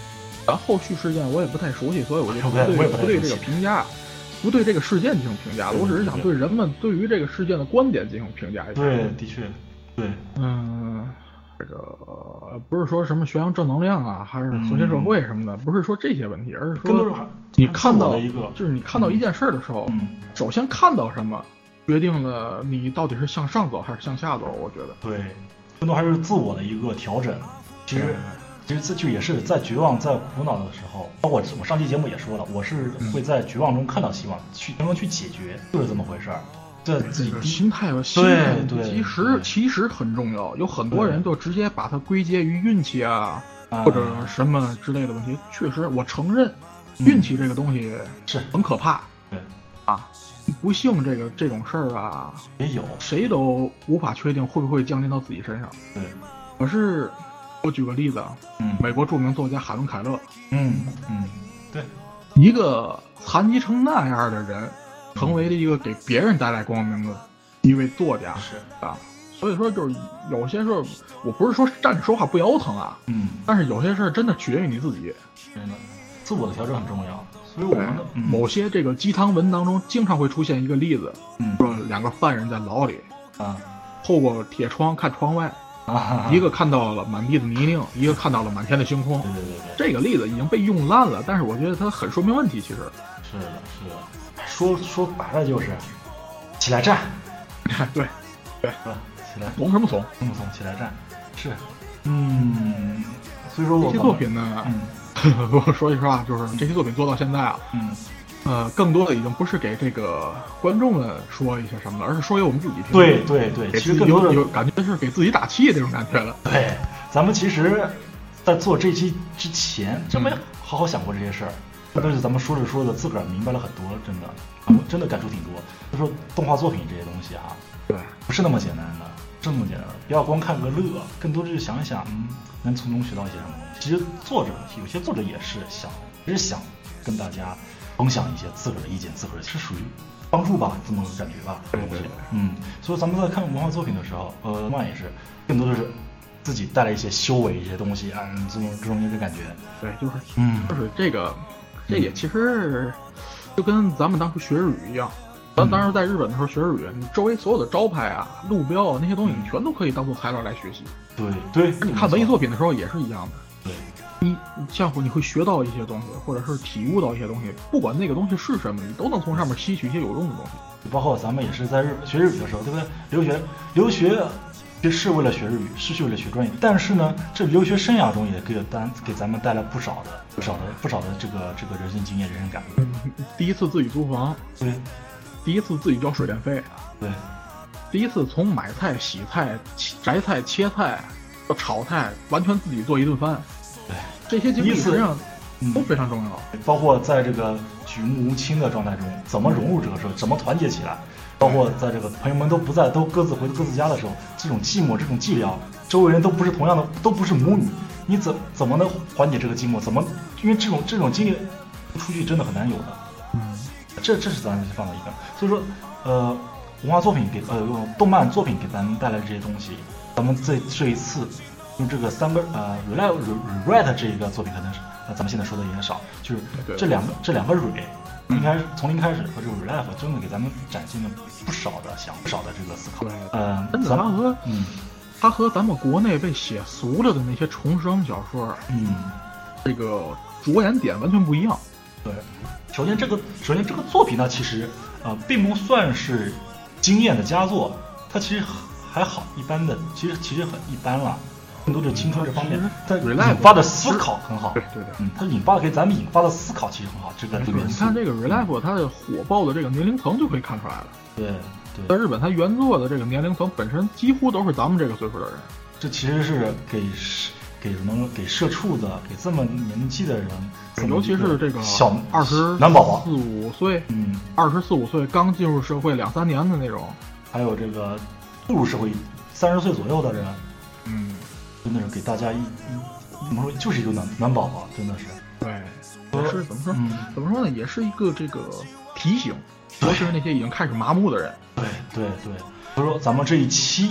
咱后续事件我也不太熟悉，所以我就
我也
不对
我也不太
不对
熟
这
悉
个评价。不对这个事件进行评价了，我只是想
对
对人们对于这个事件的观点进行评价一下。
对，的确，对，
嗯，这个呃不是说什么宣扬正能量啊，还是和谐社会什么的，不是说这些问题，而是
嗯更多是
说
还
你看到
还是我的一个
就是你看到一件事儿的时候，
嗯，
首先看到什么，决定了你到底是向上走还是向下走。我觉得，
对，更多还是自我的一个调整。啊其实，其实这就也是在绝望、在苦恼的时候，包括我上期节目也说了，我是
嗯
会在绝望中看到希望，去能够去解决，就是这么回事儿。这自己
这个
低
心态和心态
对
其实
对
其实很重要。有很多
对
人就直接把它归结于运气啊，
啊
或者什么之类的问题。确实，我承认，
嗯
运气这个东西
是
很可怕
对
啊。不幸这个这种事儿啊，
也有，
谁都无法确定会不会降临到自己身上。
对，
可是，我举个例子啊，
嗯
美国著名作家海伦·凯勒，
嗯嗯，对，
一个残疾成那样的人，成为了一个给别人带来光明的一位作家
是，
啊。所以说，就是有些时候，我不是说站着说话不腰疼啊，
嗯，
但是有些事儿真的取决于你自己。
真的，自我的调整很重要。所以我们的嗯
某些这个鸡汤文当中，经常会出现一个例子，
嗯
说两个犯人在牢里，
啊
透过铁窗看窗外，
啊，啊
一个看到了满地的泥泞，一个看到了满天的星空
对。对对对。
这个例子已经被用烂了，但是我觉得它很说明问题。其实，
是的，是的，哎说说白了就是，起来站，
[LAUGHS] 对，
是吧？起来，
怂什么怂？
这么松，起来站，是，嗯，所以说我
这些
可
作
能，
品呢，
嗯
[LAUGHS] 我说句实话，就是这些作品做到现在啊，
嗯，
呃，更多的已经不是给这个观众们说一些什么了，而是说给我们自己听。
对，对对，
给
其实
自己
更多
有有
的
感觉是给自己打气这种感觉了。
对，咱们其实，在做这期之前，真没好好想过这些事儿。但是咱们说着说着，自个儿明白了很多，真的，啊我真的感触挺多。就说动画作品这些东西啊，
对，
不是那么简单的，不是那么简单的。不要光看个乐，更多就是想一想，嗯，能从中学到一些什么东西。其实作者有些作者也是想，也是想跟大家分享一些自个儿的意见，自个儿是属于帮助吧，这么个感觉吧，
对对对
嗯，所以咱们在看文化作品的时候，呃，漫也是更多的是自己带来一些修为一些东西，啊，这种这种一个感觉，
对，就是
嗯
就是这个，这也其实就跟咱们当初学日语一样。咱
嗯
当时在日本的时候学日语，你周围所有的招牌啊、路标啊那些东西，你全都可以当做材料来学习。
对对，
你看文艺
嗯没错
作，品的时候也是一样的，
对，
你你像你会学到一些东西，或者是体悟到一些东西，不管那个东西是什么，你都能从上面吸取一些有用的东西。
包括咱们也是在日学日语的时候，对不对？留学留学学是为了学日语，是为了学专业，但是呢，这留学生涯中也给咱给咱们带来不少的、不少的、不少的这个这个人生经验、人生感悟。
第一次自己租房，
对
第一次自己交水电费，
对，
第一次从买菜、洗菜、切摘菜、切菜到炒菜，完全自己做一顿饭，
对，
这些经
第
历
一次
实际上
嗯
都非常重要。
包括在这个举目无亲的状态中，怎么融入这个社会，怎么团结起来，包括在这个朋友们都不在，都各自回各自家的时候，这种寂寞，这种寂寥，周围人都不是同样的，都不是母语，你怎怎么能缓解这个寂寞？怎么？因为这种这种经历不出去真的很难有的。
嗯，
这这是咱们放到一边。所以说，呃，文化作品给呃动漫作品给咱们带来这些东西，咱们这这一次用这个三个呃 re re read 这一个作品，可能是呃咱们现在说的有点少，就是
对
这两个这两个 re。应该从零开始和这个 relife 真的给咱们展现了不少的想不少的这个思考
对。
嗯、
呃真的，
咱
它
们
和
嗯
它和咱们国内被写俗了的那些重生小说，
嗯，
这个着眼点完全不一样。
对，首先这个首先这个作品呢，其实呃并不算是惊艳的佳作，它其实还好一般的，其实其实很一般了，更多的青春这方面
嗯，
它
其实
引发的思考很好
对，对对。
嗯，它引发的给咱们引发的思考其实很好，这个
没
这
错
个元
你
素
看这个 Relife 它的火爆的这个年龄层就可以看出来了，
对
在
对，
日本它原作的这个年龄层本身几乎都是咱们这个岁数的人。
这其实是给社给什么给社畜的，给这么年纪的人，这么
尤
一
其是这个
小
二十
男宝宝
四，五岁，
嗯，
二十四五岁刚进入社会两三年的那种，
还有这个步入社会三十岁左右的人，
嗯，
真的是给大家一一怎么说，就是一个暖暖宝宝，真的是。
对，也是怎么说，
嗯
怎么说呢，也是一个这个提醒，尤其是那些已经开始麻木的人，
对对对，所以说咱们这一期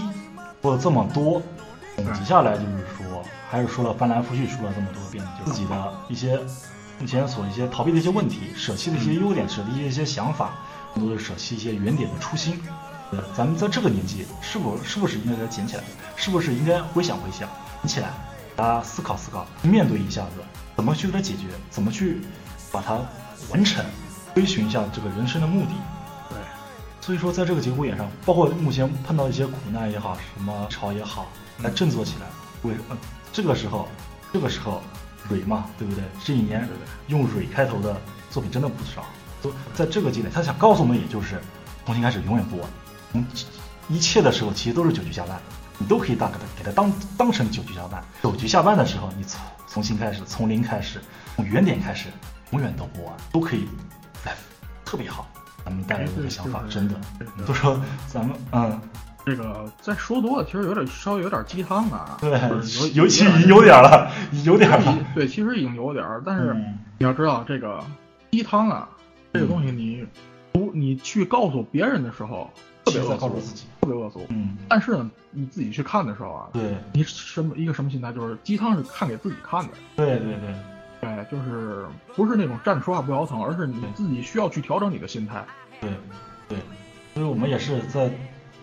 说了这么多，总结下来就是说，还是说了翻来覆去说了这么多遍，就是自己的一些目前所一些逃避的一些问题，舍弃的一些优点，舍弃的一些想法，更多的舍弃一些原点的初心。呃，咱们在这个年纪，是否是不是应该给它捡起来？是不是应该回想回想，捡起来，大家思考思考，面对一下子，怎么去给它解决，怎么去把它完成，追寻一下这个人生的目的。
对，
所以说，在这个节骨眼上，包括目前碰到一些苦难也好，什么潮也好，来振作起来。为呃，这个时候，这个时候，蕊嘛，对不对？这一年用蕊开头的作品真的不少。都在这个节点，他想告诉我们，也就是重新开始永远不晚。嗯，一切的时候其实都是九局下半，你都可以大给它给它当当成九局下半。九局下半的时候，你从从新开始，从零开始，从原点开始，永远都不晚，都可以，哎，特别好。咱们带来的这个想
哎
法，真的，嗯都说咱们嗯，
这个再说多了，其实有点稍微有点鸡汤了啊。就是
对，
有
尤其已经有点了，有点了。
对，其实已经有点儿，但是
嗯
你要知道这个鸡汤啊，这个东西你不你去告诉别人的时候，特别
其实在
恶
告诉
俗，
自己，
特别恶俗。
嗯，
但是呢，你自己去看的时候啊，
对，
你什么一个什么心态？就是鸡汤是看给自己看的，
对对对，
对，就是不是那种站着说话不腰疼，而是你自己需要去调整你的心态。
对，对，所以我们也是在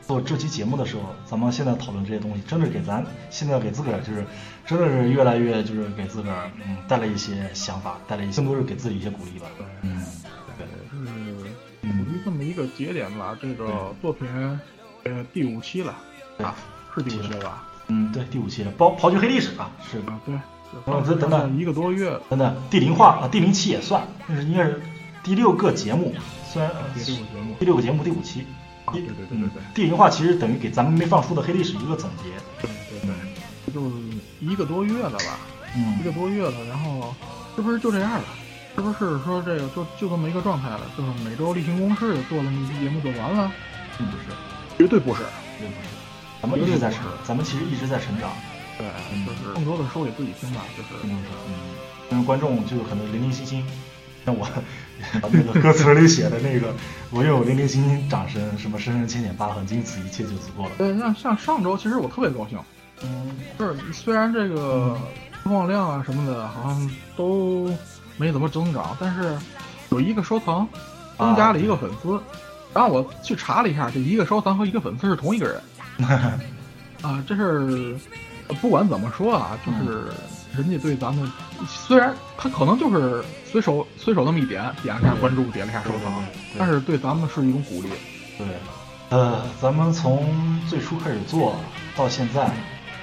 做这期节目的时候，咱们现在讨论这些东西，真的给咱现在给自个儿就是，真的是越来越就是给自个儿嗯带来一些想法，带来一些更多是给自己一些鼓励吧。嗯，对，
哎就是处
嗯，
于这么一个节点吧，这个
对
作品呃第五期了
对
啊，是第五期了吧？
嗯，对，第五期了，刨刨去黑历史啊，是
啊，对，
等等等等
一个多月，
真的第零话啊，第零期也算，那是应该是第六个节目，虽然、呃
第六个节目
第六个节目第五期。
啊对对对对对
嗯第零话其实等于给咱们没放出的黑历史一个总结。
对嗯对对，就是一个多月了吧，
嗯
一个多月了，然后是不是就这样了？是不是说这个就就这么一个状态了？就是每周例行公事做这么一期节目就完了？
并不是，
绝对不是，
并不是，咱们一直在成
绝对不，
咱们其实一直在成长。
对
嗯，
就是更多的说给自己听吧，就是
并不是，嗯，因为观众就是可能零零星星，像我把那个歌词里写的那个“我有零零星星掌声，什么深深千点疤痕，经此一切就足够了
对，像像上周其实我特别高兴，”。
嗯，
就是虽然这个播放量啊什么的，好像都没怎么增长，但是有一个收藏，增加了一个粉丝。然后我去查了一下，这一个收藏和一个粉丝是同一个人。 [LAUGHS] 啊，这是呃不管怎么说啊，就是人家对咱们，虽然他可能就是随手随手那么一点，点了一下关注，点了一下收藏，
对对对对
但是嗯对咱们是一种鼓励。
对，呃，咱们从最初开始做到现在，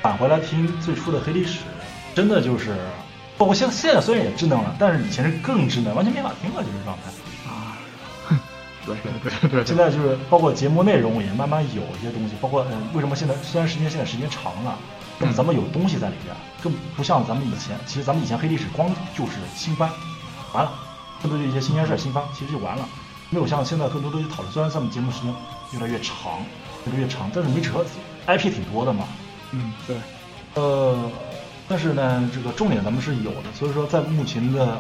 返回来听最初的黑历史，真的就是，包括现现在虽然也智能了，但是以前是更智能，完全没法听了这个状态。
啊， [LAUGHS] 对对对对
现
对，
在就是包括节目内容也慢慢有一些东西，包括嗯、为什么现在虽然时间现在时间长了，但
嗯
是咱们有东西在里边，更不像咱们以前。其实咱们以前黑历史光就是新番，完了，更多的一些新鲜事儿、新番，其实就完了，没有像现在更多的去讨论。虽然咱们节目时间越来越长，越来越长，但是没辙，IP 挺多的嘛，
嗯对。
呃，但是呢，这个重点咱们是有的，所以说在目前的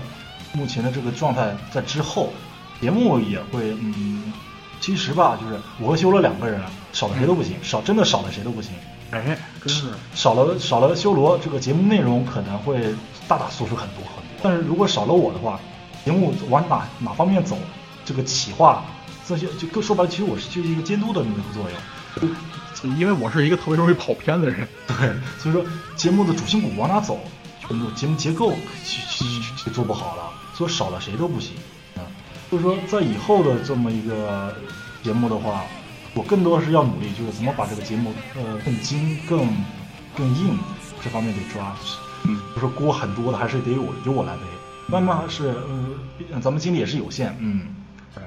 目前的这个状态在之后，节目也会嗯，其实吧，就是我和修罗两个人啊少了谁都不行，少真的少了谁都不行，
哎，真是，
少了少了修罗，这个节目内容可能会大大缩水很多很多。但是如果少了我的话，节目往哪哪方面走，这个企划这些就更说白了，其实我是就是一个监督的那个作用。
因为我是一个特别容易跑偏的人。
[LAUGHS] 对，所以说节目的主心骨往哪走，就是那种节目结构去去去去做不好了，所以少了谁都不行啊。所以说，在以后的这么一个节目的话，我更多是要努力，就是怎么把这个节目呃更精、更更硬这方面得抓。
嗯，
就说锅很多的还是得我由我来背，慢慢还是呃，毕咱们精力也是有限，嗯。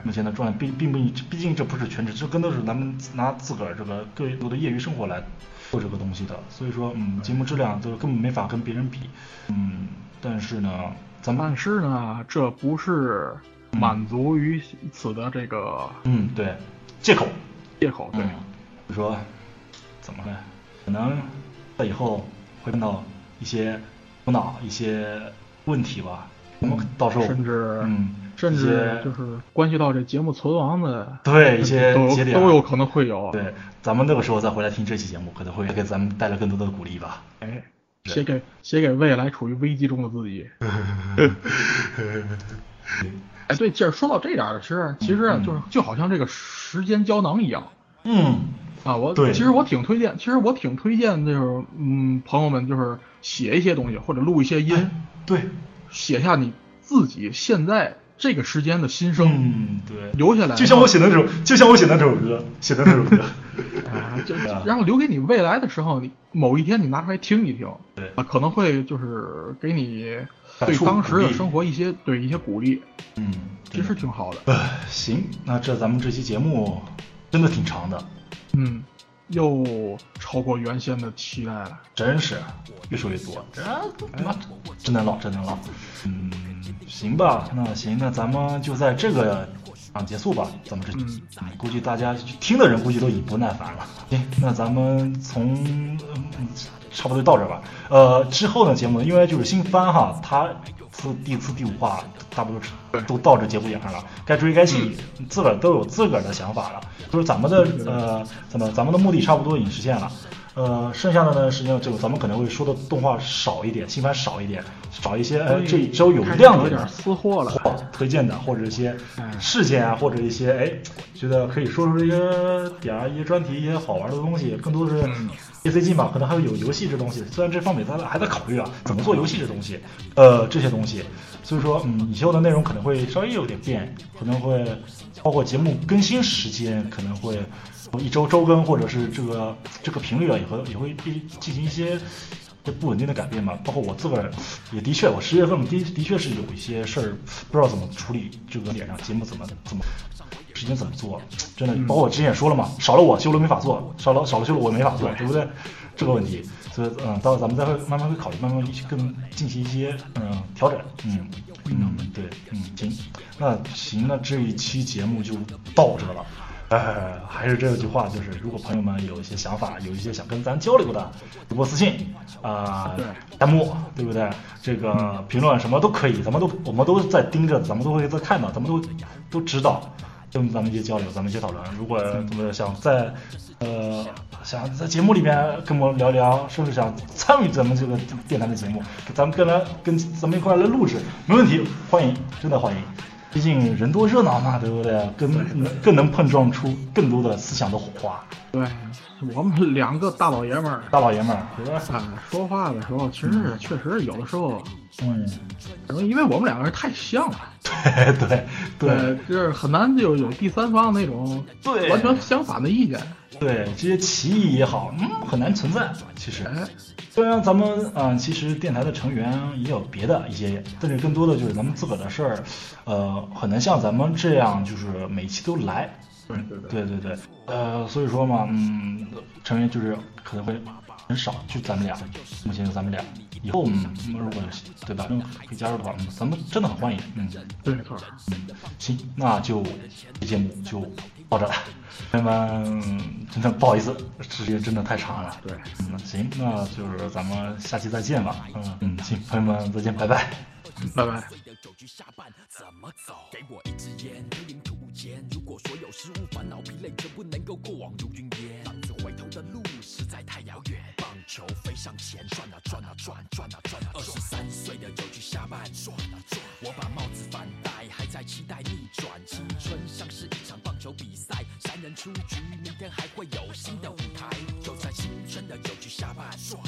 目前的状态并并不，毕竟这不是全职，这更多是咱们拿自个儿这个更多的业余生活来做这个东西的，所以说，嗯，节目质量就根本没法跟别人比，嗯，但是呢，咱们，
但是呢，这不是满足于此的这个
嗯，对，借口，
借口，对，
嗯，你说怎么呢？可能在以后会碰到一些苦恼、一些问题吧，我们到时候，
甚至
嗯，
甚
一
至
些
就是关系到这节目存亡的，
对一些
都
节
有
点啊
都有可能会有。， [LAUGHS]
对，咱们那个时候再回来听这期节目，可能会给咱们带来更多的鼓励吧。
哎，写给写给未来处于危机中的自己。哎，对，接着说到这点儿，其实其实啊
嗯
就是就好像这个时间胶囊一样
嗯，
啊，我
对
其实我挺推荐，其实我挺推荐就是嗯朋友们就是写一些东西或者录一些
哎
音，
对，
写下你自己现在这个时间的心声，
嗯，对，
留下来，
就像我写的那首，就像我写的那首歌，写的那首歌，
啊，就
对啊
然后留给你未来的时候，你某一天你拿出来听一听，
对
啊，可能会就是给你
感
[LAUGHS] 对
触
当时
鼓
的
励
生活一些对一些鼓励，
嗯，
其
真
实
的
挺好的。
呃，行，那这咱们这期节目真的挺长的，
嗯，又超过原先的期待了。
真是越说越多，这妈真能唠，真能唠。嗯，行吧，那行，那咱们就在这个啊结束吧。咱们这、
嗯
嗯估计大家听的人估计都已不耐烦了。行，那咱们从、嗯、差不多就到这吧。呃，之后呢节目呢，因为就是新番哈，它次第四第五话差不多是都到这节骨眼上了，该追该弃，自个儿都有自个儿的想法了。就是咱们的呃，怎么咱们的目的差不多已经实现了。呃，剩下的呢，实际上这个咱们可能会说的动画少一点，新番少一点，少一些。呃，这一周有
开始
亮
有
点
点
的
私货了。
或推荐的，或者一些
嗯
事件啊，或者一些哎，觉得可以说出一些点儿、一些专题、一些好玩的东西，更多的是
嗯
A C G 嘛，可能还有有游戏这东西。虽然这方面咱还在考虑啊，怎么做游戏这东西，呃，这些东西。所以说，嗯，以后的内容可能会稍微有点变，可能会包括节目更新时间，可能会一周周更，或者是这个这个频率啊，也会也会进行一些这不稳定的改变嘛，包括我自个儿也的确，我十月份的的确是有一些事儿，不知道怎么处理这个点上节目怎么怎么时间怎么做，真的，包括我之前也说了嘛，少了我修罗没法做，少了少了修罗我没法做，对不对？这个问题，所以嗯，到咱们再会慢慢会考虑，慢慢一起更进行一些嗯调整，嗯嗯对，嗯行，那行，那这一期节目就到这了。呃，还是这句话，就是如果朋友们有一些想法，有一些想跟咱交流的，主播私信啊、
对
弹幕，对不对？这个评论什么都可以，咱们都我们都在盯着，咱们都会在看到，咱们都都知道，跟咱们一些交流，咱们一些讨论。如果怎么想在呃想在节目里面跟我们聊聊，甚至想参与咱们这个电台的节目，咱们跟来跟咱们一块儿来录制，没问题，欢迎，真的欢迎。毕竟人多热闹嘛，对不对？更更能碰撞出更多的思想的火花。
对，我们两个大老爷们儿
大老爷们儿，对吧
啊，说话的时候，其实是确实有的时候，
[LAUGHS] 嗯，
因为我们两个人太像了，
对对对，
就是很难就有第三方那种
对
完全相反的意见。
对，这些歧义也好，嗯，很难存在。其实，
哎，
虽然咱们嗯、呃其实电台的成员也有别的一些，但是更多的就是咱们自个儿的事儿，呃，很难像咱们这样，就是每期都来。
对对对，
嗯对对对，呃，所以说嘛，嗯，成员就是可能会很少，就咱们俩，目前就咱们俩，以后嗯，如果对吧，可以加入的话，嗯，咱们真的很欢迎，嗯。
对没错。
行，那就这节目就到这了，朋友们，真的不好意思，时间真的太长了。
对，
嗯，行，那就是咱们下期再见吧。嗯嗯，行，朋友们再见，拜拜。
拜拜。
的酒局下半怎么走？给我一支烟，幽灵吐间。如果所有事物、烦恼、疲累全不能够过往如云烟，浪子回头的路实在太遥远。棒球飞上前，转啊转啊转，转啊转啊二十三岁的酒局下半，转啊转。我把帽子反戴，还在期待逆转。青春像是一场棒球比赛，三人出局，明天还会有新的舞台。就在青春的酒局下半，转